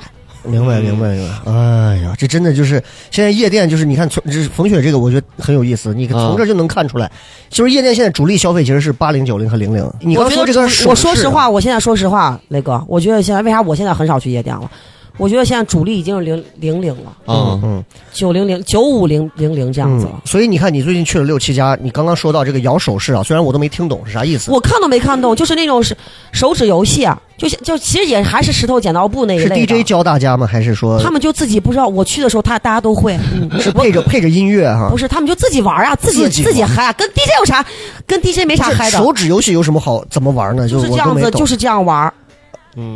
[SPEAKER 4] 明
[SPEAKER 5] 嗯
[SPEAKER 4] 白，明白，明白。哎呀，这真的就是现在夜店，就是你看从这是冯雪这个，我觉得很有意思，你从
[SPEAKER 5] 嗯
[SPEAKER 6] 啊
[SPEAKER 4] 这儿就能看出来，就是夜店现在主力消费其实是八零、九零和零零。你刚
[SPEAKER 2] 我觉
[SPEAKER 4] 说
[SPEAKER 2] 得
[SPEAKER 4] 这个
[SPEAKER 2] 主
[SPEAKER 4] 手势啊，
[SPEAKER 2] 我说实话，我现在说实话，雷哥，我觉得现在为啥我现在很少去夜店了？我觉得现在主力已经是零零零了，
[SPEAKER 4] 嗯，
[SPEAKER 6] 嗯，
[SPEAKER 4] 嗯
[SPEAKER 2] 九零零九五零零零这样子了
[SPEAKER 4] 嗯。。所以你看，你最近去了六七家，你刚刚说到这个摇手势啊，虽然我都没听懂是啥意思，
[SPEAKER 2] 我看都没看懂，就是那种是手指游戏啊，就就其实也还是石头剪刀布那一
[SPEAKER 4] 是
[SPEAKER 2] 类的。
[SPEAKER 4] DJ 教大家吗？还是说
[SPEAKER 2] 他们就自己不知道，我去的时候他大家都会，嗯
[SPEAKER 4] 是配着配着音乐哈
[SPEAKER 2] 不？是他们就自己玩啊，自己
[SPEAKER 4] 自己玩
[SPEAKER 2] 自己嗨啊，跟 DJ 有啥？跟 DJ 没啥
[SPEAKER 4] 不是
[SPEAKER 2] 嗨的，
[SPEAKER 4] 手指游戏有什么好怎么玩呢？
[SPEAKER 2] 就
[SPEAKER 4] 就
[SPEAKER 2] 这
[SPEAKER 4] 是是我都
[SPEAKER 2] 样
[SPEAKER 4] 没
[SPEAKER 2] 子，
[SPEAKER 4] 懂
[SPEAKER 2] 就是这样玩儿，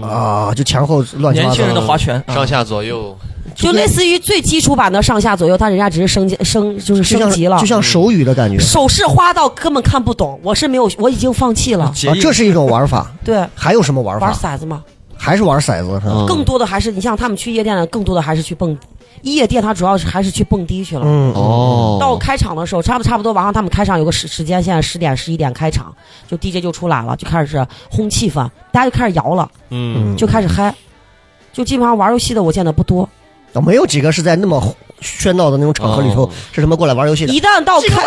[SPEAKER 4] 啊，就前后乱七八
[SPEAKER 5] 年
[SPEAKER 4] 糟。嗯
[SPEAKER 5] 轻人的划拳，
[SPEAKER 6] 上下左右，
[SPEAKER 2] 就类似于最基础版的上下左右，但人家只是升级升就是
[SPEAKER 4] 就
[SPEAKER 2] 升
[SPEAKER 4] 像
[SPEAKER 2] 级了
[SPEAKER 4] 就。像手语的感觉
[SPEAKER 2] 手势花到根本看不懂，我是没有，我已经放弃了。
[SPEAKER 5] 结
[SPEAKER 4] 啊，
[SPEAKER 5] 印
[SPEAKER 4] 这是一种玩法。
[SPEAKER 2] 对，
[SPEAKER 4] 还有什么玩
[SPEAKER 2] 嗯
[SPEAKER 4] 法？嗯
[SPEAKER 2] 玩骰子嘛，
[SPEAKER 4] 还是玩骰子是吧？
[SPEAKER 2] 更多的还是你像他们去夜店的，更多的还是去蹦。夜店他主要是还是去蹦迪去了。
[SPEAKER 4] 嗯，
[SPEAKER 6] 哦，
[SPEAKER 2] 到开场的时候，差不差不多晚上他们开场有个时时间线，十点十一点开场，就 DJ 就出来了，就开始轰气氛，大家就开始摇了，
[SPEAKER 6] 嗯，
[SPEAKER 2] 就开始嗨，就基本上玩游戏的我见的不多。
[SPEAKER 4] 啊没有几个是在那么喧闹的那种场合里头
[SPEAKER 6] 哦
[SPEAKER 4] 是什么过来玩游戏的。
[SPEAKER 2] 一旦到开，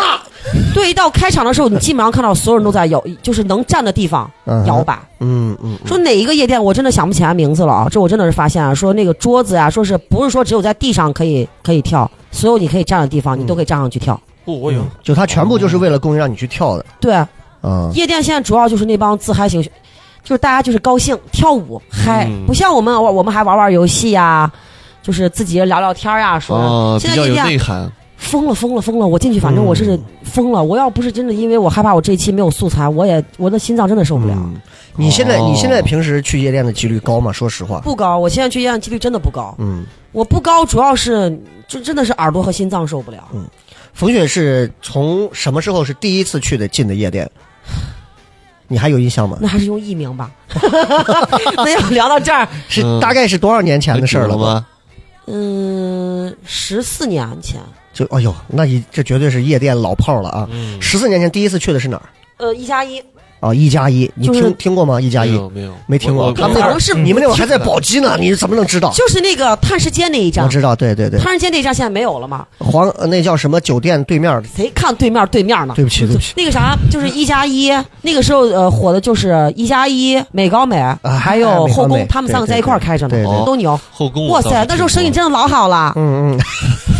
[SPEAKER 2] 对，一到开场的时候，你基本上看到所有人都在摇，就是能站的地方
[SPEAKER 4] 嗯
[SPEAKER 2] 摇摆。
[SPEAKER 4] 嗯嗯，
[SPEAKER 2] 说哪一个夜店，我真的想不起来名字了啊！这我真的是发现啊，说那个桌子呀、说是不是说只有在地上可以可以跳，所有你可以站的地
[SPEAKER 6] 嗯
[SPEAKER 2] 方，你都可以站上去跳。
[SPEAKER 5] 不，我有
[SPEAKER 4] 嗯就它全部就是为了供应让你去跳的
[SPEAKER 2] 对，
[SPEAKER 4] 啊。
[SPEAKER 6] 嗯
[SPEAKER 2] 夜店现在主要就是那帮自嗨型，就是大家就是高兴跳舞嗨，
[SPEAKER 6] 嗯
[SPEAKER 2] 不像我们偶尔我们还玩玩游戏呀、就是自己聊聊天呀、说、
[SPEAKER 6] 哦，
[SPEAKER 2] 现
[SPEAKER 6] 比
[SPEAKER 2] 在
[SPEAKER 6] 较
[SPEAKER 2] 夜
[SPEAKER 6] 有
[SPEAKER 2] 店啊
[SPEAKER 6] 内涵，
[SPEAKER 2] 疯了疯了疯了！我进去反正我
[SPEAKER 4] 嗯
[SPEAKER 2] 是疯了，我要不是真的因为我害怕我这一期没有素材，我也我的心脏真的受不了。
[SPEAKER 6] 嗯
[SPEAKER 4] 你现在
[SPEAKER 6] 哦
[SPEAKER 4] 你现在平时去夜店的几率高吗？说实话，
[SPEAKER 2] 不高，我现在去夜店几率真的不高。
[SPEAKER 4] 嗯，
[SPEAKER 2] 我不高，主要是就真的是耳朵和心脏受不了。
[SPEAKER 4] 冯雪是从什么时候是第一次去的进的夜店？你还有印象吗？
[SPEAKER 2] 那还是用艺名
[SPEAKER 4] [LAUGHS]
[SPEAKER 2] 吧。那要聊到这儿，
[SPEAKER 4] 是
[SPEAKER 6] 嗯
[SPEAKER 4] 大概是多少年前的事儿
[SPEAKER 6] 很久了
[SPEAKER 4] 吧？
[SPEAKER 6] 吗？
[SPEAKER 2] 嗯，十四年前，
[SPEAKER 4] 就哎呦，那你这绝对是夜店老炮儿了啊！
[SPEAKER 6] 嗯，
[SPEAKER 4] 十四年前第一次去的是哪儿
[SPEAKER 2] 呃，一加一，
[SPEAKER 4] 啊？一加一，你
[SPEAKER 2] 就是
[SPEAKER 4] 听听过吗？一加
[SPEAKER 6] 没
[SPEAKER 4] 一
[SPEAKER 6] 有没有
[SPEAKER 4] 没听过，
[SPEAKER 6] 我
[SPEAKER 4] 他
[SPEAKER 6] 我
[SPEAKER 4] 们那
[SPEAKER 2] 可
[SPEAKER 4] 会
[SPEAKER 2] 能
[SPEAKER 4] 儿
[SPEAKER 2] 是
[SPEAKER 4] 你们那会儿还在宝鸡呢，你怎么能知道？
[SPEAKER 2] 就是那个探视街那一
[SPEAKER 4] 我
[SPEAKER 2] 站，
[SPEAKER 4] 知道，对对对，
[SPEAKER 2] 探视街那一站现在没有了嘛？
[SPEAKER 4] 黄呃那叫什么酒店对面儿？
[SPEAKER 2] 谁看对面对面呢？
[SPEAKER 4] 对不起，对不起，
[SPEAKER 2] 那个啥，就是一加一，那个时候呃火的就是一加一、美高美，还有后
[SPEAKER 4] 啊美高美
[SPEAKER 2] 宫，他们三个在一块儿开着
[SPEAKER 4] 对
[SPEAKER 2] 呢
[SPEAKER 4] 对
[SPEAKER 6] 对，
[SPEAKER 2] 都牛。
[SPEAKER 6] 后宫我
[SPEAKER 2] 哇
[SPEAKER 6] 倒是
[SPEAKER 2] 塞，那时候生意真的老好
[SPEAKER 4] [LAUGHS]
[SPEAKER 2] 了。
[SPEAKER 4] 嗯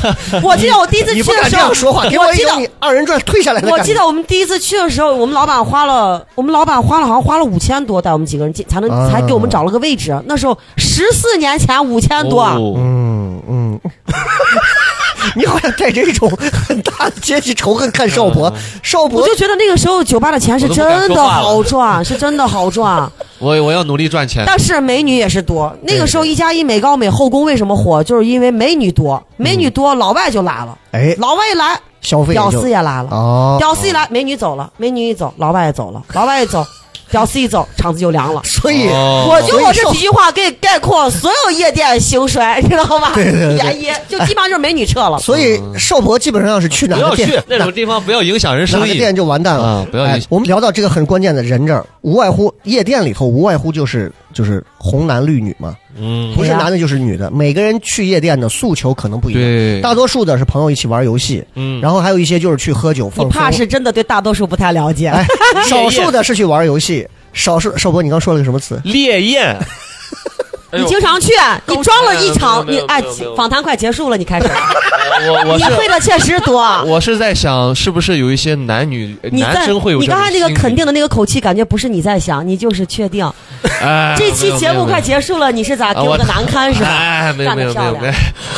[SPEAKER 4] 嗯，
[SPEAKER 2] 我记得我第一次去
[SPEAKER 4] 你不
[SPEAKER 2] 的
[SPEAKER 4] 敢
[SPEAKER 2] 时
[SPEAKER 4] 这
[SPEAKER 2] 候
[SPEAKER 4] 样，说话，给
[SPEAKER 2] 我
[SPEAKER 4] 一
[SPEAKER 2] 记得
[SPEAKER 4] 种你二人转退下来的
[SPEAKER 2] 我
[SPEAKER 4] 感
[SPEAKER 2] 记得我们第一次去的时候，我们老板花了，我们老板花了好像花了五千多，带我们几个人进，才能、
[SPEAKER 4] 啊
[SPEAKER 2] 才给我们找了个位置。那时候十四年前五千多，
[SPEAKER 6] 哦
[SPEAKER 4] 嗯嗯， [LAUGHS] 你好像带着一种很大的阶级仇恨看少博，
[SPEAKER 6] 嗯
[SPEAKER 4] 少
[SPEAKER 2] 我
[SPEAKER 4] 博
[SPEAKER 2] 就觉得那个时候酒吧的钱是真的好赚，是真的好赚。
[SPEAKER 6] 我我要努力赚
[SPEAKER 4] 哎
[SPEAKER 6] 钱。
[SPEAKER 2] 但是美女也是多，那个时候一加一美高美后宫为什么火，就是因为美女多，美女多，老外就来了，
[SPEAKER 4] 嗯哎
[SPEAKER 2] 老外一来，
[SPEAKER 4] 消费
[SPEAKER 2] 屌丝
[SPEAKER 4] 就
[SPEAKER 2] 也来了，
[SPEAKER 4] 哦，
[SPEAKER 2] 屌丝一来，美女走了，美女一走，老外也走了，老外一
[SPEAKER 4] [LAUGHS]
[SPEAKER 2] 走，屌丝一走，场子就凉了。
[SPEAKER 4] 所以
[SPEAKER 6] 哦
[SPEAKER 2] 我就
[SPEAKER 4] 所以
[SPEAKER 2] 我这
[SPEAKER 4] 少
[SPEAKER 2] 几句话可以概括所有夜店兴衰， [LAUGHS] 知道吧？
[SPEAKER 4] 对对对
[SPEAKER 2] 原因就基本上就是美女撤
[SPEAKER 4] [LAUGHS]
[SPEAKER 2] 了。
[SPEAKER 4] 所以少博基本上要是去哪
[SPEAKER 6] 嗯不
[SPEAKER 4] 个
[SPEAKER 6] 要去
[SPEAKER 4] 店。
[SPEAKER 6] 那种地方，不要影响人
[SPEAKER 4] 哪
[SPEAKER 6] 生
[SPEAKER 4] 个
[SPEAKER 6] 意。
[SPEAKER 4] 店就完蛋了
[SPEAKER 6] 啊不要
[SPEAKER 4] 哎
[SPEAKER 6] 影响
[SPEAKER 4] 我们聊到这个很关键的人证，无外乎夜店里头无外乎就是就是红男绿女嘛，
[SPEAKER 6] 嗯，
[SPEAKER 4] 不是
[SPEAKER 2] 对啊
[SPEAKER 4] 男的就是女的，每个人去夜店的诉求可能不一样。
[SPEAKER 6] 对，
[SPEAKER 4] 大多数的是朋友一起玩游戏，
[SPEAKER 6] 嗯，
[SPEAKER 4] 然后还有一些就是去喝酒放
[SPEAKER 2] 你
[SPEAKER 4] 松，
[SPEAKER 2] 怕是真的对大多数不太了解，
[SPEAKER 4] 哎，少数的是去玩游戏，少数少博，你刚说了个什么词？
[SPEAKER 6] 烈
[SPEAKER 4] [LAUGHS]
[SPEAKER 6] 焰，
[SPEAKER 5] 哎
[SPEAKER 2] 你
[SPEAKER 5] 呦
[SPEAKER 2] 经常去，你装了一场，
[SPEAKER 6] 没
[SPEAKER 2] 你
[SPEAKER 6] 有没有
[SPEAKER 2] 哎
[SPEAKER 6] 没有没有，
[SPEAKER 2] 访谈快结束了，你开始，
[SPEAKER 6] 我我
[SPEAKER 2] 你
[SPEAKER 6] 是
[SPEAKER 2] 会的确实多。啊
[SPEAKER 6] 我是在想，是不是有一些男女
[SPEAKER 2] 你
[SPEAKER 6] 男
[SPEAKER 2] 在
[SPEAKER 6] 生会有
[SPEAKER 2] 你
[SPEAKER 6] 这种
[SPEAKER 2] 刚才那个
[SPEAKER 6] 心理
[SPEAKER 2] 肯定的那个口气，感觉不是你在想，你就是确定。
[SPEAKER 6] 哎
[SPEAKER 2] 这期节目快
[SPEAKER 6] 结
[SPEAKER 2] 结束了，你是咋给我的难堪是吧？
[SPEAKER 6] [LAUGHS] 哎，没有
[SPEAKER 2] 干
[SPEAKER 6] 没
[SPEAKER 2] 得
[SPEAKER 6] 有没
[SPEAKER 2] 漂
[SPEAKER 6] 有
[SPEAKER 2] 亮
[SPEAKER 6] 没有，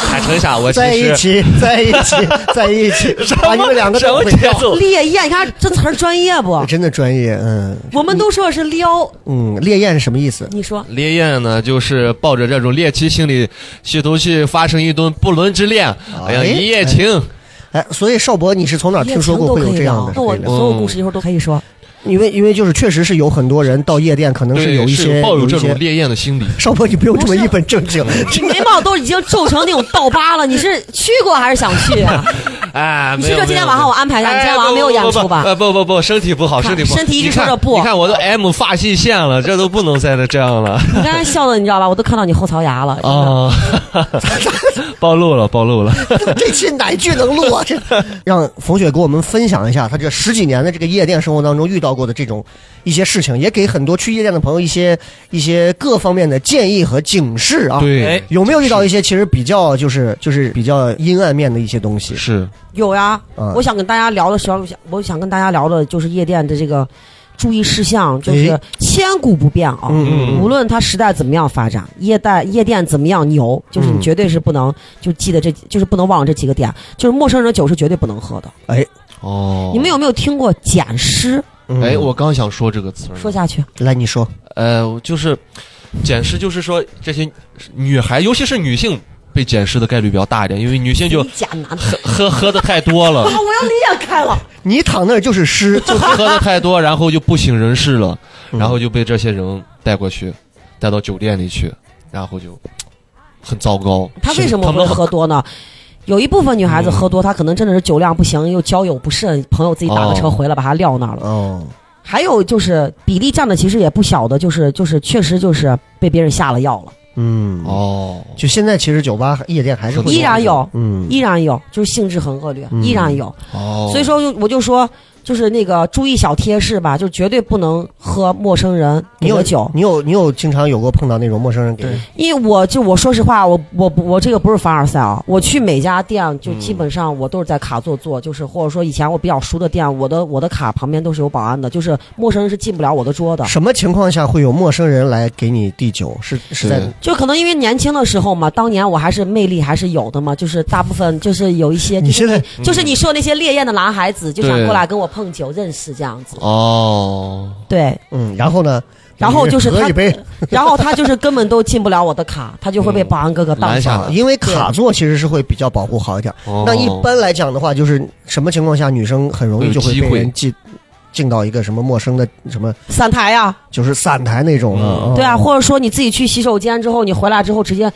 [SPEAKER 6] 坦诚一下，我其
[SPEAKER 4] 在一
[SPEAKER 6] 实 [LAUGHS]
[SPEAKER 4] 起，在一起，在一起，把你们两个
[SPEAKER 6] 什
[SPEAKER 4] 都
[SPEAKER 6] 么
[SPEAKER 4] 毁
[SPEAKER 6] 节
[SPEAKER 4] 掉。
[SPEAKER 6] 奏？
[SPEAKER 2] 烈焰，你看这词儿专业
[SPEAKER 4] [LAUGHS]
[SPEAKER 2] 不？
[SPEAKER 4] 真的专业，嗯
[SPEAKER 2] 我们都说的是撩，
[SPEAKER 4] 嗯，烈焰是什么意思？
[SPEAKER 2] 你说
[SPEAKER 6] 烈焰呢，就是抱着这种猎奇心理，企图去发生一段不伦之恋，哎呀，
[SPEAKER 4] 哎
[SPEAKER 6] 一夜情，
[SPEAKER 4] 哎，所以少博，你是从哪儿啊听说过会有这样的
[SPEAKER 2] 那我
[SPEAKER 4] 这个？
[SPEAKER 2] 所有故事一会儿都可以说。
[SPEAKER 4] 因为因为就是确实是有很多人到夜店，可能是
[SPEAKER 6] 对，
[SPEAKER 4] 有一些
[SPEAKER 6] 是抱有
[SPEAKER 4] 一
[SPEAKER 6] 这种
[SPEAKER 4] 些。
[SPEAKER 6] 烈焰的心理。
[SPEAKER 4] [LAUGHS] 少博，你不用这么一本
[SPEAKER 2] [LAUGHS]
[SPEAKER 4] 正经，
[SPEAKER 2] 你眉毛都已经皱成那种倒疤了，你是去过还是想去啊？
[SPEAKER 6] 哎，
[SPEAKER 2] 你
[SPEAKER 6] 没
[SPEAKER 2] 是
[SPEAKER 6] 有
[SPEAKER 2] 说今天晚上我安排一下？你今天晚上没有演出吧？
[SPEAKER 6] 哎不不不不不不，身体不好，
[SPEAKER 2] 看
[SPEAKER 6] 身体不好，
[SPEAKER 2] 身体一直
[SPEAKER 6] 你看
[SPEAKER 2] 说着不
[SPEAKER 6] 你看我都 M 发际线了，这都不能再这
[SPEAKER 2] [LAUGHS]
[SPEAKER 6] 样了
[SPEAKER 2] 你刚才笑的，你知道吧？我都看到你后槽牙了。真的
[SPEAKER 6] 啊！ [LAUGHS] 暴露了，暴露了。
[SPEAKER 4] 这期哪一句能录啊？
[SPEAKER 6] [LAUGHS]
[SPEAKER 4] 这让冯雪给我们分享一下她这十几年的这个夜店生活当中遇到过的这种一些事情，也给很多去夜店的朋友一些一些各方面的建议和警示啊。，
[SPEAKER 6] 对
[SPEAKER 5] 哎，
[SPEAKER 4] 有没有遇到一些其实比较就是就是比较阴暗面的一些东西？
[SPEAKER 6] 是
[SPEAKER 2] 有呀
[SPEAKER 4] 嗯，
[SPEAKER 2] 我想跟大家聊的时候，想我想跟大家聊的就是夜店的这个注意事项，就是
[SPEAKER 4] 诶
[SPEAKER 2] 千古不变啊。
[SPEAKER 4] 嗯嗯
[SPEAKER 2] 无论它时代怎么样发展，夜店夜店怎么样牛，就是
[SPEAKER 4] 嗯
[SPEAKER 2] 你绝对是不能就记得这，就是不能忘了这几个点。就是陌生人的酒是绝对不能喝的。
[SPEAKER 6] 哦。
[SPEAKER 2] 你们有没有听过捡尸？
[SPEAKER 4] 嗯
[SPEAKER 6] 哎，我刚想说这个词儿呢，
[SPEAKER 2] 说下去，
[SPEAKER 4] 来你说，
[SPEAKER 6] 呃，就是捡尸，就是说这些女孩，尤其是女性被捡尸的概率比较大一点，因为女性就
[SPEAKER 2] 你捡男的，
[SPEAKER 6] 喝喝喝的太多了，
[SPEAKER 2] 我要裂开了。
[SPEAKER 4] 你躺那儿就是尸，
[SPEAKER 6] 就喝的太多，然后就不省人事了，然后就被这些人带过去，带到酒店里去，然后就很糟糕。
[SPEAKER 2] [LAUGHS] 他为什么
[SPEAKER 6] 他
[SPEAKER 2] 会
[SPEAKER 6] 们
[SPEAKER 2] 喝多呢？有一部分女孩
[SPEAKER 4] 嗯
[SPEAKER 2] 子喝多，她可能真的是酒量不行，又交友不慎，朋友自己打个车
[SPEAKER 6] 哦
[SPEAKER 2] 回来把她撂那儿了。
[SPEAKER 4] 哦，
[SPEAKER 2] 还有就是比例占的其实也不小的，就是就是确实就是被别人下了药了，
[SPEAKER 4] 嗯，
[SPEAKER 6] 哦，
[SPEAKER 4] 就现在其实酒吧夜店还是会
[SPEAKER 2] 依然有，
[SPEAKER 4] 嗯，
[SPEAKER 2] 依然有，就是性质很恶劣，
[SPEAKER 4] 嗯
[SPEAKER 2] 依然有。
[SPEAKER 6] 哦，
[SPEAKER 2] 所以说我就说，就是那个注意小贴士吧，就绝对不能喝陌生人
[SPEAKER 4] 你
[SPEAKER 2] 给
[SPEAKER 4] 有嗯
[SPEAKER 2] 的酒，
[SPEAKER 4] 你有你有经常有过碰到那种陌生人给
[SPEAKER 5] 对
[SPEAKER 2] 因为我就我说实话，我我不我这个不是凡尔赛啊，我去每家店就
[SPEAKER 4] 嗯
[SPEAKER 2] 基本上我都是在卡座坐，就是或者说以前我比较熟的店，我的我的卡旁边都是有保安的，就是陌生人是进不了我的桌的。
[SPEAKER 4] 什么情况下会有陌生人来给你递酒？是是在
[SPEAKER 6] 对
[SPEAKER 2] 就可能因为年轻的时候嘛，当年我还是魅力还是有的嘛，就是大部分就是有一些，就
[SPEAKER 4] 你
[SPEAKER 2] 是
[SPEAKER 4] 现在
[SPEAKER 6] 嗯
[SPEAKER 2] 就是你说那些烈焰的男孩子就想
[SPEAKER 6] 对
[SPEAKER 2] 过来跟我碰酒认识这样子，
[SPEAKER 6] 哦，
[SPEAKER 2] 对，
[SPEAKER 4] 嗯，然后呢？
[SPEAKER 2] 然后就是
[SPEAKER 4] 喝
[SPEAKER 2] 他
[SPEAKER 4] 一杯，
[SPEAKER 2] 然后他就是根本都进不了我的卡，他就会被
[SPEAKER 6] 嗯
[SPEAKER 2] 保安哥哥当
[SPEAKER 6] 拦下
[SPEAKER 2] 上。
[SPEAKER 6] 了。
[SPEAKER 4] 啊因为卡座其实是会比较保护好一点。
[SPEAKER 2] 哦
[SPEAKER 6] 哦
[SPEAKER 4] 那一般来讲的话，就是什么情况下女生很容易就会被
[SPEAKER 6] 会有
[SPEAKER 4] 人
[SPEAKER 6] 机
[SPEAKER 4] 进进到一个什么陌生的什么，
[SPEAKER 2] 散台呀、
[SPEAKER 4] 就是散台那种啊？
[SPEAKER 2] 对啊，，或者说你自己去洗手间之后，你回来之后直接。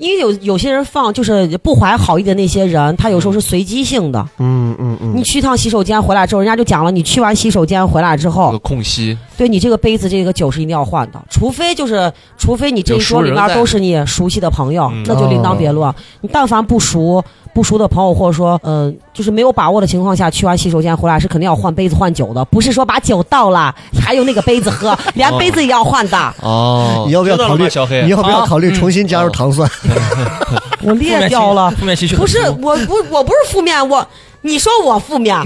[SPEAKER 2] 因为有有些人放就是不怀好意的那些人，他有时候是随机性的。
[SPEAKER 4] 嗯嗯嗯，
[SPEAKER 2] 你去一趟洗手间回来之后，人家就讲了，你去完洗手间回来之后
[SPEAKER 6] 这个，空隙，
[SPEAKER 2] 对你这个杯子这个酒是一定要换的，除非就是，除非你这一桌里面都是你熟悉的朋友
[SPEAKER 6] 嗯，
[SPEAKER 2] 那就另当别论。你但凡不熟不熟的朋友，或者说呃，就是没有把握的情况下，去完洗手间回来是肯定要换杯子换酒的，不是说把酒倒了还有那个杯子
[SPEAKER 6] [LAUGHS]
[SPEAKER 2] 喝，连杯子也要换的。
[SPEAKER 6] 哦，
[SPEAKER 4] [LAUGHS] 你要不要
[SPEAKER 6] 知道了
[SPEAKER 4] 考虑
[SPEAKER 6] 吗小黑？
[SPEAKER 4] 你要不要
[SPEAKER 2] 啊
[SPEAKER 4] 考虑
[SPEAKER 6] 嗯
[SPEAKER 4] 重新
[SPEAKER 6] 哦
[SPEAKER 4] 加入糖蒜？ [LAUGHS]
[SPEAKER 2] 我裂掉了，
[SPEAKER 6] [LAUGHS]
[SPEAKER 5] 负面情绪
[SPEAKER 2] 不是我不我不是负面，我你说我负
[SPEAKER 6] [LAUGHS]
[SPEAKER 2] 面，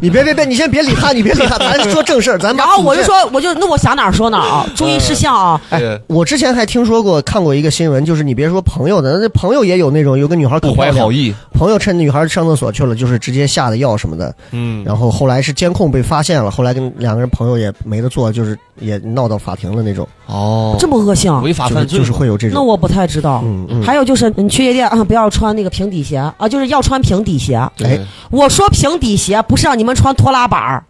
[SPEAKER 4] 你别别别，你先别理他，你别理他，咱说正事儿，咱把
[SPEAKER 2] 然后我就
[SPEAKER 4] 主线
[SPEAKER 2] 说我就那我想哪儿说哪儿啊，注意事项啊，
[SPEAKER 6] 对
[SPEAKER 4] 我之前还听说过看过一个新闻，就是你别说朋友的，那朋友也有那种有个女孩可
[SPEAKER 6] 不
[SPEAKER 4] 漂
[SPEAKER 6] 怀
[SPEAKER 4] 亮
[SPEAKER 6] 好，意，
[SPEAKER 4] 朋友趁女孩上厕所去了，就是直接下的药什么的，
[SPEAKER 6] 嗯，
[SPEAKER 4] 然后后来是监控被发现了，后来跟两个人朋友也没得做，就是也闹到法庭了那种，
[SPEAKER 6] 哦，
[SPEAKER 2] 这么恶性啊，
[SPEAKER 6] 违法
[SPEAKER 4] 就是
[SPEAKER 6] 犯罪
[SPEAKER 4] 就是会有这
[SPEAKER 2] 那
[SPEAKER 4] 种，
[SPEAKER 2] 我不太知道。
[SPEAKER 4] 嗯嗯，
[SPEAKER 2] 还有就是，你去夜店啊，不要穿那个平底鞋啊，就是要穿平底鞋。
[SPEAKER 6] 对
[SPEAKER 4] 哎
[SPEAKER 2] 我说平底鞋，不是让你们穿拖拉板儿。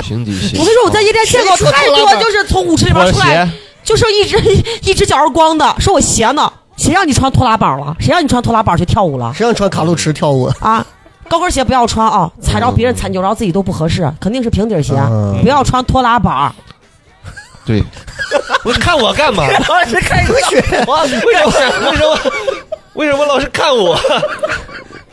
[SPEAKER 6] 平底鞋。
[SPEAKER 2] 我跟你说，
[SPEAKER 4] 哦
[SPEAKER 2] 我在夜店见过太
[SPEAKER 4] 拖拉
[SPEAKER 2] 多
[SPEAKER 4] 板，
[SPEAKER 2] 就是从舞池里
[SPEAKER 6] 拖
[SPEAKER 2] 边
[SPEAKER 6] 着
[SPEAKER 2] 出来，
[SPEAKER 6] 鞋，
[SPEAKER 2] 就剩一只一只脚是光的，说我鞋呢？谁让你穿拖拉板了？谁让你穿拖拉板去跳舞了
[SPEAKER 4] 谁让你穿卡路驰跳舞？
[SPEAKER 2] 啊？高跟鞋不要穿啊，踩着别人踩扭着自己都不合适，肯定是平底鞋，
[SPEAKER 4] 嗯
[SPEAKER 2] 不要穿拖拉板儿。
[SPEAKER 4] [LAUGHS]
[SPEAKER 6] 对，我看我
[SPEAKER 2] [LAUGHS]
[SPEAKER 6] 干嘛？
[SPEAKER 5] 老师开始
[SPEAKER 6] [LAUGHS] 我为什么？为什么？为什么老是看我？ [LAUGHS]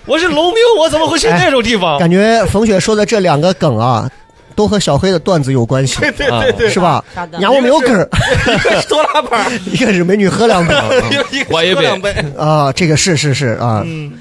[SPEAKER 6] 我是农民，我怎么会去
[SPEAKER 4] 哎
[SPEAKER 6] 那种地方？
[SPEAKER 4] 感觉冯雪说的这两个梗啊，都和小黑的段子有关系，
[SPEAKER 6] 啊
[SPEAKER 5] 对对对，
[SPEAKER 4] 是吧
[SPEAKER 2] 啥？的
[SPEAKER 4] 然后我们有梗儿，
[SPEAKER 5] 一个是拖拉板儿，
[SPEAKER 4] 一个是美女喝两 [LAUGHS] 杯
[SPEAKER 5] 一个一个
[SPEAKER 6] 我也
[SPEAKER 5] 是喝
[SPEAKER 6] 被
[SPEAKER 5] 两杯，
[SPEAKER 4] 啊，这个是是是啊，
[SPEAKER 5] 嗯，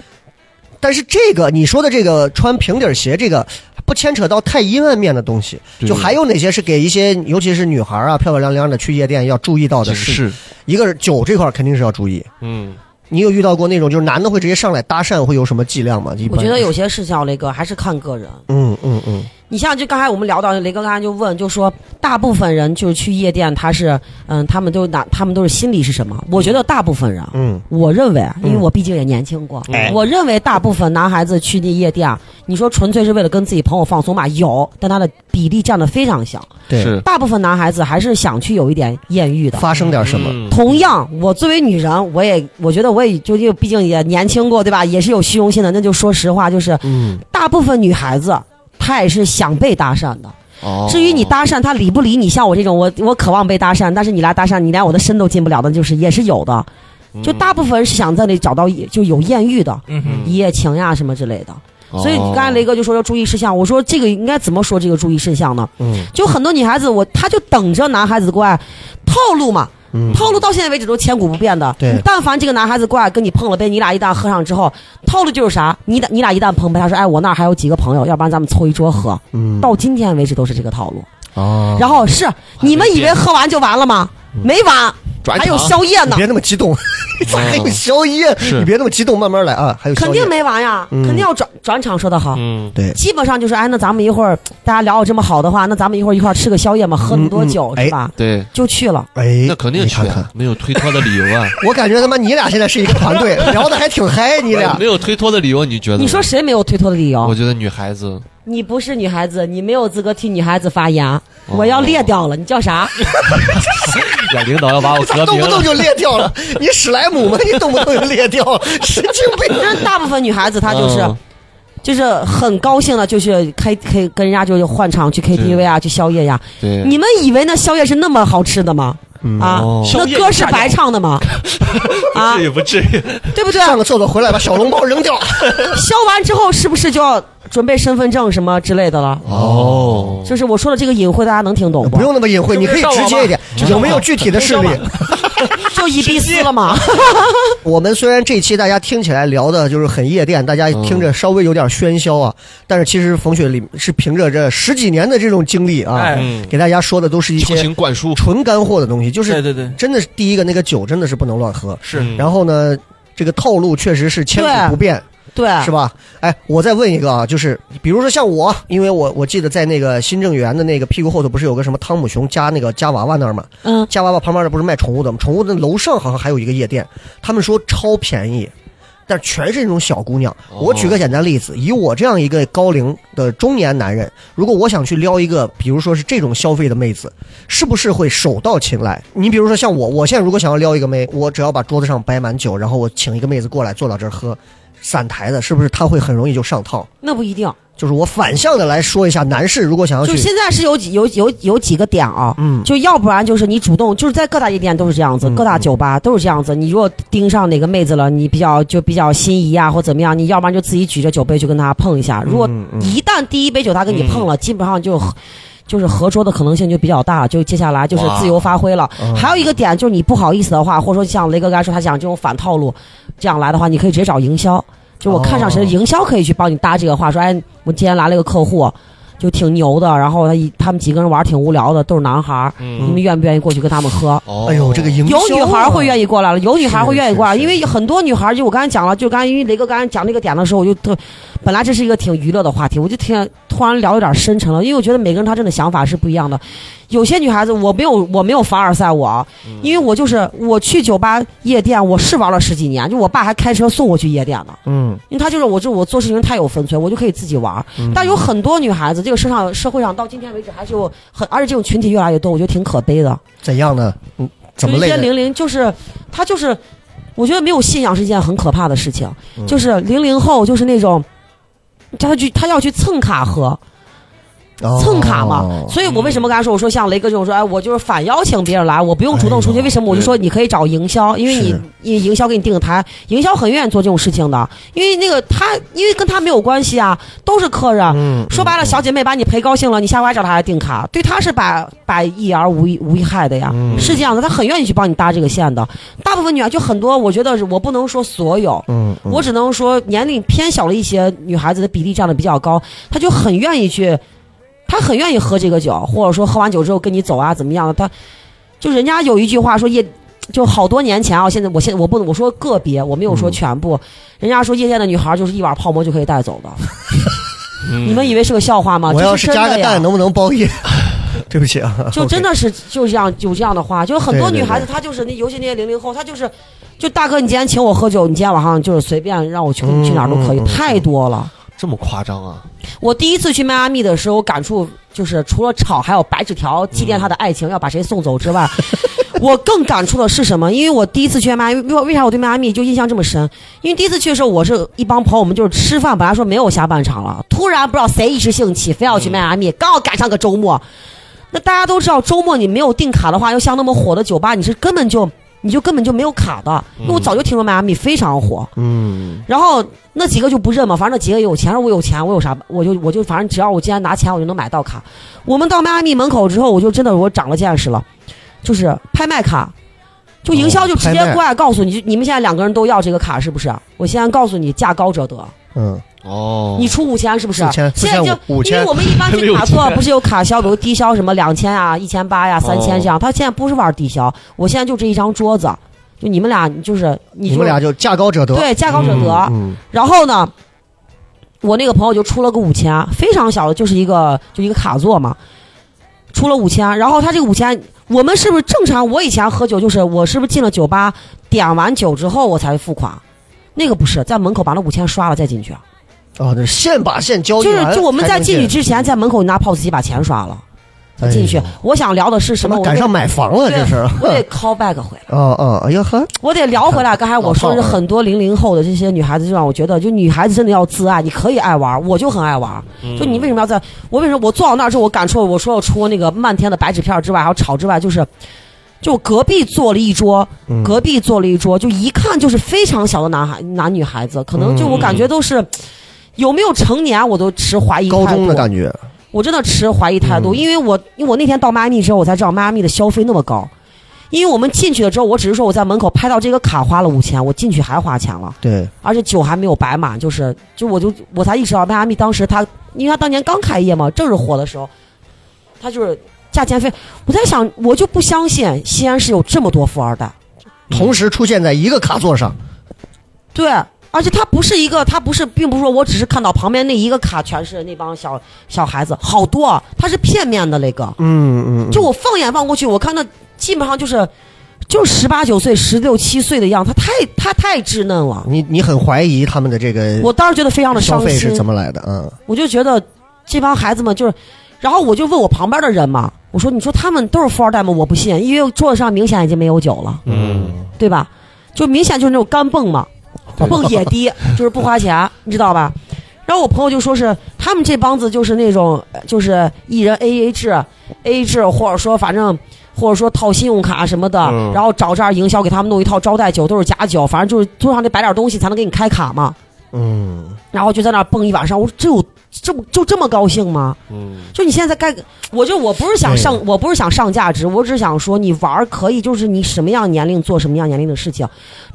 [SPEAKER 4] 但是这个你说的这个穿平底鞋，这个不牵扯到太阴暗面的东西。
[SPEAKER 6] 对
[SPEAKER 4] 就还有哪些是给一些，尤其是女孩啊，漂漂亮亮的去夜店要注意到的
[SPEAKER 6] 警
[SPEAKER 4] 事？
[SPEAKER 6] 示，
[SPEAKER 4] 一个是酒这块儿肯定是要注意。
[SPEAKER 6] 嗯，
[SPEAKER 4] 你有遇到过那种就是男的会直接上来搭讪，会有什么伎俩吗？一般
[SPEAKER 2] 我觉得有，些事情啊，雷哥还是看个人。
[SPEAKER 4] 嗯嗯嗯，
[SPEAKER 2] 你像就刚才我们聊到雷哥，刚才就问，就说大部分人就是去夜店，他是嗯，他们都哪，他们都是心理是什么？我觉得大部分人，
[SPEAKER 4] 嗯，
[SPEAKER 2] 我认为，啊因为我毕竟也年轻
[SPEAKER 6] 嗯
[SPEAKER 2] 过，
[SPEAKER 4] 哎
[SPEAKER 2] 我认为大部分男孩子去那夜店啊，你说纯粹是为了跟自己朋友放松嘛？有，但他的比例降的非常小，
[SPEAKER 4] 对，
[SPEAKER 6] 是
[SPEAKER 2] 大部分男孩子还是想去有一点艳遇的。
[SPEAKER 4] 嗯发生点什
[SPEAKER 6] 嗯
[SPEAKER 4] 么？
[SPEAKER 2] 同样，我作为女人，我也我觉得我也就就毕竟也年轻过，对吧？也是有虚荣心的。那就说实话，就是
[SPEAKER 4] 嗯，
[SPEAKER 2] 大部分女孩子她也是想被搭讪的。
[SPEAKER 6] 哦
[SPEAKER 2] 至于你搭讪她理不理你，像我这种，我我渴望被搭讪，但是你来搭讪，你连我的身都进不了的，就是也是有的。就大部分人是想在那找到就有艳遇的、
[SPEAKER 5] 嗯哼，
[SPEAKER 2] 一夜情呀什么之类的。
[SPEAKER 6] 哦
[SPEAKER 2] 所以刚才雷哥就说要注意事项，我说这个应该怎么说这个注意事项呢？
[SPEAKER 4] 嗯，
[SPEAKER 2] 就很多女孩子我她就等着男孩子过来，套路嘛，
[SPEAKER 4] 嗯
[SPEAKER 2] 套路到现在为止都千古不变的。
[SPEAKER 4] 对
[SPEAKER 2] 你但凡这个男孩子过来跟你碰了杯，你俩一旦喝上之后，套路就是啥？你俩你俩一旦碰杯，他说哎我那儿还有几个朋友，要不然咱们凑一桌喝。
[SPEAKER 4] 嗯
[SPEAKER 2] 到今天为止都是这个套路。
[SPEAKER 4] 哦，
[SPEAKER 2] 然后是你们以为
[SPEAKER 6] 变
[SPEAKER 2] 喝完就完了吗？没完，
[SPEAKER 6] 转
[SPEAKER 2] 还有
[SPEAKER 6] 场
[SPEAKER 2] 宵夜
[SPEAKER 4] 嗯你
[SPEAKER 2] 呢
[SPEAKER 4] 别，那么激 [LAUGHS] 动，还有宵夜，
[SPEAKER 6] 哦是
[SPEAKER 4] 你别那么激动，慢慢来啊，还有宵夜
[SPEAKER 2] 肯定没完呀，
[SPEAKER 4] 嗯
[SPEAKER 2] 肯定要转转场说的好。
[SPEAKER 6] 嗯
[SPEAKER 4] 对，
[SPEAKER 2] 基本上就是，哎，那咱们一会儿大家聊得这么好的话，那咱们一会儿一块儿吃个宵夜嘛，喝那么多酒、
[SPEAKER 4] 嗯哎
[SPEAKER 2] 是吧？
[SPEAKER 6] 对，
[SPEAKER 2] 就去了。
[SPEAKER 4] 哎，
[SPEAKER 6] 那肯定啊
[SPEAKER 4] 你
[SPEAKER 6] 去
[SPEAKER 4] 看看，，
[SPEAKER 6] 没有推脱的理由啊，
[SPEAKER 4] 我感觉他妈你俩现在是一个团队，聊的还挺嗨， [LAUGHS] 你俩
[SPEAKER 6] 没有推脱的理由，你觉得？
[SPEAKER 2] 你说？谁没有推脱的理
[SPEAKER 6] 我
[SPEAKER 2] 由？
[SPEAKER 6] 觉得女孩子 [LAUGHS]
[SPEAKER 2] 你不是女孩子，你没有资格替女孩子发
[SPEAKER 4] 哦
[SPEAKER 2] 言。我要裂掉了，你叫
[SPEAKER 4] [LAUGHS]
[SPEAKER 2] 啥？
[SPEAKER 6] 呀，领导要把我
[SPEAKER 4] 咋
[SPEAKER 6] 革
[SPEAKER 4] 动
[SPEAKER 6] 命
[SPEAKER 4] 不动
[SPEAKER 6] 了。
[SPEAKER 4] 就裂掉了？你史莱姆吗？你动不动就裂掉了，神经病！ [LAUGHS]
[SPEAKER 2] 就是大部分女孩子她就是、
[SPEAKER 4] 哦
[SPEAKER 6] 嗯
[SPEAKER 2] 就是很高兴的，就去 K K 跟人家就换场去 KTV 啊，去宵夜呀、
[SPEAKER 6] 对，
[SPEAKER 2] 你们以为那宵夜是那么好吃的吗？
[SPEAKER 4] 嗯
[SPEAKER 2] 啊
[SPEAKER 6] 哦， [LAUGHS]
[SPEAKER 2] 那歌是白唱的
[SPEAKER 4] [LAUGHS]
[SPEAKER 2] 吗？啊，
[SPEAKER 6] 也不至于。
[SPEAKER 2] 对不对？
[SPEAKER 4] 上个厕所回来把小笼包扔掉，
[SPEAKER 2] 消完之后是不是就要准备身份证什么之类的了？
[SPEAKER 6] 哦，
[SPEAKER 2] 就是我说的这个隐晦，大家能听懂
[SPEAKER 4] 不用那么隐晦，
[SPEAKER 5] 是
[SPEAKER 4] 你
[SPEAKER 5] 不是
[SPEAKER 4] 可以直接一点。有没有具体的事例
[SPEAKER 5] 上网？
[SPEAKER 2] 就一逼私了嘛。
[SPEAKER 4] 我们虽然这期大家听起来聊的就是很夜店，大家听着稍微有点喧嚣啊，但是其实冯雪里是凭着这十几年的这种经历啊，
[SPEAKER 5] 哎
[SPEAKER 6] 嗯，
[SPEAKER 4] 给大家说的都是一
[SPEAKER 6] 强
[SPEAKER 4] 些
[SPEAKER 6] 行灌输，
[SPEAKER 4] 纯干货的东西，就是
[SPEAKER 5] 对对对，
[SPEAKER 4] 真的是第一个那个酒真的是不能乱喝，
[SPEAKER 5] 是
[SPEAKER 6] 嗯
[SPEAKER 4] 然后呢，这个套路确实是千古不变，
[SPEAKER 2] [LAUGHS] 对，
[SPEAKER 4] 是吧？哎，我再问一个啊，就是比如说像我，因为我我记得在那个新政园的那个屁股后头不是有个什么汤姆熊加那个夹娃娃那儿吗？
[SPEAKER 2] 嗯，
[SPEAKER 4] 夹娃娃旁边的不是卖宠物的吗？宠物的楼上好像还有一个夜店，他们说超便宜。但全是那种小姑娘。
[SPEAKER 6] 哦
[SPEAKER 4] 我举个简单例子，以我这样一个高龄的中年男人，如果我想去撩一个，比如说是这种消费的妹子，是不是会手到擒来？你比如说像我，我现在如果想要撩一个妹，我只要把桌子上摆满酒，然后我请一个妹子过来坐到这儿喝，散台的，是不是她会很容易就上套？
[SPEAKER 2] 那不一定。
[SPEAKER 4] 就是我反向的来说一下，男士如果想要
[SPEAKER 2] 就是
[SPEAKER 4] 去，
[SPEAKER 2] 现在是有几有有有几个点啊，
[SPEAKER 4] 嗯
[SPEAKER 2] 就要不然就是你主动，就是在各大夜店都是这样子，各大酒吧都是这样子。你如果盯上哪个妹子了，你比较就比较心仪啊，或怎么样，你要不然就自己举着酒杯去跟她碰一下。如果
[SPEAKER 4] 嗯
[SPEAKER 2] 一旦第一杯酒她跟你碰了，基本上就。就是合桌的可能性就比较大，就接下来就是自由发挥了。
[SPEAKER 4] 嗯
[SPEAKER 2] 还有一个点就是你不好意思的话，或者说像雷哥刚才说他讲这种反套路，这样来的话，你可以直接找营销。就我看上谁，
[SPEAKER 4] 哦
[SPEAKER 2] 营销可以去帮你搭这个话，说哎，我今天来了一个客户，就挺牛的，然后他一他们几个人玩儿挺无聊的，都是男孩儿，
[SPEAKER 6] 嗯
[SPEAKER 2] 你们愿不愿意过去跟他们喝？
[SPEAKER 6] 哦，
[SPEAKER 4] 哎呦，这个营销
[SPEAKER 2] 有
[SPEAKER 4] 啊、
[SPEAKER 2] 女孩儿会愿意过来了，有女孩儿会
[SPEAKER 4] 是
[SPEAKER 2] 愿意过来，
[SPEAKER 4] 是
[SPEAKER 2] 因为很多女孩儿就我刚才讲了，就刚才因为雷哥刚才讲这个点的时候，我就特，本来这是一个挺娱乐的话题，我就挺突然聊有点深沉了，因为我觉得每个人他真的想法是不一样的，有些女孩子我没有我没有凡尔赛我，啊，
[SPEAKER 4] 嗯
[SPEAKER 2] 因为我就是我去酒吧夜店我是玩了十几年，就我爸还开车送我去夜店呢，
[SPEAKER 4] 嗯，
[SPEAKER 2] 因为他就是我，这我做事情太有分寸，我就可以自己玩儿。但有很多女孩子，这个社上社会上到今天为止还是有很，而且这种群体越来越多，我觉得挺可悲的。
[SPEAKER 4] 怎样呢？嗯，怎么
[SPEAKER 2] 就一
[SPEAKER 4] 类
[SPEAKER 2] 些
[SPEAKER 4] 呢？
[SPEAKER 2] 零零，就是他就是，我觉得没有信仰是一件很可怕的事情。
[SPEAKER 4] 嗯
[SPEAKER 2] 就是零零后，就是那种。他去，他要去蹭卡喝，
[SPEAKER 4] 哦
[SPEAKER 2] 蹭卡嘛，所以我为什么刚才说，我说像雷哥这种说，哎，我就是反邀请别人来，我不用主动出
[SPEAKER 4] 哎
[SPEAKER 2] 去，
[SPEAKER 4] 呦
[SPEAKER 2] 为什么？我就说你可以找营销，因为你
[SPEAKER 4] 是
[SPEAKER 2] 因为营销给你定个台，营销很愿意做这种事情的，因为那个他，因为跟他没有关系啊，都是客人，
[SPEAKER 4] 嗯，
[SPEAKER 2] 说白了，小姐妹把你陪高兴了，你下回还找她来订卡，对她是百百益而无一无一害的呀，
[SPEAKER 4] 嗯
[SPEAKER 2] 是这样的，她很愿意去帮你搭这个线的。大部分女孩就很多，我觉得是我不能说所有，
[SPEAKER 4] 嗯，嗯
[SPEAKER 2] 我只能说年龄偏小了一些女孩子的比例占的比较高，她就很愿意去，她很愿意喝这个酒，或者说喝完酒之后跟你走啊怎么样的，她就人家有一句话说夜。就好多年前啊，现在我现在我不能我说
[SPEAKER 4] 嗯 [LAUGHS]
[SPEAKER 2] 个别，我没有说全部。人家说夜店的女孩就是一碗泡馍就可以带走的，你们以为是个笑话吗？
[SPEAKER 4] 我要
[SPEAKER 2] 这
[SPEAKER 4] 是
[SPEAKER 2] 啊是真
[SPEAKER 4] 加
[SPEAKER 2] 的
[SPEAKER 4] 个蛋，
[SPEAKER 2] 呀。
[SPEAKER 4] 能不能包夜？ [LAUGHS] 对不起 [LAUGHS] 啊，
[SPEAKER 2] [LAUGHS] 就真
[SPEAKER 4] OK
[SPEAKER 2] 的是就这样有这样的话，就是很多
[SPEAKER 4] 对对
[SPEAKER 2] 女孩子
[SPEAKER 4] 对
[SPEAKER 2] 她就是那，尤其那些零零后，她就是，就大哥你今天请我喝酒，你今天晚上就是随便让我去
[SPEAKER 4] 嗯
[SPEAKER 2] 去哪儿都可以
[SPEAKER 4] 嗯嗯，
[SPEAKER 2] 太多了。
[SPEAKER 6] 这么夸张啊？
[SPEAKER 2] 我第一次去迈阿密的时候，感触就是除了吵，还有白纸条祭奠他的爱情，要把谁送走之外，我更感触的是什么？因为我第一次去迈阿密，为为啥我对迈阿密就印象这么深？因为第一次去的时候，我是一帮朋友，我们就是吃饭，本来说没有下半场了，突然不知道谁一时兴起，非要去迈阿密，刚好赶上个周末。那大家都知道，周末你没有订卡的话，又像那么火的酒吧，你是根本就你就根本就没有卡的。那我早就听说迈阿密非常火，
[SPEAKER 4] 嗯，
[SPEAKER 2] 然后那几个就不认嘛，反正那几个也有钱，说我有钱，我有啥，我就我就反正只要我今天拿钱，我就能买到卡。我们到迈阿密门口之后，我就真的我长了见识了，就是拍卖卡，就营销就直接
[SPEAKER 4] 哦拍卖
[SPEAKER 2] 过来告诉你，就你们现在两个人都要这个卡是不是？啊我现在告诉你，价高者得，
[SPEAKER 4] 嗯，
[SPEAKER 6] 哦，
[SPEAKER 2] 你出五千是不是？啊
[SPEAKER 4] 四千
[SPEAKER 2] 现在就
[SPEAKER 4] 四千五五
[SPEAKER 2] 因为
[SPEAKER 4] 千
[SPEAKER 2] 我们一般去
[SPEAKER 6] 六
[SPEAKER 2] 卡
[SPEAKER 6] 千
[SPEAKER 2] 座不是有卡销，比如低消什么两千啊、一千
[SPEAKER 4] 哦
[SPEAKER 2] 八呀、三千这样，他现在不是玩低消，我现在就这一张桌子，就你们俩就是你
[SPEAKER 4] 你
[SPEAKER 2] 就
[SPEAKER 4] 们俩就价高者得，
[SPEAKER 2] 对价高者得。
[SPEAKER 4] 嗯，
[SPEAKER 2] 然后呢，我那个朋友就出了个五千，啊非常小的，就是一个就一个卡座嘛，出了五千。啊然后他这个五千，我们是不是正常？我以前喝酒就是我是不是进了酒吧，点完酒之后我才会付款？那个不是，在门口把那五千刷了再进去，
[SPEAKER 4] 啊，对，现把现交易
[SPEAKER 2] 就是
[SPEAKER 4] 完
[SPEAKER 2] 就我们
[SPEAKER 4] 才
[SPEAKER 2] 在
[SPEAKER 4] 能
[SPEAKER 2] 进去
[SPEAKER 4] 进
[SPEAKER 2] 之前，在门口拿 POS 机把钱刷了再进去
[SPEAKER 4] 哎呦。
[SPEAKER 2] 我想聊的是什
[SPEAKER 4] 什
[SPEAKER 2] 么？
[SPEAKER 4] 么
[SPEAKER 2] 我
[SPEAKER 4] 赶
[SPEAKER 2] 得
[SPEAKER 4] 上买房了，
[SPEAKER 2] 对
[SPEAKER 4] 这是。
[SPEAKER 2] 我
[SPEAKER 4] [LAUGHS]
[SPEAKER 2] 得 call back 回来。
[SPEAKER 4] 哦哦，哎呀呵，
[SPEAKER 2] 我得聊回来，刚才我说
[SPEAKER 4] 老
[SPEAKER 2] 是
[SPEAKER 4] 炮儿
[SPEAKER 2] 很多零零后的这些女孩子，就让我觉得，就女孩子真的要自爱，你可以爱玩，我就很爱玩。
[SPEAKER 4] 嗯
[SPEAKER 2] 就你为什么要在？我为什么我坐到那儿之后，我感触，我说我除了那个漫天的白纸片儿之外，还有吵之外，就是，就我隔壁坐了一桌，
[SPEAKER 4] 嗯
[SPEAKER 2] 隔壁坐了一桌，就一看就是非常小的男孩男女孩子，可能就我
[SPEAKER 4] 嗯
[SPEAKER 2] 感觉都是。有没有成年，我都持怀疑态度。
[SPEAKER 4] 高中的感觉，
[SPEAKER 2] 我真的持怀疑态度，因为我因为我那天到迈阿密之后，我才知道迈阿密的消费那么高。因为我们进去了之后，我只是说我在门口拍到这个卡花了五千，我进去还花钱了，
[SPEAKER 4] 对，
[SPEAKER 2] 而且酒还没有摆满，就是就我就我才意识到迈阿密当时他，因为他当年刚开业嘛，正是火的时候，他就是价钱非，我在想我就不相信西安是有这么多富二代，嗯
[SPEAKER 4] 同时出现在一个卡座上，
[SPEAKER 2] 对，而且他不是一个，他不是，并不是说我只是看到旁边那一个卡全是那帮小小孩子，好多啊，他是片面的那个，
[SPEAKER 4] 嗯嗯，
[SPEAKER 2] 就我放眼望过去，我看到基本上就是就是十八九岁、十六七岁的样子，他太他太稚嫩了。
[SPEAKER 4] 你你很怀疑他们的这个
[SPEAKER 2] 我当时觉得非常的
[SPEAKER 4] 嗯消
[SPEAKER 2] 伤
[SPEAKER 4] 费
[SPEAKER 2] 心
[SPEAKER 4] 是，怎么来的？嗯，
[SPEAKER 2] 我就觉得这帮孩子们就是，然后我就问我旁边的人嘛，我说你说他们都是富二代吗？我不信，因为桌子上明显已经没有酒了，
[SPEAKER 6] 嗯，
[SPEAKER 2] 对吧？就明显就是那种干蹦嘛，蹦野迪，就是不花钱，你知道吧？然后我朋友就说是他们这帮子就是那种呃就是一人 A A 制，A A 制或者说反正或者说套信用卡什么的，
[SPEAKER 6] 嗯
[SPEAKER 2] 然后找这儿营销给他们弄一套招待酒，都是假酒，反正就是桌上得摆点东西才能给你开卡嘛。
[SPEAKER 4] 嗯，
[SPEAKER 2] 然后就在那儿蹦一晚上，我说这有这么就这么高兴吗？
[SPEAKER 6] 嗯，
[SPEAKER 2] 就你现在该，我就我不是想上，我不是想上价值，我只想说你玩儿可以，就是你什么样年龄做什么样年龄的事情，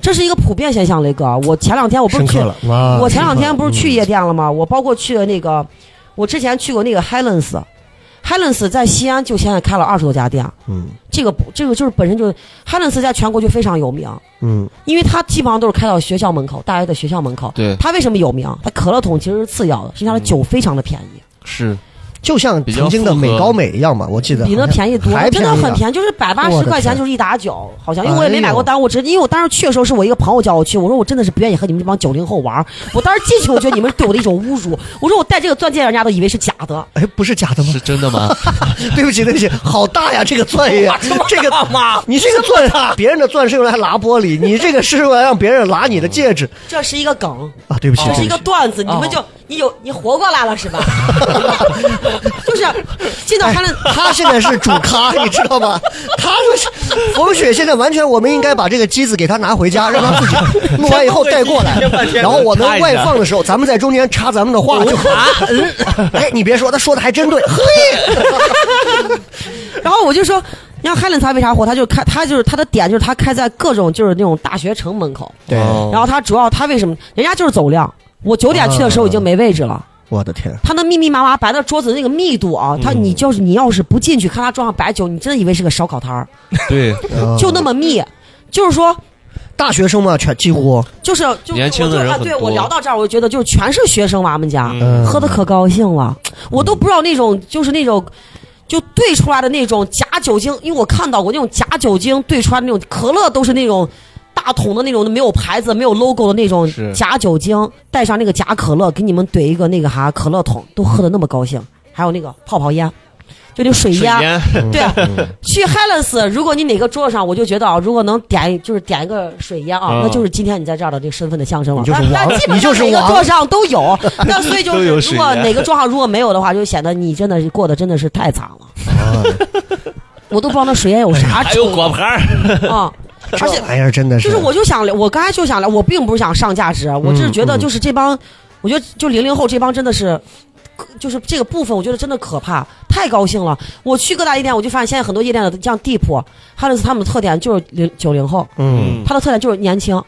[SPEAKER 2] 这是一个普遍现象，雷哥。我前两天我不是
[SPEAKER 4] 深
[SPEAKER 2] 去
[SPEAKER 4] 刻，了啊哇！
[SPEAKER 2] 我前两天不是去夜店了
[SPEAKER 4] 嗯
[SPEAKER 2] 吗？我包括去了那个，我之前去过那个 Helens，Helens 在西安就现在开了二十多家店，
[SPEAKER 4] 嗯
[SPEAKER 2] 这个不这个就是本身就是 Helens 在全国就非常有名，
[SPEAKER 4] 嗯
[SPEAKER 2] 因为它基本上都是开到学校门口，大学的学校门口。
[SPEAKER 6] 对，
[SPEAKER 2] 它为什么有名？它可乐桶其实是次要的，实际上它的酒非常的便宜。
[SPEAKER 6] 是，
[SPEAKER 4] 就像曾经的美高美一样嘛，我记得
[SPEAKER 2] 比那便宜多
[SPEAKER 4] 还
[SPEAKER 2] 了，真的很
[SPEAKER 4] 宜啊
[SPEAKER 2] 便宜，就是百八
[SPEAKER 4] 我
[SPEAKER 2] 十
[SPEAKER 4] 的
[SPEAKER 2] 块钱
[SPEAKER 4] 天
[SPEAKER 2] 就是一打酒，好像，因为我也没
[SPEAKER 4] 哎
[SPEAKER 2] 买
[SPEAKER 4] 呦
[SPEAKER 2] 过单，我只因为我当时去的时候是我一个朋友叫我去，我说我真的是不愿意和你们这帮九零后玩儿，我当时进去我觉得你们对我的一种侮辱，我说我戴这个钻戒人家都以为是假的，
[SPEAKER 4] 啊。哎，不是假的吗
[SPEAKER 6] 是？真的
[SPEAKER 2] [LAUGHS]
[SPEAKER 6] 吗？
[SPEAKER 4] 对不起，对不起，好大呀！这个钻呀，这个
[SPEAKER 5] 妈，
[SPEAKER 4] 你这个钻，啊别人的钻是用来拉玻璃，你这个是用来让别人拉你的戒指
[SPEAKER 2] 这是一个梗，
[SPEAKER 4] 啊！对不起，
[SPEAKER 2] 这是一个
[SPEAKER 4] 对不起
[SPEAKER 2] 段子，你们就你有你活过来了
[SPEAKER 4] [LAUGHS]
[SPEAKER 2] 是吧？就是进到他那，
[SPEAKER 4] 他现在是主
[SPEAKER 2] [LAUGHS]
[SPEAKER 4] 咖，你知道吗？他说是冯雪，现在完全我们应该把这个机子给他拿回家，让他
[SPEAKER 2] [LAUGHS]
[SPEAKER 4] 自己弄完以后带过来，然后我们外放的时候，咱们在中间插咱们的话就好。嗯 [LAUGHS] 哎，你别说，他说的还真对，嘿，
[SPEAKER 2] 然后我就说。你看海伦他为啥火？他就开，他就是他的点就是他开在各种就是那种大学城门口，
[SPEAKER 4] 对
[SPEAKER 6] 哦
[SPEAKER 2] 然后他主要他为什么？人家就是走量。我九点去的时候已经没位置了，
[SPEAKER 4] 我的天，
[SPEAKER 2] 他那密密麻麻摆的桌子那个密度啊，他你就是你要是不进去
[SPEAKER 4] 哦嗯
[SPEAKER 2] 看他桌上摆酒，你真的以为是个烧烤摊儿，
[SPEAKER 6] 对，
[SPEAKER 2] 就那么密。就是说，
[SPEAKER 4] 大学生嘛，全几 [LAUGHS] 乎，
[SPEAKER 2] 就是就
[SPEAKER 6] 年轻的人
[SPEAKER 2] 我就啊，
[SPEAKER 6] 很
[SPEAKER 2] 对
[SPEAKER 6] 多
[SPEAKER 2] 我聊到这儿，我就觉得就全是学生娃们家，
[SPEAKER 4] 嗯
[SPEAKER 2] 喝的可高兴了，我都不知道那种就是那种。就兑出来的那种假酒精，因为我看到过那种假酒精兑出来的那种可乐，都是那种大桶的那种没有牌子、没有 logo 的那种
[SPEAKER 6] 是
[SPEAKER 2] 假酒精，带上那个假可乐，给你们怼一个那个啥可乐桶，都喝的那么高兴。还有那个泡泡烟，就那个水
[SPEAKER 6] 水
[SPEAKER 2] 烟，
[SPEAKER 6] 烟，
[SPEAKER 2] 对，啊
[SPEAKER 4] 嗯
[SPEAKER 2] 去 Highlands，如果你哪个桌上，我就觉得啊，如果能点就是点一个水烟啊
[SPEAKER 6] 嗯，
[SPEAKER 2] 那就是今天你在这儿的这个身份的象征了。啊
[SPEAKER 4] 你就是
[SPEAKER 2] 那
[SPEAKER 4] 王
[SPEAKER 2] 那基
[SPEAKER 4] 你
[SPEAKER 2] 本
[SPEAKER 4] 就
[SPEAKER 2] 上
[SPEAKER 4] 是
[SPEAKER 2] 每个
[SPEAKER 4] 王
[SPEAKER 2] 桌上都
[SPEAKER 4] [LAUGHS]
[SPEAKER 2] 有，那所以就
[SPEAKER 6] 都有
[SPEAKER 2] 是
[SPEAKER 6] 水
[SPEAKER 2] 如果
[SPEAKER 6] 烟
[SPEAKER 2] 哪个桌上如果没有的话，就显得你真的是过得真的是太惨了。我都不知道那水烟有啥
[SPEAKER 6] 还
[SPEAKER 4] 哎
[SPEAKER 2] 臭
[SPEAKER 6] 有果盘儿，
[SPEAKER 2] [LAUGHS] 啊！而且
[SPEAKER 4] 这玩意儿真的
[SPEAKER 2] 就
[SPEAKER 4] 是，嗯
[SPEAKER 2] 是我就想聊，我刚才就想聊，我并不是想上价值，我只是觉得就是这帮，我觉得就零零后这帮真的是。就是这个部分，我觉得真的可怕，太高兴了。我去各大夜店，我就发现现在很多夜店的像 Deep、h a 他们的特点就是零九零后，
[SPEAKER 4] 嗯，
[SPEAKER 2] 他的特点就是年轻，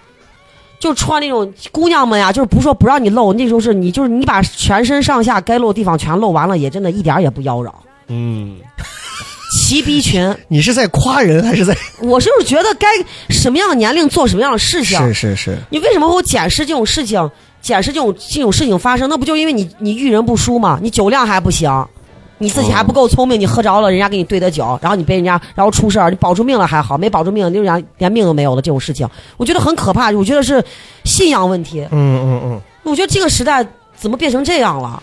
[SPEAKER 2] 就穿那种姑娘们呀，就是不是说不让你露，那时候是你就是你把全身上下该露的地方全露完了，也真的一点儿也不妖娆。
[SPEAKER 6] 嗯，
[SPEAKER 2] 齐逼群，
[SPEAKER 4] 你是在夸人还是在？
[SPEAKER 2] 我就是觉得该什么样的年龄做什么样的事情，
[SPEAKER 4] 是是是，
[SPEAKER 2] 你为什么会检视这种事情？检视这种这种事情发生，那不就因为你你遇人不淑吗？你酒量还不行，你自己还
[SPEAKER 6] 嗯
[SPEAKER 2] 不够聪明，你喝着了，人家给你兑的酒，然后你被人家然后出事儿，你保住命了还好，没保住命，就人家连命都没有了。这种事情，我觉得很可怕，我觉得是信仰问题。
[SPEAKER 4] 嗯嗯
[SPEAKER 2] 我觉得这个时代怎么变成这样了？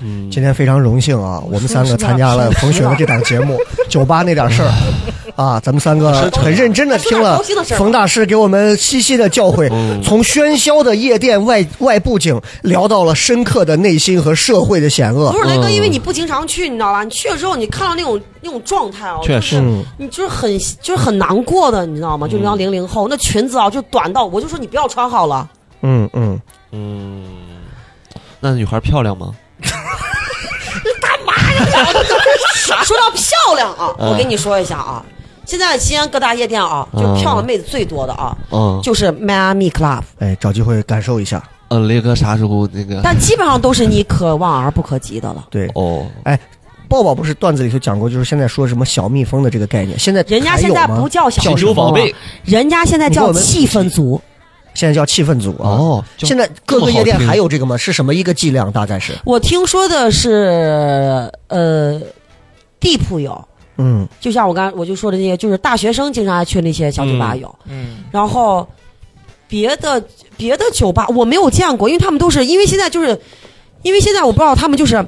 [SPEAKER 4] 嗯，今天非常荣幸啊，我们三个参加了冯雪的这档节 [LAUGHS] 目，酒吧那点事儿，啊，咱们三个很认真的听了冯大师给我们细细的教诲，
[SPEAKER 6] 哦
[SPEAKER 4] 从喧嚣的夜店外外部景聊到了深刻的内心和社会的险恶
[SPEAKER 2] 不，是雷哥，因
[SPEAKER 6] 嗯
[SPEAKER 2] 为你不经常去，你知道吧？你去了之后，你看到那种那种状态啊，
[SPEAKER 6] 确实，
[SPEAKER 4] 嗯，
[SPEAKER 2] 你就是很就是很难过的，你知道吗？就你知道
[SPEAKER 6] 嗯
[SPEAKER 2] 零零后那裙子啊，就短到我就说你不要穿好了。
[SPEAKER 4] 嗯嗯，
[SPEAKER 6] 嗯，那女孩漂亮吗？
[SPEAKER 2] 说到漂亮啊，
[SPEAKER 6] 嗯
[SPEAKER 2] 我跟你说一下啊，现在西安各大夜店啊，就
[SPEAKER 6] 嗯
[SPEAKER 2] 漂亮妹子最多的啊，
[SPEAKER 6] 嗯，
[SPEAKER 2] 就是 Miami Club，
[SPEAKER 4] 哎，找机会感受一下，
[SPEAKER 6] 呃，雷哥啥时候那个？
[SPEAKER 2] 但基本上都是你可望而不可及的了。
[SPEAKER 4] 对。
[SPEAKER 6] 哦，
[SPEAKER 4] 抱抱不是段子里头讲过，就是现在说什么小蜜蜂的这个概念，现在
[SPEAKER 2] 人家现在不叫小
[SPEAKER 4] 叫
[SPEAKER 2] 蜜
[SPEAKER 4] 什
[SPEAKER 6] 九
[SPEAKER 4] 么
[SPEAKER 2] 蜂
[SPEAKER 6] 宝
[SPEAKER 2] 了
[SPEAKER 6] 贝，
[SPEAKER 2] 人家现在
[SPEAKER 4] 你给
[SPEAKER 2] 叫
[SPEAKER 4] 我们
[SPEAKER 2] 气氛组。
[SPEAKER 4] 现在叫气氛组啊。
[SPEAKER 6] 哦
[SPEAKER 4] 现在各个夜店还有这个吗？是什么一个剂量？大概是，
[SPEAKER 2] 我听说的是，呃，地铺有，
[SPEAKER 4] 嗯，
[SPEAKER 2] 就像我刚才我就说的那些，就是大学生经常爱去那些小酒吧
[SPEAKER 6] 嗯
[SPEAKER 2] 有，
[SPEAKER 5] 嗯，
[SPEAKER 2] 然后别的别的酒吧我没有见过，因为他们都是因为现在就是，因为现在我不知道他们就是，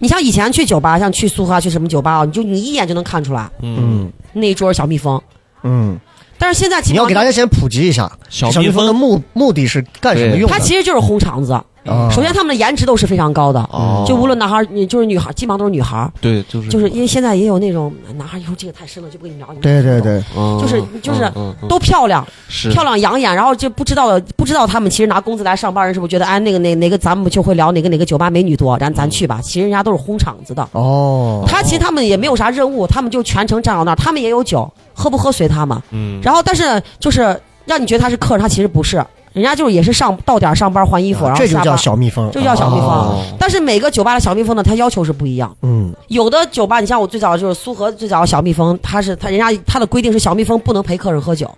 [SPEAKER 2] 你像以前去酒吧，像去苏哈去什么酒吧啊，你就你一眼就能看出来
[SPEAKER 6] 嗯，
[SPEAKER 4] 嗯
[SPEAKER 2] 那一桌小蜜蜂，
[SPEAKER 4] 嗯，
[SPEAKER 2] 但是现在基
[SPEAKER 4] 你
[SPEAKER 2] 本
[SPEAKER 4] 要
[SPEAKER 2] 上
[SPEAKER 4] 给大家先普及一下，
[SPEAKER 6] 小
[SPEAKER 4] 小蜜
[SPEAKER 6] 蜜
[SPEAKER 4] 蜂的目目的是干什么用的？
[SPEAKER 2] 它其实就是红肠子，
[SPEAKER 4] 啊
[SPEAKER 2] 首先他们的颜值都是非常高的。
[SPEAKER 6] 哦，
[SPEAKER 2] 就无论男孩儿，你就是女孩儿，基本上都是女孩儿，
[SPEAKER 6] 对，就是嗯
[SPEAKER 2] 就是因为现在也有那种男孩儿，一会儿这个太深了就不跟你聊。你
[SPEAKER 4] 对对，对，
[SPEAKER 6] 嗯
[SPEAKER 2] 就是就是
[SPEAKER 6] 嗯嗯
[SPEAKER 2] 都漂亮，
[SPEAKER 6] 是
[SPEAKER 2] 漂亮养眼，然后就不知道不知道他们其实拿工资来上班人是不是觉得哎那个哪哪个咱们就会聊哪个哪个酒吧美女多，咱咱去吧。嗯其实人家都是轰场子的，
[SPEAKER 4] 哦，
[SPEAKER 2] 他其实他们也没有啥任务，他们就全程站到那儿，他们也有酒，喝不喝随他们。
[SPEAKER 6] 嗯，
[SPEAKER 2] 然后但是就是让你觉得他是客人，他其实不是，人家就是也是上到点儿上班换衣服，然后
[SPEAKER 4] 这就
[SPEAKER 2] 下
[SPEAKER 4] 叫
[SPEAKER 2] 班。
[SPEAKER 4] 小蜜蜂，
[SPEAKER 2] 这就叫小蜜蜂
[SPEAKER 4] 哦
[SPEAKER 2] 但是每个酒吧的小蜜蜂呢，它要求是不一样。
[SPEAKER 4] 嗯， [LAUGHS]
[SPEAKER 2] 有的酒吧，你像我最早就是苏荷最早小蜜蜂，它是它人家它的规定是小蜜蜂不能陪客人喝酒，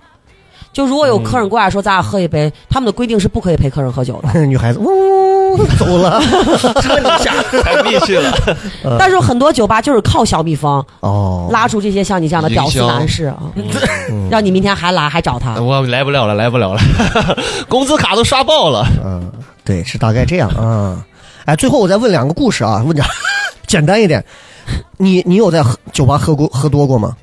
[SPEAKER 2] 就如果有客人过来说咱俩喝一杯，他们的规定是不可以陪客人喝酒
[SPEAKER 4] [LAUGHS]
[SPEAKER 2] 的。
[SPEAKER 4] 女孩子呜走了，
[SPEAKER 6] [LAUGHS]
[SPEAKER 4] [LAUGHS] 嗯
[SPEAKER 6] 太密去了，
[SPEAKER 2] 但是很多酒吧就是靠小蜜蜂
[SPEAKER 4] 哦，
[SPEAKER 2] 拉住这些像你这样的屌丝
[SPEAKER 6] 营销
[SPEAKER 2] 男士啊，
[SPEAKER 4] 嗯
[SPEAKER 2] 让你明天还来还找他。
[SPEAKER 6] 我来不了了，来不了了， [LAUGHS] 工资卡都刷爆了，
[SPEAKER 4] 嗯，对，是大概这样啊。哎，最后我再问两个故事啊，问点 [LAUGHS] 简单一点。你你有在喝酒吧喝过喝多过吗？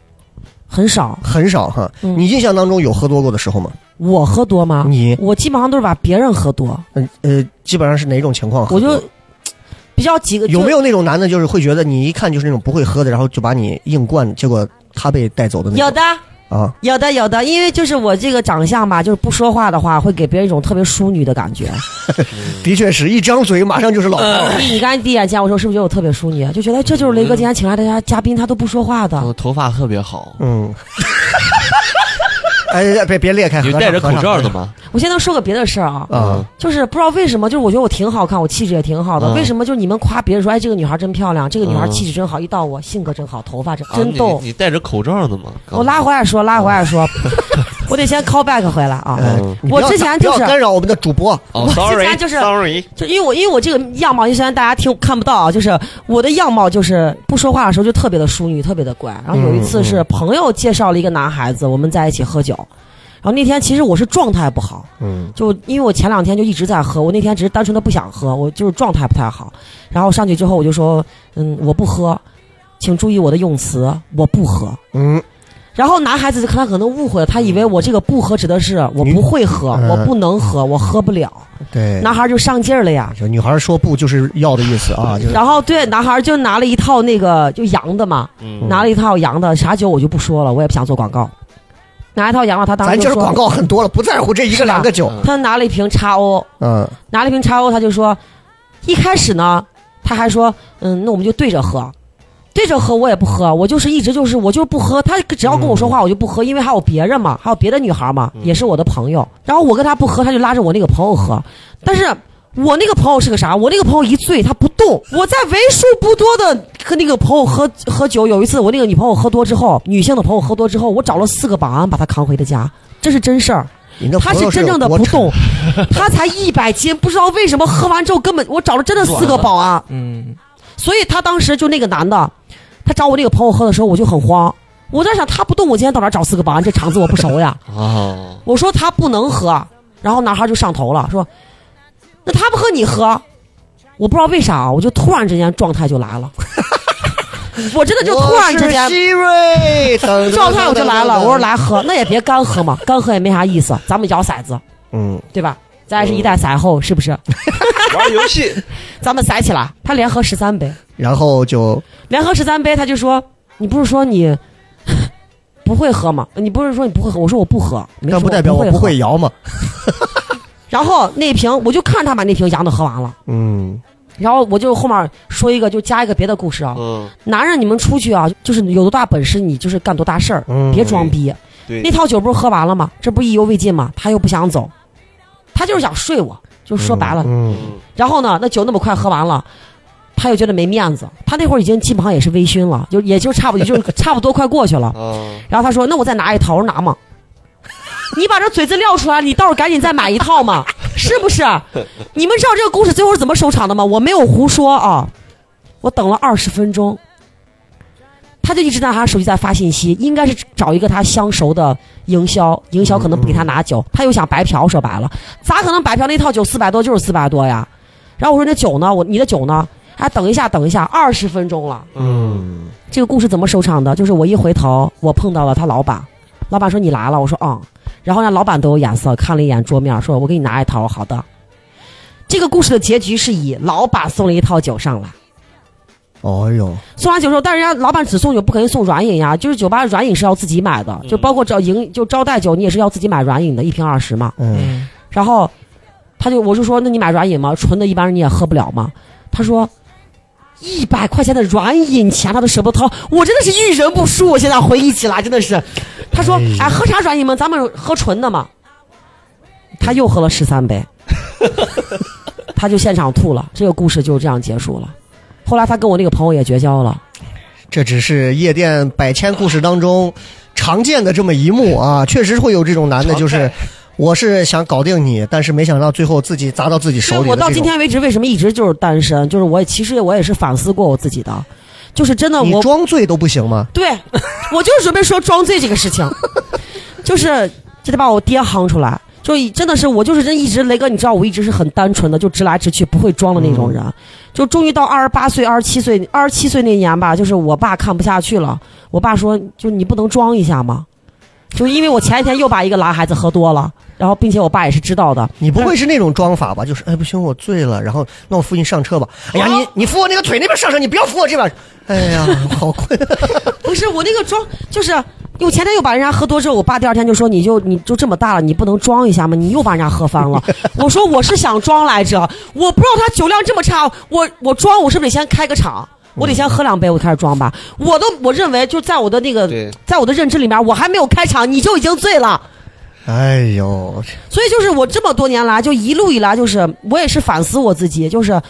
[SPEAKER 2] 很少，
[SPEAKER 4] 很少哈。
[SPEAKER 2] 嗯啊
[SPEAKER 4] 你印象当中有喝多过的时候吗？
[SPEAKER 2] 我喝多吗？
[SPEAKER 4] 你
[SPEAKER 2] 我基本上都是把别人喝多，
[SPEAKER 4] 嗯呃，基本上是哪种情况喝
[SPEAKER 2] 我
[SPEAKER 4] 多？
[SPEAKER 2] 就比较几个
[SPEAKER 4] 有没
[SPEAKER 2] 有？
[SPEAKER 4] 有那种男的，就是会觉得你一看就是那种不会喝的，然后就把你硬灌，结果他被带走的那
[SPEAKER 2] 有
[SPEAKER 4] 种
[SPEAKER 2] 的。
[SPEAKER 4] 啊？
[SPEAKER 2] 有的有的，因为就是我这个长相吧，就是不说话的话，会给别人一种特别淑女的感觉。
[SPEAKER 4] 的确是一张嘴马上就是老婆。
[SPEAKER 2] 你刚才第一眼见我的时候，是不是觉得我特别淑女？就觉得哎这就是雷哥今天请来的嘉嘉宾，他都不说话的。
[SPEAKER 6] 我头发特别好，
[SPEAKER 4] 嗯， [LAUGHS] 哎，别别裂开，
[SPEAKER 6] 你
[SPEAKER 4] 合上
[SPEAKER 6] 戴着口罩的？
[SPEAKER 4] 合上
[SPEAKER 6] 吗？
[SPEAKER 2] 我现在说个别的事儿啊，
[SPEAKER 6] 嗯
[SPEAKER 4] 啊，
[SPEAKER 2] 就是不知道为什么，就是我觉得我挺好看，我气质也挺好的，
[SPEAKER 6] 嗯
[SPEAKER 2] 为什么就是你们夸别人说哎这个女孩真漂亮，这个女孩
[SPEAKER 6] 嗯
[SPEAKER 2] 气质真好，一到我性格真好，头发真
[SPEAKER 6] 啊
[SPEAKER 2] 真
[SPEAKER 6] 你
[SPEAKER 2] 逗。
[SPEAKER 6] 你戴着口罩的吗？
[SPEAKER 2] 我拉回来说，拉回来说， [LAUGHS] 我得先 call back 回来啊。
[SPEAKER 4] 哎
[SPEAKER 6] 嗯
[SPEAKER 4] 你不要
[SPEAKER 2] 我之前就是
[SPEAKER 4] 不要干扰我们的主播，
[SPEAKER 6] 哦
[SPEAKER 2] 我之前就是
[SPEAKER 6] ，sorry，sorry，
[SPEAKER 2] 就因为我因为我这个样貌，虽然大家听看不到啊，就是我的样貌就是不说话的时候就特别的淑女，特别的乖。然后有一次是朋友介绍了一个男孩子，我们在一起喝酒。然后那天其实我是状态不好，
[SPEAKER 4] 嗯，
[SPEAKER 2] 就因为我前两天就一直在喝，我那天只是单纯的不想喝，我就是状态不太好。然后上去之后我就说，嗯，我不喝，请注意我的用词，我不喝。
[SPEAKER 4] 嗯，
[SPEAKER 2] 然后男孩子就可能可能误会了，他以为我这个不喝指的是我不会喝，
[SPEAKER 4] 嗯
[SPEAKER 2] 我不能喝，我喝不了。
[SPEAKER 4] 对，
[SPEAKER 2] 男孩就上劲儿了呀，
[SPEAKER 4] 就女孩说不就是要的意思
[SPEAKER 2] [LAUGHS]
[SPEAKER 4] 啊，就是
[SPEAKER 2] 然后对男孩就拿了一套那个就洋的嘛，
[SPEAKER 6] 嗯
[SPEAKER 4] 嗯
[SPEAKER 2] 拿了一套洋的啥酒我就不说了，我也不想做广告。拿一套洋的，他当
[SPEAKER 4] 咱
[SPEAKER 2] 时
[SPEAKER 4] 今
[SPEAKER 2] 就
[SPEAKER 4] 儿
[SPEAKER 2] 说
[SPEAKER 4] 广告很多了，不在乎这一
[SPEAKER 2] 是啊
[SPEAKER 4] 个
[SPEAKER 2] 吧
[SPEAKER 4] 两个酒，
[SPEAKER 2] 他拿了一瓶哦叉 O，
[SPEAKER 4] 嗯，
[SPEAKER 2] 拿了一瓶叉 O，他就说，一开始呢，他还说，嗯，那我们就对着喝，对着喝我也不喝，我就是一直就是我就是不喝，他只要跟我说话我就不喝，因为还有别人嘛，还有别的女孩嘛，也是我的朋友，然后我跟他不喝，他就拉着我那个朋友喝，但是。我那个朋友是个啥？我那个朋友一醉，他不动。我在为数不多的和那个朋友喝喝酒。有一次，我那个女朋友喝多之后，女性的朋友喝多之后，我找了四个保安把她扛回的家，这是真事儿。
[SPEAKER 4] 你那
[SPEAKER 2] 他
[SPEAKER 4] 朋
[SPEAKER 2] 是
[SPEAKER 4] 友
[SPEAKER 2] 真
[SPEAKER 4] 有
[SPEAKER 2] 正的
[SPEAKER 4] 多
[SPEAKER 2] 不
[SPEAKER 4] 沉 [LAUGHS]
[SPEAKER 2] 动，他才一百斤，不知道为什么喝完之后根本我找了真的四个保安，
[SPEAKER 5] 嗯，
[SPEAKER 2] 所以他当时就那个男的，他找我那个朋友喝的时候，我就很慌，我在想他不动，我今天到哪儿找四个保安？这场子我不熟呀。
[SPEAKER 6] 哦，
[SPEAKER 2] 我说他不能喝，然后男孩就上头了，说那他不喝你喝，我不知道为啥啊，我就突然之间状态就来了， [LAUGHS] 我真的就突然之
[SPEAKER 4] 我
[SPEAKER 2] 间
[SPEAKER 4] 是希瑞，等
[SPEAKER 2] 状态我就来了，我说，来喝，那也别干喝嘛，干喝也没啥意思，咱们摇骰子。
[SPEAKER 4] 嗯，
[SPEAKER 2] 对吧？咱也是一代赛后，是不是？
[SPEAKER 6] 玩游戏，
[SPEAKER 2] [LAUGHS] 咱们赛起来。他连喝十三杯，
[SPEAKER 4] 然后就
[SPEAKER 2] 连喝十三杯，他就说：“你不是说你 [LAUGHS] 不会喝吗？你不是说你不会喝？”我说：“我不喝。”没说
[SPEAKER 4] 但不代表我
[SPEAKER 2] 我
[SPEAKER 4] 不
[SPEAKER 2] 喝
[SPEAKER 4] 会。摇嘛，
[SPEAKER 2] 然后那瓶我就看着他把那瓶洋的喝完了，
[SPEAKER 4] 嗯，
[SPEAKER 2] 然后我就后面说一个，就加一个别的故事啊。
[SPEAKER 6] 嗯，
[SPEAKER 2] 男人，你们出去啊，就是有多大本事，你就是干多大事儿，
[SPEAKER 4] 嗯
[SPEAKER 2] 别装逼。
[SPEAKER 6] 对
[SPEAKER 2] 那套酒不是喝完了吗？这不意犹未尽吗？他又不想走，他就是想睡我，就说白了，
[SPEAKER 4] 嗯，
[SPEAKER 6] 嗯
[SPEAKER 2] 然后呢，那酒那么快喝完了，他又觉得没面子。他那会儿已经基本上也是微醺了，就也就差不多，也就差不多快过去了。
[SPEAKER 6] 啊，
[SPEAKER 2] 然后他说：“那我再拿一套。”我说：“拿嘛。” [LAUGHS] 你把这嘴子撂出来，你到时候赶紧再买一套嘛，是不是？你们知道这个故事最后是怎么收场的吗？我没有胡说啊，我等了二十分钟，他就一直拿他手机在发信息，应该是找一个他相熟的营销，营销可能不给他拿酒，他又想白嫖，说白了，咋可能白嫖？那套酒四百多就是四百多呀。然后我说那酒呢？我你的酒呢？哎，等一下，等一下，二十分钟了。
[SPEAKER 6] 嗯，
[SPEAKER 2] 这个故事怎么收场的？就是我一回头，我碰到了他老板，老板说你来了，我说嗯，然后让老板都有眼色，看了一眼桌面，说我给你拿一套，好的。这个故事的结局是以老板送了一套酒上来，
[SPEAKER 4] 哦呦，
[SPEAKER 2] 送完酒之后，但人家老板只送酒，不可能送软饮呀，就是酒吧软饮是要自己买的，就包括招迎就招待酒，你也是要自己买软饮的，一瓶二十嘛。
[SPEAKER 4] 嗯，
[SPEAKER 2] 然后他就我就说，那你买软饮吗？纯的一般人你也喝不了吗？他说。一百块钱的软饮钱，他都舍不得掏，我真的是遇人不淑。我现在回忆起来，真的是。他说：“哎，喝啥软饮嘛？咱们喝纯的嘛。”他又喝了十三
[SPEAKER 4] [LAUGHS]
[SPEAKER 2] 杯，他就现场吐了。这个故事就这样结束了。后来他跟我那个朋友也绝交了。
[SPEAKER 4] 这只是夜店百千故事当中常见的这么一幕啊，确实会有这种男的，就是我是想搞定你，但是没想到最后自己砸到自己手
[SPEAKER 2] 对
[SPEAKER 4] 里
[SPEAKER 2] 我
[SPEAKER 4] 的
[SPEAKER 2] 到
[SPEAKER 4] 这
[SPEAKER 2] 今
[SPEAKER 4] 种。
[SPEAKER 2] 天为止，为什么一直就是单身？就是我也其实我也是反思过我自己的，就是真的
[SPEAKER 4] 你
[SPEAKER 2] 我嗯
[SPEAKER 4] 装醉都不行吗？
[SPEAKER 2] 对，我就是准备说装醉这个事情，
[SPEAKER 4] [LAUGHS]
[SPEAKER 2] 就是就得把我爹夯出来。就以真的是我就是真一直雷哥，你知道我一直是很单纯的，就直来直去，不会装的那
[SPEAKER 4] 嗯
[SPEAKER 2] 种人。就终于到二十八岁、二十七岁、二十七岁那年吧，就是我爸看不下去了，我爸说：“就你不能装一下吗？”就是因为我前一天又把一个男孩子喝多了，然后并且我爸也是知道的，
[SPEAKER 4] 你不会是那种装法吧？就是哎不行，我醉了，然后那我扶你上车吧。哎呀，你你扶我那个腿那边上车，你不要扶我这边。哎呀， [LAUGHS] 我好困。
[SPEAKER 2] 不是我那个装，就是我前天又把人家喝多之后，我爸第二天就说你就你就这么大了，你不能装一下吗？你又把人家喝翻了。我说我是想装来着，我不知道他酒量这么差，我我装我是不是得先开个场？我得先喝两杯，我开始装吧。我都我认为就在我的那个
[SPEAKER 6] 对，
[SPEAKER 2] 在我的认知里面，我还没有开场，你就已经醉了。
[SPEAKER 4] 哎呦，
[SPEAKER 2] 所以就是我这么多年来，就一路以来，就是我也是反思我自己，就是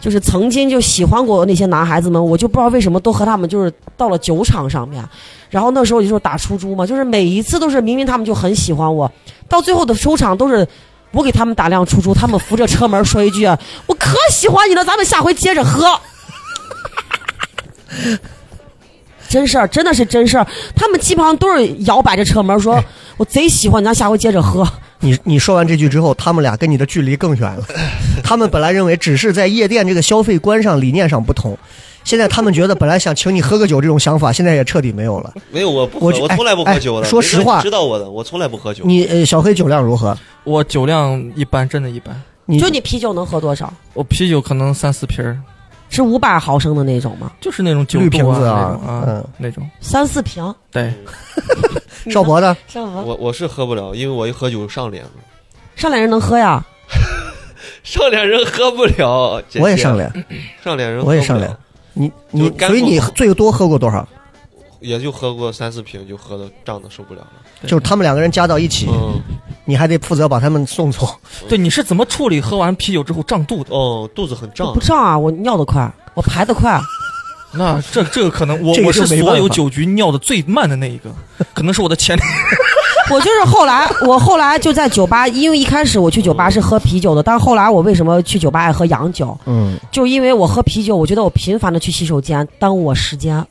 [SPEAKER 2] 就是曾经就喜欢过那些男孩子们，我就不知道为什么都和他们就是到了酒场上面，然后那时候也就是打出租嘛，就是每一次都是明明他们就很喜欢我，到最后的收场都是我给他们打辆出租，他们扶着车门说一句：“我可喜欢你了，咱们下回接着喝。”真事儿，真的是真事儿。他们基本上都是摇摆着车门说：“我贼喜欢你，咱下回接着喝。
[SPEAKER 4] 你你说完这句之后，他们俩跟你的距离更远了。他们本来认为只是在夜店这个消费观上、理念上不同，现在他们觉得本来想请你喝个酒这种想法，现在也彻底没有了。
[SPEAKER 7] 没有，我不
[SPEAKER 4] 我
[SPEAKER 7] 喝，
[SPEAKER 4] 觉
[SPEAKER 7] 我从来不
[SPEAKER 4] 哎
[SPEAKER 7] 喝酒的。
[SPEAKER 4] 哎说实话
[SPEAKER 7] 你知道我的，我从来不喝酒。
[SPEAKER 4] 你呃，小黑酒量如何？
[SPEAKER 5] 我酒量一般，真的一般，
[SPEAKER 4] 你”
[SPEAKER 2] 就你啤酒能喝多少？
[SPEAKER 5] 我啤酒可能三四瓶儿，
[SPEAKER 2] 是五百毫升的那种吗？
[SPEAKER 5] 就是那种酒
[SPEAKER 4] 绿
[SPEAKER 5] 肚
[SPEAKER 4] 瓶子
[SPEAKER 5] 啊
[SPEAKER 4] 啊
[SPEAKER 5] 那种啊、
[SPEAKER 4] 嗯
[SPEAKER 5] 那种。
[SPEAKER 2] 三四瓶。
[SPEAKER 5] 对，
[SPEAKER 4] 少博呢？
[SPEAKER 2] 上
[SPEAKER 7] 我我是喝不了，因为我一喝酒上脸了，
[SPEAKER 2] 上脸人能喝呀？
[SPEAKER 7] 上脸人喝不了。姐姐
[SPEAKER 4] 我也上，脸，
[SPEAKER 7] 上脸人喝不
[SPEAKER 4] 我
[SPEAKER 7] 了
[SPEAKER 4] 也上脸，。你你
[SPEAKER 7] 就是干
[SPEAKER 4] 所以你
[SPEAKER 7] 喝不
[SPEAKER 4] 最多喝过多少？
[SPEAKER 7] 也就喝过三四瓶，就喝的胀的受不了
[SPEAKER 4] [LAUGHS]
[SPEAKER 7] 了。
[SPEAKER 4] 就是他们两个人加到一起，
[SPEAKER 7] 嗯，
[SPEAKER 4] 你还得负责把他们送走。
[SPEAKER 5] 对，你是怎么处理喝完啤酒之后胀肚的？
[SPEAKER 7] 哦，肚子很胀
[SPEAKER 2] 不，胀啊，我尿得快，我排得快。
[SPEAKER 5] 那这这个可能我
[SPEAKER 4] 这个
[SPEAKER 5] 我
[SPEAKER 4] 就是没
[SPEAKER 5] 所
[SPEAKER 4] 办
[SPEAKER 5] 有
[SPEAKER 4] 法
[SPEAKER 5] 酒局尿的最慢的那一
[SPEAKER 4] [LAUGHS]
[SPEAKER 5] 个，可能是我的前列
[SPEAKER 2] 我就是后来，我后来就在酒吧，因为一开始我去酒吧是喝啤酒的，但后来我为什么去酒吧爱喝洋酒？
[SPEAKER 4] 嗯，
[SPEAKER 2] 就因为我喝啤酒，我觉得我频繁的去洗手间耽误我时间，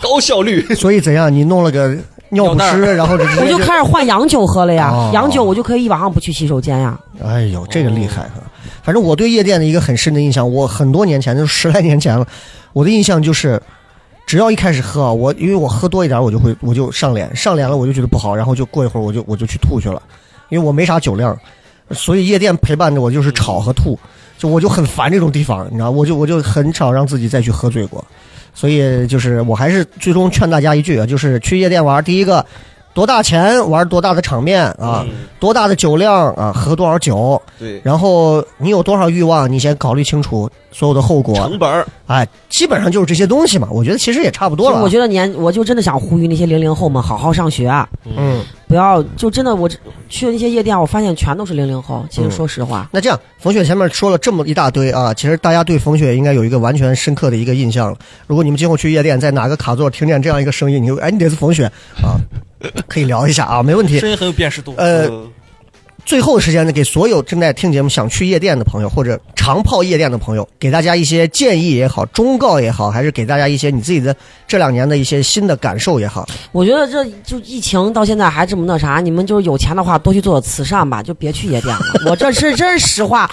[SPEAKER 7] 高效率。
[SPEAKER 4] [LAUGHS] 所以怎样？你弄了个尿不湿，然后就直接
[SPEAKER 2] 我就开始换洋酒喝了呀。
[SPEAKER 4] 哦
[SPEAKER 2] 洋酒我就可以一晚上不去洗手间呀。
[SPEAKER 4] 哎呦，这个厉害啊！反正我对夜店的一个很深的印象，我很多年前，就是十来年前了，我的印象就是，只要一开始喝啊，我因为我喝多一点，我就会我就上脸，上脸了我就觉得不好，然后就过一会儿我就我就去吐去了，因为我没啥酒量，所以夜店陪伴着我就是吵和吐，就我就很烦这种地方，你知道，我就我就很少让自己再去喝醉过，所以就是我还是最终劝大家一句啊，就是去夜店玩，第一个多大钱玩多大的场面啊。
[SPEAKER 7] [LAUGHS] 嗯
[SPEAKER 4] 多大的酒量啊，喝多少酒，
[SPEAKER 7] 对，
[SPEAKER 4] 然后你有多少欲望，你先考虑清楚所有的后果。
[SPEAKER 7] 成本儿
[SPEAKER 4] 哎，基本上就是这些东西嘛。我觉得其实也差不多
[SPEAKER 2] 所以
[SPEAKER 4] 了。啊
[SPEAKER 2] 我觉得年，我就真的想呼吁那些零零后们好好上学，啊
[SPEAKER 4] 嗯，
[SPEAKER 2] 不要就真的我去的那些夜店，我发现全都是零零后。其实
[SPEAKER 4] 嗯
[SPEAKER 2] 说实话，
[SPEAKER 4] 那这样，冯雪前面说了这么一大堆啊，其实大家对冯雪应该有一个完全深刻的一个印象了。如果你们今后去夜店，在哪个卡座听见这样一个声音，你就哎，你得是冯雪啊，可以聊一下啊，没问题。
[SPEAKER 5] 声音很有辨识度。
[SPEAKER 4] 呃，
[SPEAKER 7] 嗯
[SPEAKER 4] 最后的时间呢，给所有正在听节目想去夜店的朋友，或者长泡夜店的朋友，给大家一些建议也好，忠告也好，还是给大家一些你自己的这两年的一些新的感受也好。
[SPEAKER 2] 我觉得这就疫情到现在还这么那啥，你们就是有钱的话多去做慈善吧，就别去夜店
[SPEAKER 4] [LAUGHS]
[SPEAKER 2] 了。我这是真是实话，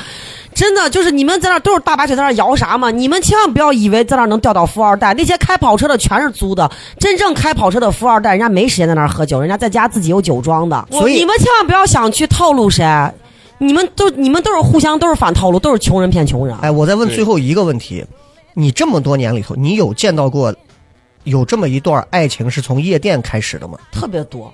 [SPEAKER 2] 真的就是你们在那儿都是大白腿在那儿摇啥嘛？你们千万不要以为在那儿能钓到富二代，那些开跑车的全是租的，真正开跑车的富二代，人家没时间在那儿喝酒，人家在家自己有酒庄的。
[SPEAKER 4] 所以
[SPEAKER 2] 我你们千万不要想去套路谁，你们都你们都是互相都是反套路，都是穷人骗穷人。
[SPEAKER 4] 哎，我再问
[SPEAKER 7] 对
[SPEAKER 4] 最后一个问题：你这么多年里头，你有见到过有这么一段爱情是从夜店开始的吗？
[SPEAKER 2] 特别多，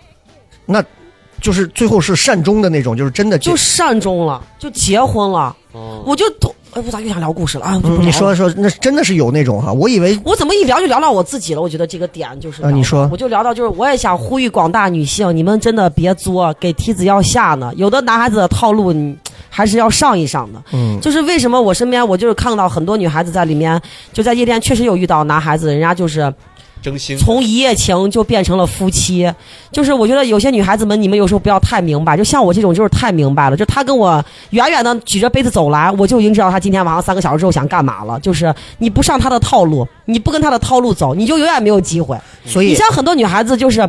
[SPEAKER 4] 就是最后是善终的那种，就是真的
[SPEAKER 2] 就善终了，就结婚了，
[SPEAKER 7] 哦
[SPEAKER 2] 我就都，哎，我咋又想聊故事了啊？我就不
[SPEAKER 4] 嗯
[SPEAKER 2] 聊
[SPEAKER 4] 你
[SPEAKER 2] 了
[SPEAKER 4] 说说，那真的是有那种哈、我以为
[SPEAKER 2] 我怎么一聊就聊到我自己了？我觉得这个点就是、
[SPEAKER 4] 啊你说
[SPEAKER 2] 我就聊到就是，我也想呼吁广大女性，你们真的别作，给梯子要下呢。有的男孩子的套路，你还是要上一上的。
[SPEAKER 4] 嗯
[SPEAKER 2] 就是为什么我身边，我就是看到很多女孩子在里面，就在夜店确实有遇到男孩子，人家就是
[SPEAKER 7] 真心
[SPEAKER 2] 从一夜情就变成了夫妻。就是我觉得有些女孩子们，你们有时候不要太明白，就像我这种就是太明白了，就他跟我远远的举着杯子走来，我就已经知道他今天晚上三个小时之后想干嘛了。就是你不上他的套路，你不跟他的套路走，你就永远没有机会。
[SPEAKER 4] 所
[SPEAKER 2] 你
[SPEAKER 4] 以
[SPEAKER 2] 像很多女孩子就是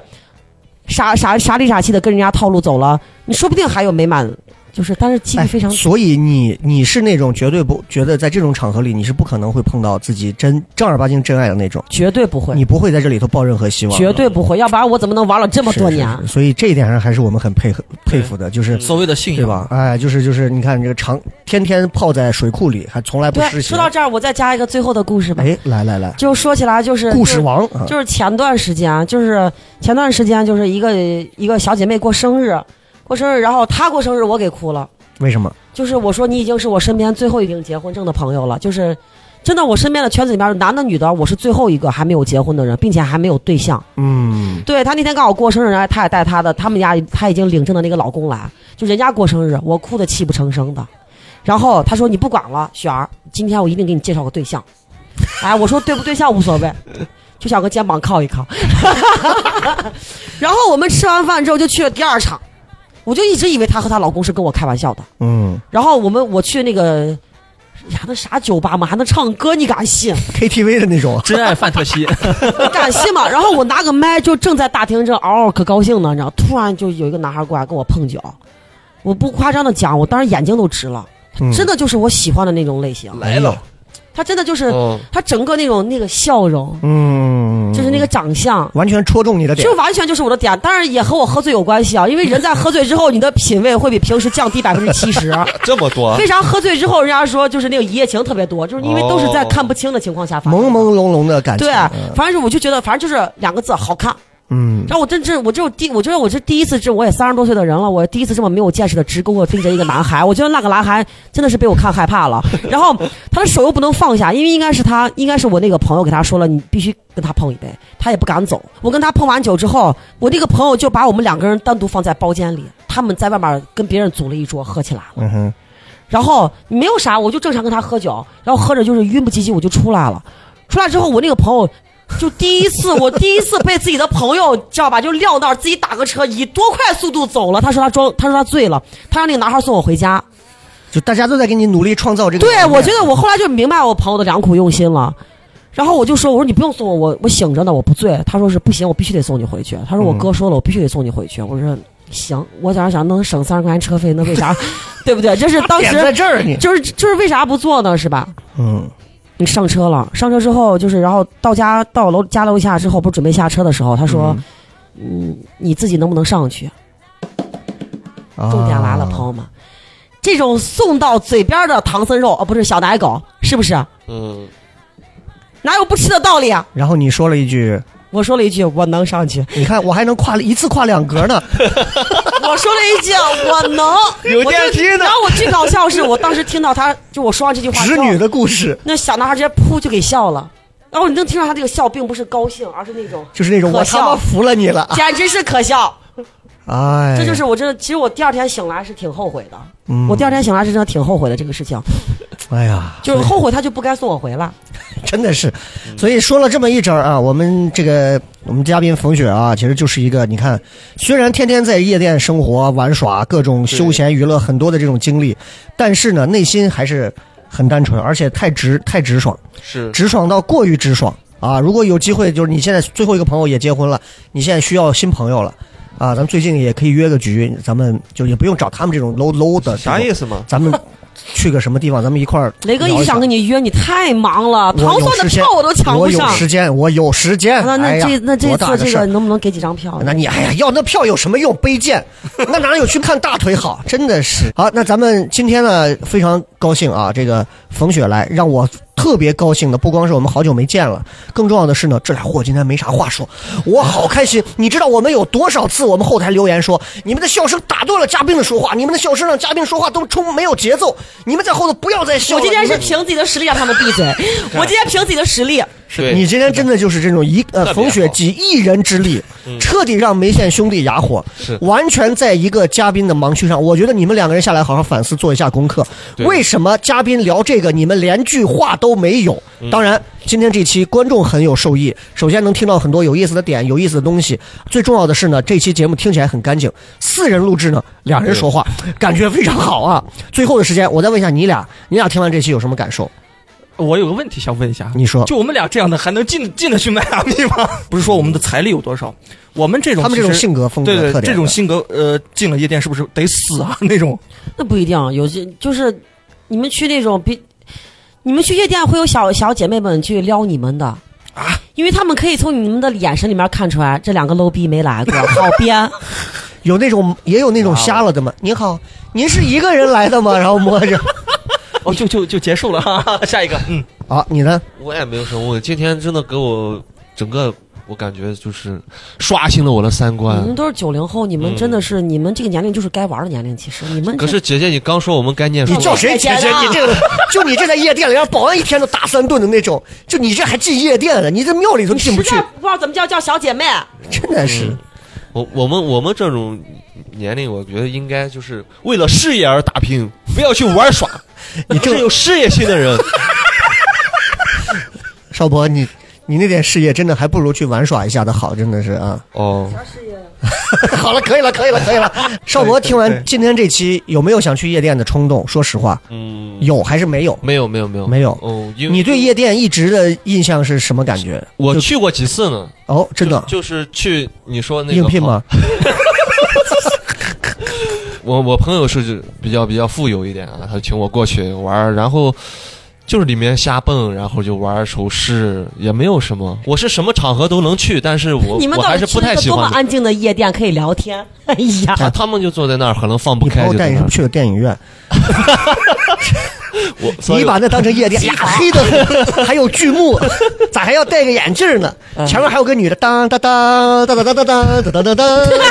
[SPEAKER 2] 傻傻傻里傻气的跟人家套路走了，你说不定还有美满，就是但是几率
[SPEAKER 4] 哎
[SPEAKER 2] 非常低。
[SPEAKER 4] 所以你你是那种绝对不觉得在这种场合里你是不可能会碰到自己真正儿八经真爱的那种。
[SPEAKER 2] 绝对不会，
[SPEAKER 4] 你不会在这里头抱任何希望，
[SPEAKER 2] 绝对不会，要不然我怎么能玩了这
[SPEAKER 4] 这
[SPEAKER 2] 么多年？嗯
[SPEAKER 4] 所以这一点上还是我们很佩服
[SPEAKER 5] 对
[SPEAKER 4] 佩服的，就是
[SPEAKER 5] 所谓的信
[SPEAKER 4] 对
[SPEAKER 5] 仰，
[SPEAKER 4] 吧？哎，就是就是，你看这个长天天泡在水库里，还从来不
[SPEAKER 2] 对，
[SPEAKER 4] 湿鞋
[SPEAKER 2] 说。到这儿，我再加一个最后的故事吧。
[SPEAKER 4] 哎，来来来，
[SPEAKER 2] 就说起来，就是
[SPEAKER 4] 故事王啊，
[SPEAKER 2] 就是前段时间啊，就是前段时间，就是一个一个小姐妹过生日，过生日，然后她过生日，我给哭了。
[SPEAKER 4] 为什么？
[SPEAKER 2] 就是我说你已经是我身边最后一名结婚证的朋友了，就是真的，我身边的圈子里面男的女的，我是最后一个还没有结婚的人，并且还没有对象。
[SPEAKER 4] 嗯，
[SPEAKER 2] 对她那天刚好过生日，然后她也带她的他们家她已经领证的那个老公来，就人家过生日，我哭的泣不成声的。然后他说你不管了，雪儿，今天我一定给你介绍个对象。哎，我说对不对象无所谓，就想个肩膀靠一靠。然后我们吃完饭之后就去了第二场，我就一直以为她和她老公是跟我开玩笑的。
[SPEAKER 4] 嗯
[SPEAKER 2] 然后我们我去那个呀那啥酒吧嘛，还能唱歌，你敢信？
[SPEAKER 4] ，KTV 的那种，啊
[SPEAKER 8] 真爱范特
[SPEAKER 4] [LAUGHS]
[SPEAKER 8] 西，
[SPEAKER 2] 你敢信吗？然后我拿个麦，就正在大厅正嗷嗷可高兴呢，你知道，突然就有一个男孩过来跟我碰脚，我不夸张的讲，我当时眼睛都直了，
[SPEAKER 4] 嗯哎
[SPEAKER 2] 真的就是我喜欢的那种类型。
[SPEAKER 4] 来了，
[SPEAKER 2] 他真的就是、
[SPEAKER 7] 哦
[SPEAKER 6] 嗯，
[SPEAKER 2] 他整个那种那个笑容，
[SPEAKER 4] 哦嗯，
[SPEAKER 2] 就是那个长相。
[SPEAKER 4] 完全戳中你的点
[SPEAKER 2] 就，完全就是我的点，当然也和我喝醉有关系啊，因为人在喝醉之后，你的品味会比平时降低百分之七
[SPEAKER 4] 哦
[SPEAKER 2] 十。
[SPEAKER 7] 这么多
[SPEAKER 2] 为啥喝醉之后，人家说就是那个一夜情特别多，就是因为都是在看不清的情况下发生的。
[SPEAKER 4] 朦朦胧胧的哦感觉。
[SPEAKER 2] 对，啊反正是我就觉得，反正就是两个字，好看。
[SPEAKER 4] 嗯，
[SPEAKER 2] 然后我真是，我这第，我觉得我这第一次，这我也三十多岁的人了，我第一次这么没有见识的直勾勾盯着一个男孩，我觉得那个男孩真的是被我看害怕了。然后他的手又不能放下，因为应该是他，应该是我那个朋友给他说了，你必须跟他碰一杯，他也不敢走。我跟他碰完酒之后，我那个朋友就把我们两个人单独放在包间里，他们在外面跟别人组了一桌喝起来了。
[SPEAKER 4] 嗯哼，
[SPEAKER 2] 然后没有啥，我就正常跟他喝酒，然后喝着就是晕不唧唧，我就出来了。出来之后，我那个朋友就第一次，我第一次被自己的朋友知道吧，就撂那儿自己打个车，以多快速度走了。他说他装，他说他醉了，他让那个男孩送我回家。
[SPEAKER 4] 就大家都在给你努力创造这个。
[SPEAKER 2] 对，我觉得我后来就明白我朋友的良苦用心了。然后我就说，我说你不用送我，我我醒着呢，我不醉。他说是不行，我必须得送你回去。他说我哥说了，我必须得送你回去。我说行，我想想能省三十块钱车费，那为 [LAUGHS] 啥，对不对？这是当
[SPEAKER 4] 点
[SPEAKER 2] 时
[SPEAKER 4] 在这儿你，
[SPEAKER 2] 就是就是为啥不做呢？是吧？
[SPEAKER 4] 嗯
[SPEAKER 2] 你上车了，上车之后就是，然后到家到楼家楼下之后，不是准备下车的时候，他说：“嗯，你自己能不能上去？”
[SPEAKER 4] 啊
[SPEAKER 2] 重点来了，朋友们，这种送到嘴边的唐僧肉，哦，不是小奶狗，是不是？
[SPEAKER 7] 嗯，
[SPEAKER 2] 哪有不吃的道理啊？
[SPEAKER 4] 然后你说了一句，
[SPEAKER 2] 我说了一句：“我能上去。
[SPEAKER 4] 你看我还能跨一次跨两格
[SPEAKER 2] [LAUGHS]
[SPEAKER 4] 呢，”
[SPEAKER 2] 我说了一句：“我能。”
[SPEAKER 4] 有电梯
[SPEAKER 2] 我就
[SPEAKER 4] 呢
[SPEAKER 2] 然后我最搞笑的是，我当时听到他就我说完这句话之
[SPEAKER 4] 侄
[SPEAKER 2] 后，
[SPEAKER 4] 女的故事，
[SPEAKER 2] 那小男孩直接噗就给笑了。然后你能听到他这个笑，并不是高兴，而是那种
[SPEAKER 4] 就是那种
[SPEAKER 2] 可
[SPEAKER 4] 我他
[SPEAKER 2] 笑
[SPEAKER 4] 妈服了你了，
[SPEAKER 2] 简直是可笑。
[SPEAKER 4] 啊哎，
[SPEAKER 2] 这就是我真的，其实我第二天醒来是挺后悔的。
[SPEAKER 4] 嗯
[SPEAKER 2] 我第二天醒来是真的挺后悔的这个事情，
[SPEAKER 4] 哎呀，
[SPEAKER 2] 就是后悔他就不该送我回来。
[SPEAKER 4] 真的是，所以说了这么一整儿啊，我们这个我们嘉宾冯雪啊，其实就是一个你看，虽然天天在夜店生活玩耍，各种休闲娱乐很多的这种经历，但是呢，内心还是很单纯，而且太直太直爽，
[SPEAKER 7] 是
[SPEAKER 4] 直爽到过于直爽啊！如果有机会，就是你现在最后一个朋友也结婚了，你现在需要新朋友了啊，咱们最近也可以约个局，咱们就也不用找他们这种 low low 的，
[SPEAKER 7] 啥意？思嘛？
[SPEAKER 4] 咱们去个什么地方，咱们一块儿
[SPEAKER 2] 雷哥一
[SPEAKER 4] 聊
[SPEAKER 2] 直
[SPEAKER 4] 一下
[SPEAKER 2] 想跟你约，你太忙了，
[SPEAKER 4] 我
[SPEAKER 2] 唐
[SPEAKER 4] 有
[SPEAKER 2] 僧的
[SPEAKER 4] 时间
[SPEAKER 2] 票我都抢不上
[SPEAKER 4] 我有。时间，我有时间。
[SPEAKER 2] 那
[SPEAKER 4] 哎
[SPEAKER 2] 那
[SPEAKER 4] 呀
[SPEAKER 2] 这那这
[SPEAKER 4] 多大
[SPEAKER 2] 次
[SPEAKER 4] 的
[SPEAKER 2] 这
[SPEAKER 4] 事
[SPEAKER 2] 个
[SPEAKER 4] 儿
[SPEAKER 2] 能不能给几张票？
[SPEAKER 4] 那你哎呀，要那票有什么用？
[SPEAKER 2] [LAUGHS]
[SPEAKER 4] 卑贱，那哪有去看大腿好？真的是。好，那咱们今天呢，非常高兴啊，这个冯雪来让我特别高兴的，不光是我们好久没见了，更重要的是呢，这俩货今天没啥话说，我好开心。你知道我们有多少次我们后台留言说，你们的笑声打断了嘉宾的说话，你们的笑声让嘉宾说话都充没有节奏，你们在后头不要再笑
[SPEAKER 2] 我
[SPEAKER 4] 了。
[SPEAKER 2] 今天
[SPEAKER 4] 你
[SPEAKER 2] 是
[SPEAKER 4] 们
[SPEAKER 2] 凭自己的实力让他们闭
[SPEAKER 4] [LAUGHS]
[SPEAKER 2] 嘴，我今天凭自己的实力。
[SPEAKER 7] 对
[SPEAKER 4] 你今天真的就是这种一
[SPEAKER 7] 特别
[SPEAKER 4] 呃
[SPEAKER 7] 好
[SPEAKER 4] 冯雪集一人之力，彻底让梅县兄弟哑火，
[SPEAKER 7] 是
[SPEAKER 4] 完全在一个嘉宾的盲区上。我觉得你们两个人下来好好反思，做一下功课，
[SPEAKER 7] 对
[SPEAKER 4] 为什么嘉宾聊这个你们连句话都没有？当然，今天这期观众很有受益，首先能听到很多有意思的点、有意思的东西。最重要的是呢，这期节目听起来很干净，四人录制呢，两人说话，感觉非常好啊。最后的时间，我再问一下你俩，你俩听完这期有什么感受？
[SPEAKER 8] 我有个问题想问一
[SPEAKER 5] 啊
[SPEAKER 8] 下，
[SPEAKER 4] 你说，
[SPEAKER 8] 就我们俩这样的还能进进得去迈阿密吗？
[SPEAKER 5] 不是说我们的财力有多少，我们这种
[SPEAKER 4] 他们这种
[SPEAKER 5] 其实
[SPEAKER 4] 性格风格
[SPEAKER 5] 对
[SPEAKER 4] 特
[SPEAKER 5] 对
[SPEAKER 4] 点，
[SPEAKER 5] 这种性格，呃，进了夜店是不是得死啊？那种
[SPEAKER 2] 那不一定，有些就是你们去那种比，你们去夜店会有小小姐妹们去撩你们的啊，因为他们可以从你们的眼神里面看出来，这两个 low 逼没来过，好
[SPEAKER 4] [LAUGHS]
[SPEAKER 2] 编。
[SPEAKER 4] 有那种也有
[SPEAKER 6] 啊
[SPEAKER 4] 那种瞎了的吗？您好，您是一个人来的
[SPEAKER 6] [LAUGHS]
[SPEAKER 4] 吗？然后摸着。
[SPEAKER 8] 哦，就就就结
[SPEAKER 5] [LAUGHS]
[SPEAKER 8] 束了，哈哈，下一个，嗯，
[SPEAKER 4] 啊，你呢？
[SPEAKER 6] 我也没有什么问题。今天真的给我整个，我感觉就是刷新了我的三观
[SPEAKER 2] 你。
[SPEAKER 4] 嗯
[SPEAKER 2] 们都是九零后，你们真的是、你们这个年龄就是该玩的年龄，其实你们
[SPEAKER 6] 可是姐姐，你刚说我们该念书
[SPEAKER 4] 你，叫谁姐姐？你这个就你这在夜店里让保安一天都打三顿的那种，就你这还进夜店了？你这庙里都进不
[SPEAKER 2] 实
[SPEAKER 4] 去
[SPEAKER 2] 在，不知道怎么叫叫小姐妹。
[SPEAKER 4] 真的
[SPEAKER 6] 嗯
[SPEAKER 4] 是。
[SPEAKER 6] 我我们我们这种年龄，我觉得应该就是为了事业而打拼，不要去玩耍。
[SPEAKER 4] 你
[SPEAKER 6] 是
[SPEAKER 4] 这
[SPEAKER 6] 有事业心的
[SPEAKER 4] [LAUGHS]
[SPEAKER 6] 人，
[SPEAKER 4] 少博，你你那点事业真的还不如去玩耍一下的好，真的是啊。 [LAUGHS]
[SPEAKER 7] 哦，
[SPEAKER 4] 好了，可以了，可以了，可以了。
[SPEAKER 6] [LAUGHS]
[SPEAKER 4] 少博听完今天这期，有没有想去夜店的冲动？说实话，
[SPEAKER 6] 嗯，
[SPEAKER 4] 有还是没有？
[SPEAKER 6] 没有没有没有
[SPEAKER 4] 没有
[SPEAKER 6] 哦，因为
[SPEAKER 4] 你对夜店一直的印象是什么感觉？
[SPEAKER 6] 我
[SPEAKER 4] 就
[SPEAKER 6] 去过几次呢，
[SPEAKER 4] 哦，真的
[SPEAKER 6] 就就是去你说那个
[SPEAKER 4] 应聘吗？
[SPEAKER 6] 我我朋友是比较比较富有一点啊，他请我过去玩儿，然后就是里面瞎蹦，然后就玩儿首饰，也没有什么。我是什么场合都能去，但是我
[SPEAKER 2] [LAUGHS] 你们
[SPEAKER 6] 我
[SPEAKER 2] 到
[SPEAKER 6] 还
[SPEAKER 2] 底
[SPEAKER 6] 是
[SPEAKER 2] 去
[SPEAKER 6] 不
[SPEAKER 2] 了
[SPEAKER 6] 太
[SPEAKER 2] 一个
[SPEAKER 6] 喜
[SPEAKER 2] 多么
[SPEAKER 6] 欢的。
[SPEAKER 2] 安静的夜店可以聊天？ [LAUGHS] 哎呀，
[SPEAKER 6] 他他们就坐在那儿，可能放不
[SPEAKER 4] 你朋
[SPEAKER 6] 开
[SPEAKER 4] 友
[SPEAKER 6] 哦就
[SPEAKER 4] 带
[SPEAKER 6] 在
[SPEAKER 4] 你
[SPEAKER 6] 那
[SPEAKER 4] 是不
[SPEAKER 6] 儿
[SPEAKER 4] 是。去了电影院？
[SPEAKER 6] 我所以
[SPEAKER 4] 你把那当
[SPEAKER 6] [LAUGHS]
[SPEAKER 4] 成夜店，呀，黑的很，还有剧目， [LAUGHS] 咋还要戴个眼镜呢？前面还有个女的，当当当当当当当当当当当，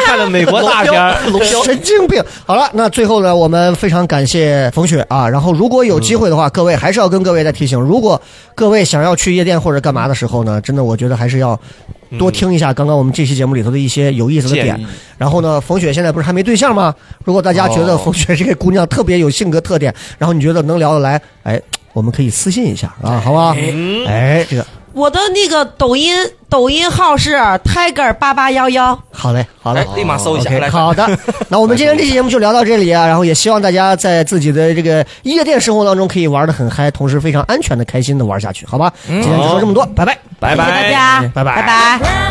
[SPEAKER 7] 看了美国大片儿，龙
[SPEAKER 5] 嗯
[SPEAKER 7] 标
[SPEAKER 4] 神经病。好了，那最后呢，我们非常感谢冯雪啊。然后如果有机会的话，各位还是要跟各位再提醒，如果各位想要去夜店或者干嘛的时候呢，真的我觉得还是要多听一下刚刚我们这期节目里头的一些有意思的点
[SPEAKER 7] 建。议。
[SPEAKER 4] 然后呢，冯雪现在不是还没对象吗？如果大家觉得冯雪这个姑娘特别有性格特点，然后你觉得能聊得来，哎，我们可以私信一下啊，好不好？哎，这个
[SPEAKER 2] 我的那个抖音抖音号是 tiger 八八幺幺，
[SPEAKER 4] 好嘞，好嘞
[SPEAKER 8] 哎。，立马搜一下
[SPEAKER 4] OK，
[SPEAKER 8] 来。[LAUGHS]
[SPEAKER 4] 好的，那我们今天这期节目就聊到这里啊，然后也希望大家在自己的这个夜店生活当中可以玩得很嗨，同
[SPEAKER 8] 嗯
[SPEAKER 4] 时非常安全的、开心的玩下去，好吧？今天就说这么多，拜拜，
[SPEAKER 2] 谢谢大家，
[SPEAKER 4] 拜拜
[SPEAKER 2] 拜拜
[SPEAKER 9] Love